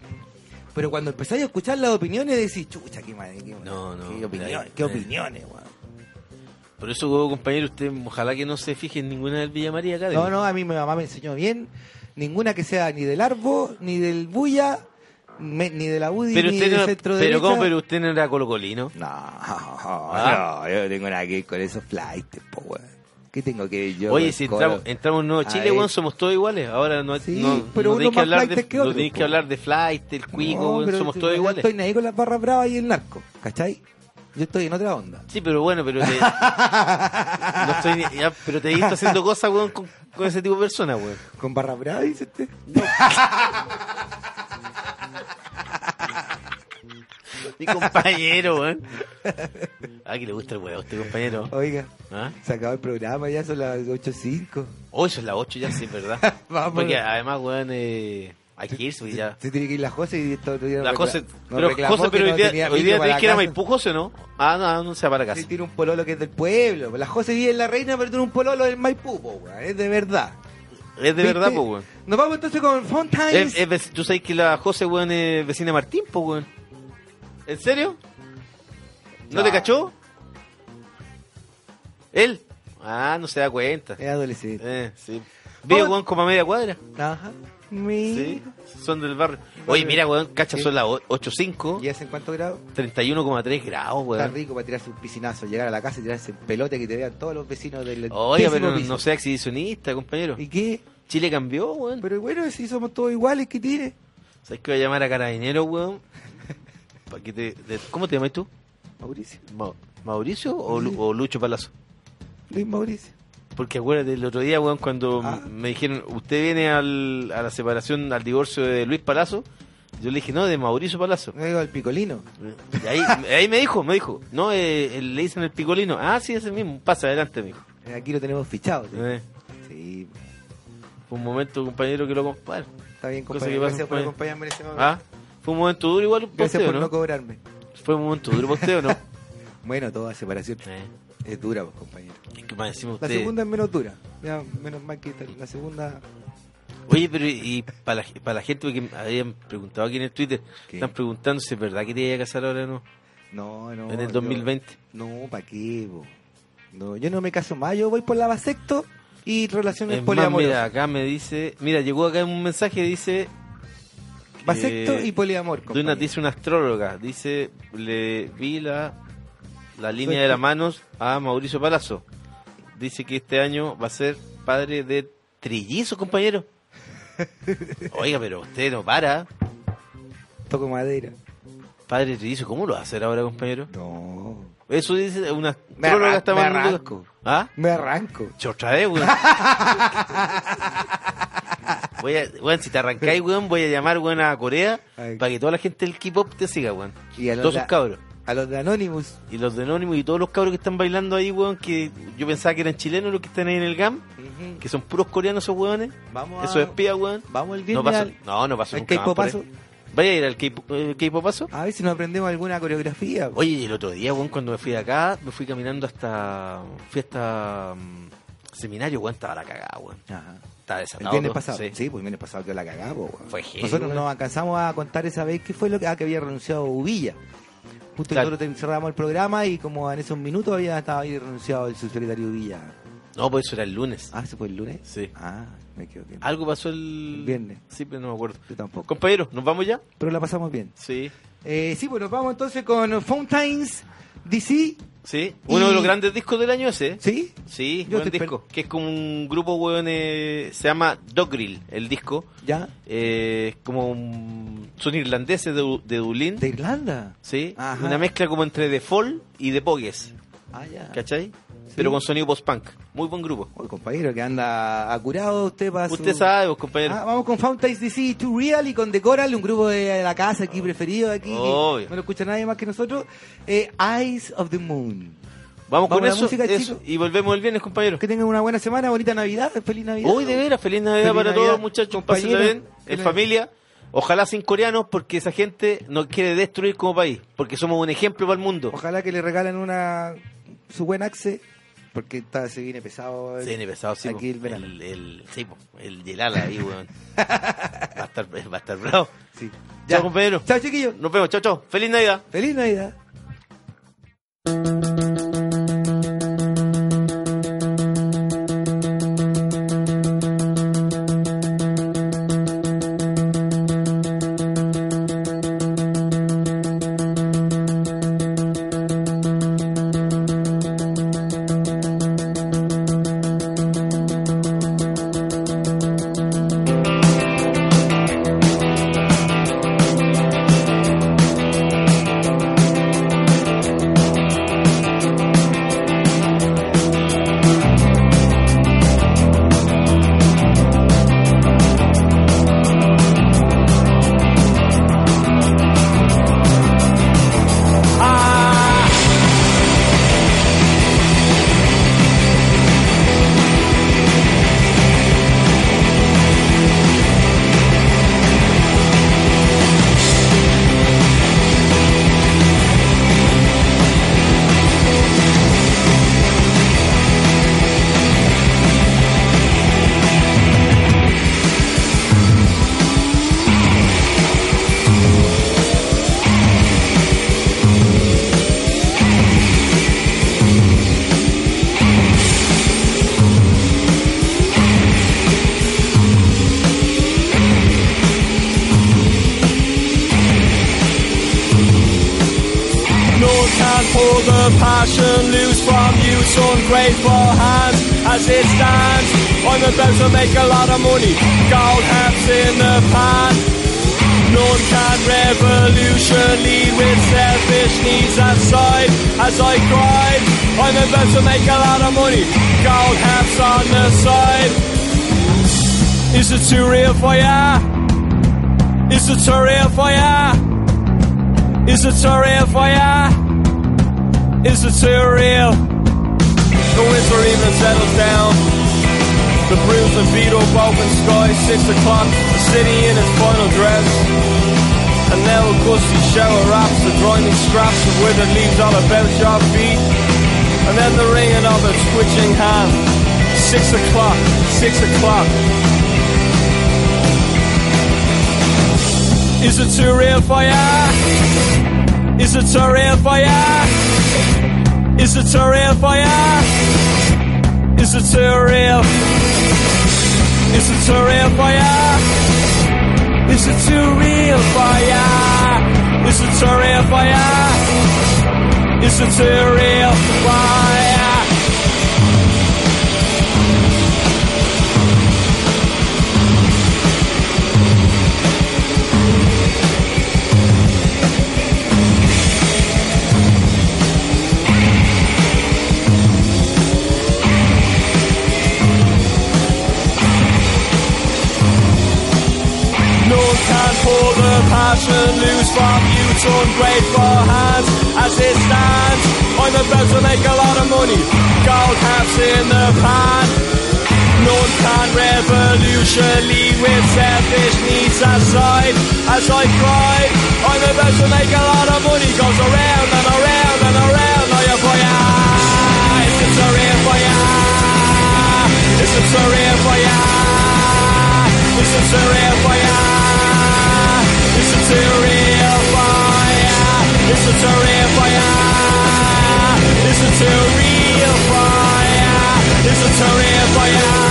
[SPEAKER 4] Pero cuando empezáis a escuchar las opiniones decís, chucha, qué madre, qué,
[SPEAKER 3] No, no,
[SPEAKER 4] qué, opinión-
[SPEAKER 3] eh,
[SPEAKER 4] qué
[SPEAKER 3] eh.
[SPEAKER 4] opiniones, weón.
[SPEAKER 3] Por eso, weón, compañero, usted ojalá que no se fije en ninguna del Villa María acá.
[SPEAKER 4] No, no, a mí mi mamá me enseñó bien. Ninguna que sea ni del Arbo, ni del Buya, me- ni de la UDI,
[SPEAKER 3] Pero
[SPEAKER 4] ni
[SPEAKER 3] usted
[SPEAKER 4] del
[SPEAKER 3] no,
[SPEAKER 4] centro de
[SPEAKER 3] pero, ¿cómo? pero usted no era colocolino.
[SPEAKER 4] No,
[SPEAKER 3] Ah.
[SPEAKER 4] no, yo no tengo nada que ver con esos flights, po, weón. ¿Qué tengo que ver yo?
[SPEAKER 3] Oye,
[SPEAKER 4] weón,
[SPEAKER 3] si
[SPEAKER 4] con-
[SPEAKER 3] entramos, entramos en un nuevo
[SPEAKER 4] A
[SPEAKER 3] Chile,
[SPEAKER 4] ver.
[SPEAKER 3] weón, somos todos iguales. Ahora no,
[SPEAKER 4] Sí,
[SPEAKER 3] no,
[SPEAKER 4] pero
[SPEAKER 3] no
[SPEAKER 4] uno
[SPEAKER 3] tenéis que
[SPEAKER 4] más
[SPEAKER 3] hablar de,
[SPEAKER 4] flightes que
[SPEAKER 3] no
[SPEAKER 4] otro,
[SPEAKER 3] tenéis
[SPEAKER 4] po.
[SPEAKER 3] que hablar de flight, el cuico,
[SPEAKER 4] No,
[SPEAKER 3] weón,
[SPEAKER 4] pero
[SPEAKER 3] somos
[SPEAKER 4] yo-
[SPEAKER 3] todos
[SPEAKER 4] yo
[SPEAKER 3] iguales.
[SPEAKER 4] estoy ahí con las barras bravas y el narco, ¿cachai? Yo estoy en otra onda.
[SPEAKER 3] Sí, pero bueno, pero
[SPEAKER 4] <laughs>
[SPEAKER 3] te, no estoy ni- ya, pero te he visto haciendo cosas, weón, con, con ese tipo de personas, weón.
[SPEAKER 4] ¿Con barras bravas, dice este. usted?
[SPEAKER 3] Mi compañero, weón. Ah, que le gusta el huevo a este compañero.
[SPEAKER 4] Oiga,
[SPEAKER 3] ¿Ah?
[SPEAKER 4] se acabó el programa, ya son las 8.05.
[SPEAKER 3] Oh, eso es las 8 ya, sí,
[SPEAKER 4] <laughs>
[SPEAKER 3] es verdad.
[SPEAKER 4] Vámonos.
[SPEAKER 3] Porque además, weón, eh, hay que irse, pues, ya.
[SPEAKER 4] Se tiene que ir la José y esto otro día
[SPEAKER 3] La
[SPEAKER 4] recla-
[SPEAKER 3] José,
[SPEAKER 4] nos
[SPEAKER 3] pero
[SPEAKER 4] reclamó
[SPEAKER 3] José,
[SPEAKER 4] que
[SPEAKER 3] pero hoy
[SPEAKER 4] no
[SPEAKER 3] día,
[SPEAKER 4] tenía
[SPEAKER 3] hoy
[SPEAKER 4] micro
[SPEAKER 3] día
[SPEAKER 4] para
[SPEAKER 3] tenés que ir a
[SPEAKER 4] casa.
[SPEAKER 3] Maipú, José, ¿no? Ah, no, no se va para casa.
[SPEAKER 4] Sí, tiene un pololo que es del pueblo. La José vive en la reina, pero tiene un pololo del Maipú, po, weón. Es de verdad.
[SPEAKER 3] Es de
[SPEAKER 4] ¿Viste?
[SPEAKER 3] verdad, pues, weón.
[SPEAKER 4] Nos vamos entonces con Fontaines.
[SPEAKER 3] Es- es vec- Tú sabes que la José, weón, es vecina de Martín, pues, weón. ¿En serio? ¿No
[SPEAKER 4] No.
[SPEAKER 3] te cachó? ¿Él? Ah, no se da cuenta.
[SPEAKER 4] Es adolescente.
[SPEAKER 3] Eh, sí. Veo,
[SPEAKER 4] Vamos.
[SPEAKER 3] weón, como a media cuadra.
[SPEAKER 4] Ajá. Mira.
[SPEAKER 3] Sí, son del barrio. Oye, mira, weón, cacha, son las o- 8.5,
[SPEAKER 4] ¿Y hace en cuánto grado?
[SPEAKER 3] 31,3 grados,
[SPEAKER 4] Está
[SPEAKER 3] weón.
[SPEAKER 4] rico para tirarse un piscinazo, llegar a la casa y tirarse el pelote que te vean todos los vecinos del
[SPEAKER 3] Oye,
[SPEAKER 4] décimo
[SPEAKER 3] pero
[SPEAKER 4] piso.
[SPEAKER 3] no sea exhibicionista, compañero.
[SPEAKER 4] ¿Y qué?
[SPEAKER 3] Chile cambió, weón.
[SPEAKER 4] Pero bueno, si somos todos iguales, ¿qué tiene?
[SPEAKER 3] ¿Sabes que voy a llamar a Carabineros, <laughs> weón? Pa' que te- de- ¿Cómo te llamas tú?
[SPEAKER 4] Mauricio.
[SPEAKER 3] Ma- ¿Mauricio o, Lu- o Lucho Palazzo?
[SPEAKER 4] Luis Mauricio.
[SPEAKER 3] Porque acuérdate, el otro día, weón, cuando
[SPEAKER 4] Ah.
[SPEAKER 3] me dijeron, usted viene al- a la separación, al divorcio de Luis Palazzo, yo le dije, no, de Mauricio Palazzo.
[SPEAKER 4] No digo el picolino. <laughs>
[SPEAKER 3] Y ahí, ahí me dijo, me dijo, no, eh, eh, le dicen el picolino. Ah, sí, ese mismo, pasa adelante, me dijo.
[SPEAKER 4] Eh, Aquí lo tenemos fichado. Sí.
[SPEAKER 3] Eh,
[SPEAKER 4] Sí,
[SPEAKER 3] fue un momento, compañero, que lo comparo.
[SPEAKER 4] Está bien,
[SPEAKER 3] Cosa que
[SPEAKER 4] compañero.
[SPEAKER 3] pasa,
[SPEAKER 4] Gracias por
[SPEAKER 3] compañero.
[SPEAKER 4] acompañarme en ese momento.
[SPEAKER 3] Ah, fue un momento duro igual, para
[SPEAKER 4] Gracias
[SPEAKER 3] usted, ¿o
[SPEAKER 4] por
[SPEAKER 3] ¿no?
[SPEAKER 4] no cobrarme.
[SPEAKER 3] Fue un momento duro
[SPEAKER 4] <laughs>
[SPEAKER 3] para usted, ¿o no?
[SPEAKER 4] Bueno, toda separación
[SPEAKER 3] Eh,
[SPEAKER 4] es dura, pues, compañero.
[SPEAKER 3] es que más encima
[SPEAKER 4] La
[SPEAKER 3] usted-
[SPEAKER 4] segunda es menos dura. Ya, menos mal que tal- la segunda.
[SPEAKER 3] Oye, pero y para la, para la gente, porque habían preguntado aquí en el Twitter,
[SPEAKER 4] ¿Qué?
[SPEAKER 3] están preguntando si es verdad que te ibas a casar ahora o no,
[SPEAKER 4] No, no.
[SPEAKER 3] en el
[SPEAKER 4] yo-
[SPEAKER 3] 2020.
[SPEAKER 4] No, ¿para qué, po? No, yo no me caso más. Yo voy por la vasecto y relaciones
[SPEAKER 3] Es más, mira,
[SPEAKER 4] poliamorosas.
[SPEAKER 3] acá me dice, mira, llegó acá un mensaje, dice...
[SPEAKER 4] Vasecto
[SPEAKER 3] eh,
[SPEAKER 4] y poliamor.
[SPEAKER 3] De una-
[SPEAKER 4] compañero.
[SPEAKER 3] dice una astróloga, dice, le vi la, la
[SPEAKER 4] Soy
[SPEAKER 3] línea de las
[SPEAKER 4] tú.
[SPEAKER 3] manos a Mauricio Palazzo. Dice que este año va a ser padre de
[SPEAKER 4] <laughs>
[SPEAKER 3] trillizos, compañero. Oiga, pero usted no para.
[SPEAKER 4] Toco madera.
[SPEAKER 3] Padre de trillizos, ¿cómo lo va a hacer ahora, compañero?
[SPEAKER 4] No.
[SPEAKER 3] Eso dice una
[SPEAKER 4] Me
[SPEAKER 3] astróloga.
[SPEAKER 4] arran-
[SPEAKER 3] está
[SPEAKER 4] me
[SPEAKER 3] mandando-
[SPEAKER 4] arranco.
[SPEAKER 3] ¿Ah?
[SPEAKER 4] Me arranco.
[SPEAKER 3] Yo otra
[SPEAKER 4] <laughs>
[SPEAKER 3] vez, weón. Voy a, weón, si te arrancáis, weón, voy a llamar, weón, a Corea
[SPEAKER 4] Ay.
[SPEAKER 3] para que toda la gente del K-pop te siga, weón.
[SPEAKER 4] Y a la-
[SPEAKER 3] Todos sus cabros.
[SPEAKER 4] a los de Anonymous.
[SPEAKER 3] Y los de Anonymous y todos los cabros que están bailando ahí, weón, que yo pensaba que eran chilenos los que están ahí en el GAM, que son puros coreanos esos weones,
[SPEAKER 4] Vamos a-
[SPEAKER 3] esos espías, weón.
[SPEAKER 4] Vamos el viernes
[SPEAKER 3] No pasó,
[SPEAKER 4] al-
[SPEAKER 3] no, no pasó
[SPEAKER 4] al
[SPEAKER 3] nunca más por ahí.
[SPEAKER 4] K-popazo.
[SPEAKER 3] Vaya a ir al K-pop- eh, K-popazo.
[SPEAKER 4] a ver si nos aprendemos alguna coreografía.
[SPEAKER 3] Oye, y el otro día, weón, cuando me fui de acá, me fui caminando hasta. Fui hasta. mm, seminario, weón, estaba la cagada, weón.
[SPEAKER 4] Ajá.
[SPEAKER 3] Estaba
[SPEAKER 4] El
[SPEAKER 3] desatado.
[SPEAKER 4] viernes
[SPEAKER 3] todo,
[SPEAKER 4] pasado.
[SPEAKER 3] sí.
[SPEAKER 4] Sí, pues el viernes pasado que la cagamos.
[SPEAKER 3] Fue heavy,
[SPEAKER 4] Nosotros
[SPEAKER 3] weón.
[SPEAKER 4] nos alcanzamos a contar esa vez qué fue lo que, ah, que había renunciado Uvilla. Justo
[SPEAKER 3] Claro.
[SPEAKER 4] nosotros te- cerramos el programa y como en esos minutos había estado ahí renunciado el subsecretario Uvilla.
[SPEAKER 3] No, pues eso era el lunes.
[SPEAKER 4] Ah, ¿se fue el lunes?
[SPEAKER 3] Sí.
[SPEAKER 4] Ah, me equivoqué.
[SPEAKER 3] Algo pasó el.
[SPEAKER 4] Viernes.
[SPEAKER 3] Sí, pero no me acuerdo.
[SPEAKER 4] Yo tampoco.
[SPEAKER 3] Compañeros, ¿nos vamos ya?
[SPEAKER 4] Pero la pasamos bien.
[SPEAKER 3] Sí.
[SPEAKER 4] Eh, sí, pues nos vamos entonces con Fountains DC.
[SPEAKER 3] Sí. Uno de los
[SPEAKER 4] Y-
[SPEAKER 3] grandes discos del año ese.
[SPEAKER 4] ¿Sí?
[SPEAKER 3] Sí,
[SPEAKER 4] Yo
[SPEAKER 3] buen
[SPEAKER 4] estoy
[SPEAKER 3] disco. Que es como un grupo, weón, eh, se llama Dogril, el disco.
[SPEAKER 4] ¿Ya?
[SPEAKER 3] Eh, es como un- son irlandeses de, Du- de Dublín.
[SPEAKER 4] ¿De Irlanda?
[SPEAKER 3] Sí,
[SPEAKER 4] Ajá.
[SPEAKER 3] una mezcla como entre The Fall y The Pogues,
[SPEAKER 4] Ah, ya.
[SPEAKER 3] ¿cachai? Pero con sonido post-punk. Muy buen grupo.
[SPEAKER 4] Oye, compañero, que anda acurado usted para Ah, su-
[SPEAKER 3] Usted sabe, vos, compañero.
[SPEAKER 4] Ah, vamos con Fountains DC, Too Real y con The Coral, un grupo de la casa aquí preferido, aquí que
[SPEAKER 3] Obvio.
[SPEAKER 4] no lo escucha nadie más que nosotros. Eh, Eyes of the Moon.
[SPEAKER 3] vamos,
[SPEAKER 4] vamos
[SPEAKER 3] con
[SPEAKER 4] a la
[SPEAKER 3] eso,
[SPEAKER 4] música,
[SPEAKER 3] eso,
[SPEAKER 4] chicos.
[SPEAKER 3] y volvemos el viernes, compañero.
[SPEAKER 4] Que tengan una buena semana, bonita Navidad, feliz Navidad.
[SPEAKER 3] Hoy de veras, feliz Navidad
[SPEAKER 4] Feliz
[SPEAKER 3] para
[SPEAKER 4] Navidad,
[SPEAKER 3] todos, muchachos.
[SPEAKER 4] compañero.
[SPEAKER 3] Pásenla bien, en
[SPEAKER 4] Feliz-
[SPEAKER 3] familia. Ojalá sin coreanos, porque esa gente nos quiere destruir como país. Porque somos un ejemplo para el mundo.
[SPEAKER 4] Ojalá que le regalen una su buen axe, porque está, se viene pesado. el-
[SPEAKER 3] Se viene pesado, sí.
[SPEAKER 4] Aquí
[SPEAKER 3] po.
[SPEAKER 4] el verano.
[SPEAKER 3] El, el, sí, po. el Yelala ahí,
[SPEAKER 4] <laughs>
[SPEAKER 3] weón. va, a estar, va a estar bravo.
[SPEAKER 4] Sí.
[SPEAKER 3] Chao, compañero.
[SPEAKER 4] Chao, chiquillos.
[SPEAKER 3] Nos vemos, chao, chao. Feliz Navidad.
[SPEAKER 4] Feliz Navidad.
[SPEAKER 6] No can pour the passion loose from you, so ungrateful hands as it stands. I'm about to make a lot of money, gold hats in the pan. None can revolution lead with selfish needs aside. As I cried, I'm about to make a lot of money, gold hats on the side. Is it too real for ya? Is it too real for ya? Is it too real for ya? Is it too real? The winter even settles down. The bruised and beat up open sky, six o'clock, the city in its final dress. And now a gusty shower wraps the grinding straps of withered leaves all about your feet. And then the ringing of a twitching hand. Six o'clock, six o'clock. Is it too real for ya? Is it too real for ya? Is it too real for ya? Is it too real? Is it too real for ya? Is it too real for ya? Is it too real for ya? Is it too real for ya? No time for the passion loose from you torn grateful hands as it stands I'm about to make a lot of money gold caps in the pan None can revolution lead with selfish needs aside As I cry, I'm about to make a lot of money Goes around and around and around Oh yeah, boy, ah, it's a surreal, boy, ah It's a surreal, boy, ah It's a surreal, boy, ah It's a surreal, boy, ah It's a surreal, boy, ah It's a surreal, boy, ah It's a surreal, boy, ah It's a surreal, boy, ah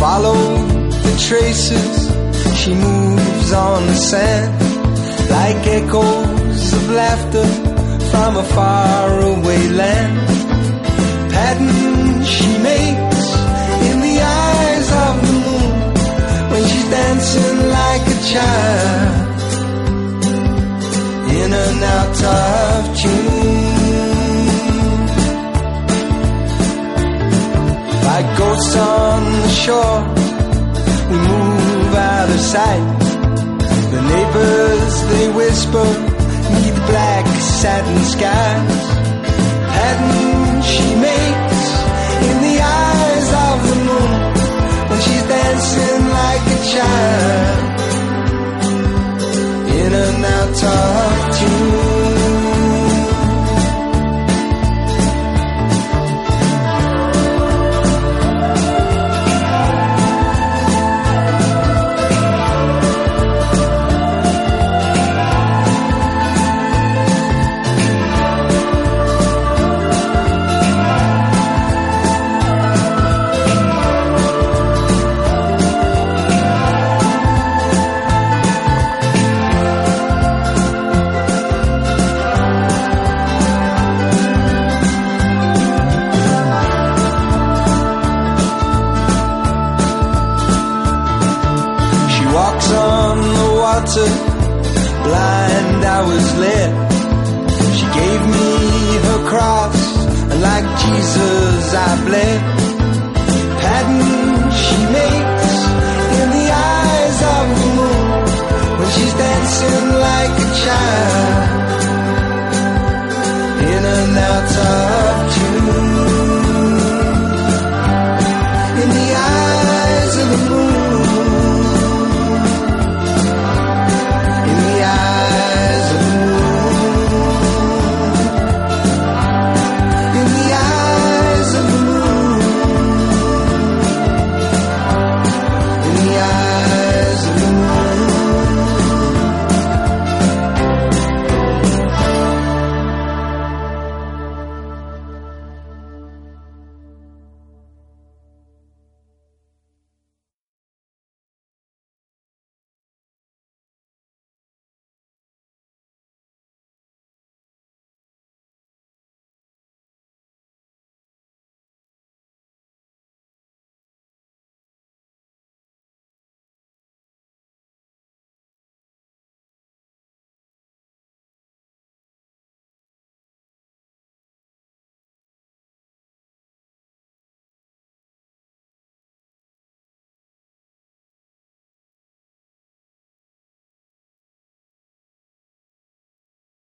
[SPEAKER 7] follow the traces. She moves on the sand like echoes of laughter from a faraway land. Pattern she makes in the eyes of the moon when she's dancing like a child in and out of tune. Like ghosts on the shore, we move out of sight. The neighbors, they whisper, need the black satin skies. Pattern she makes in the eyes of the moon when she's dancing like a child. In and out of tune. She walks on the water, blind I was led. She gave me her cross, and like Jesus I bled. Pattern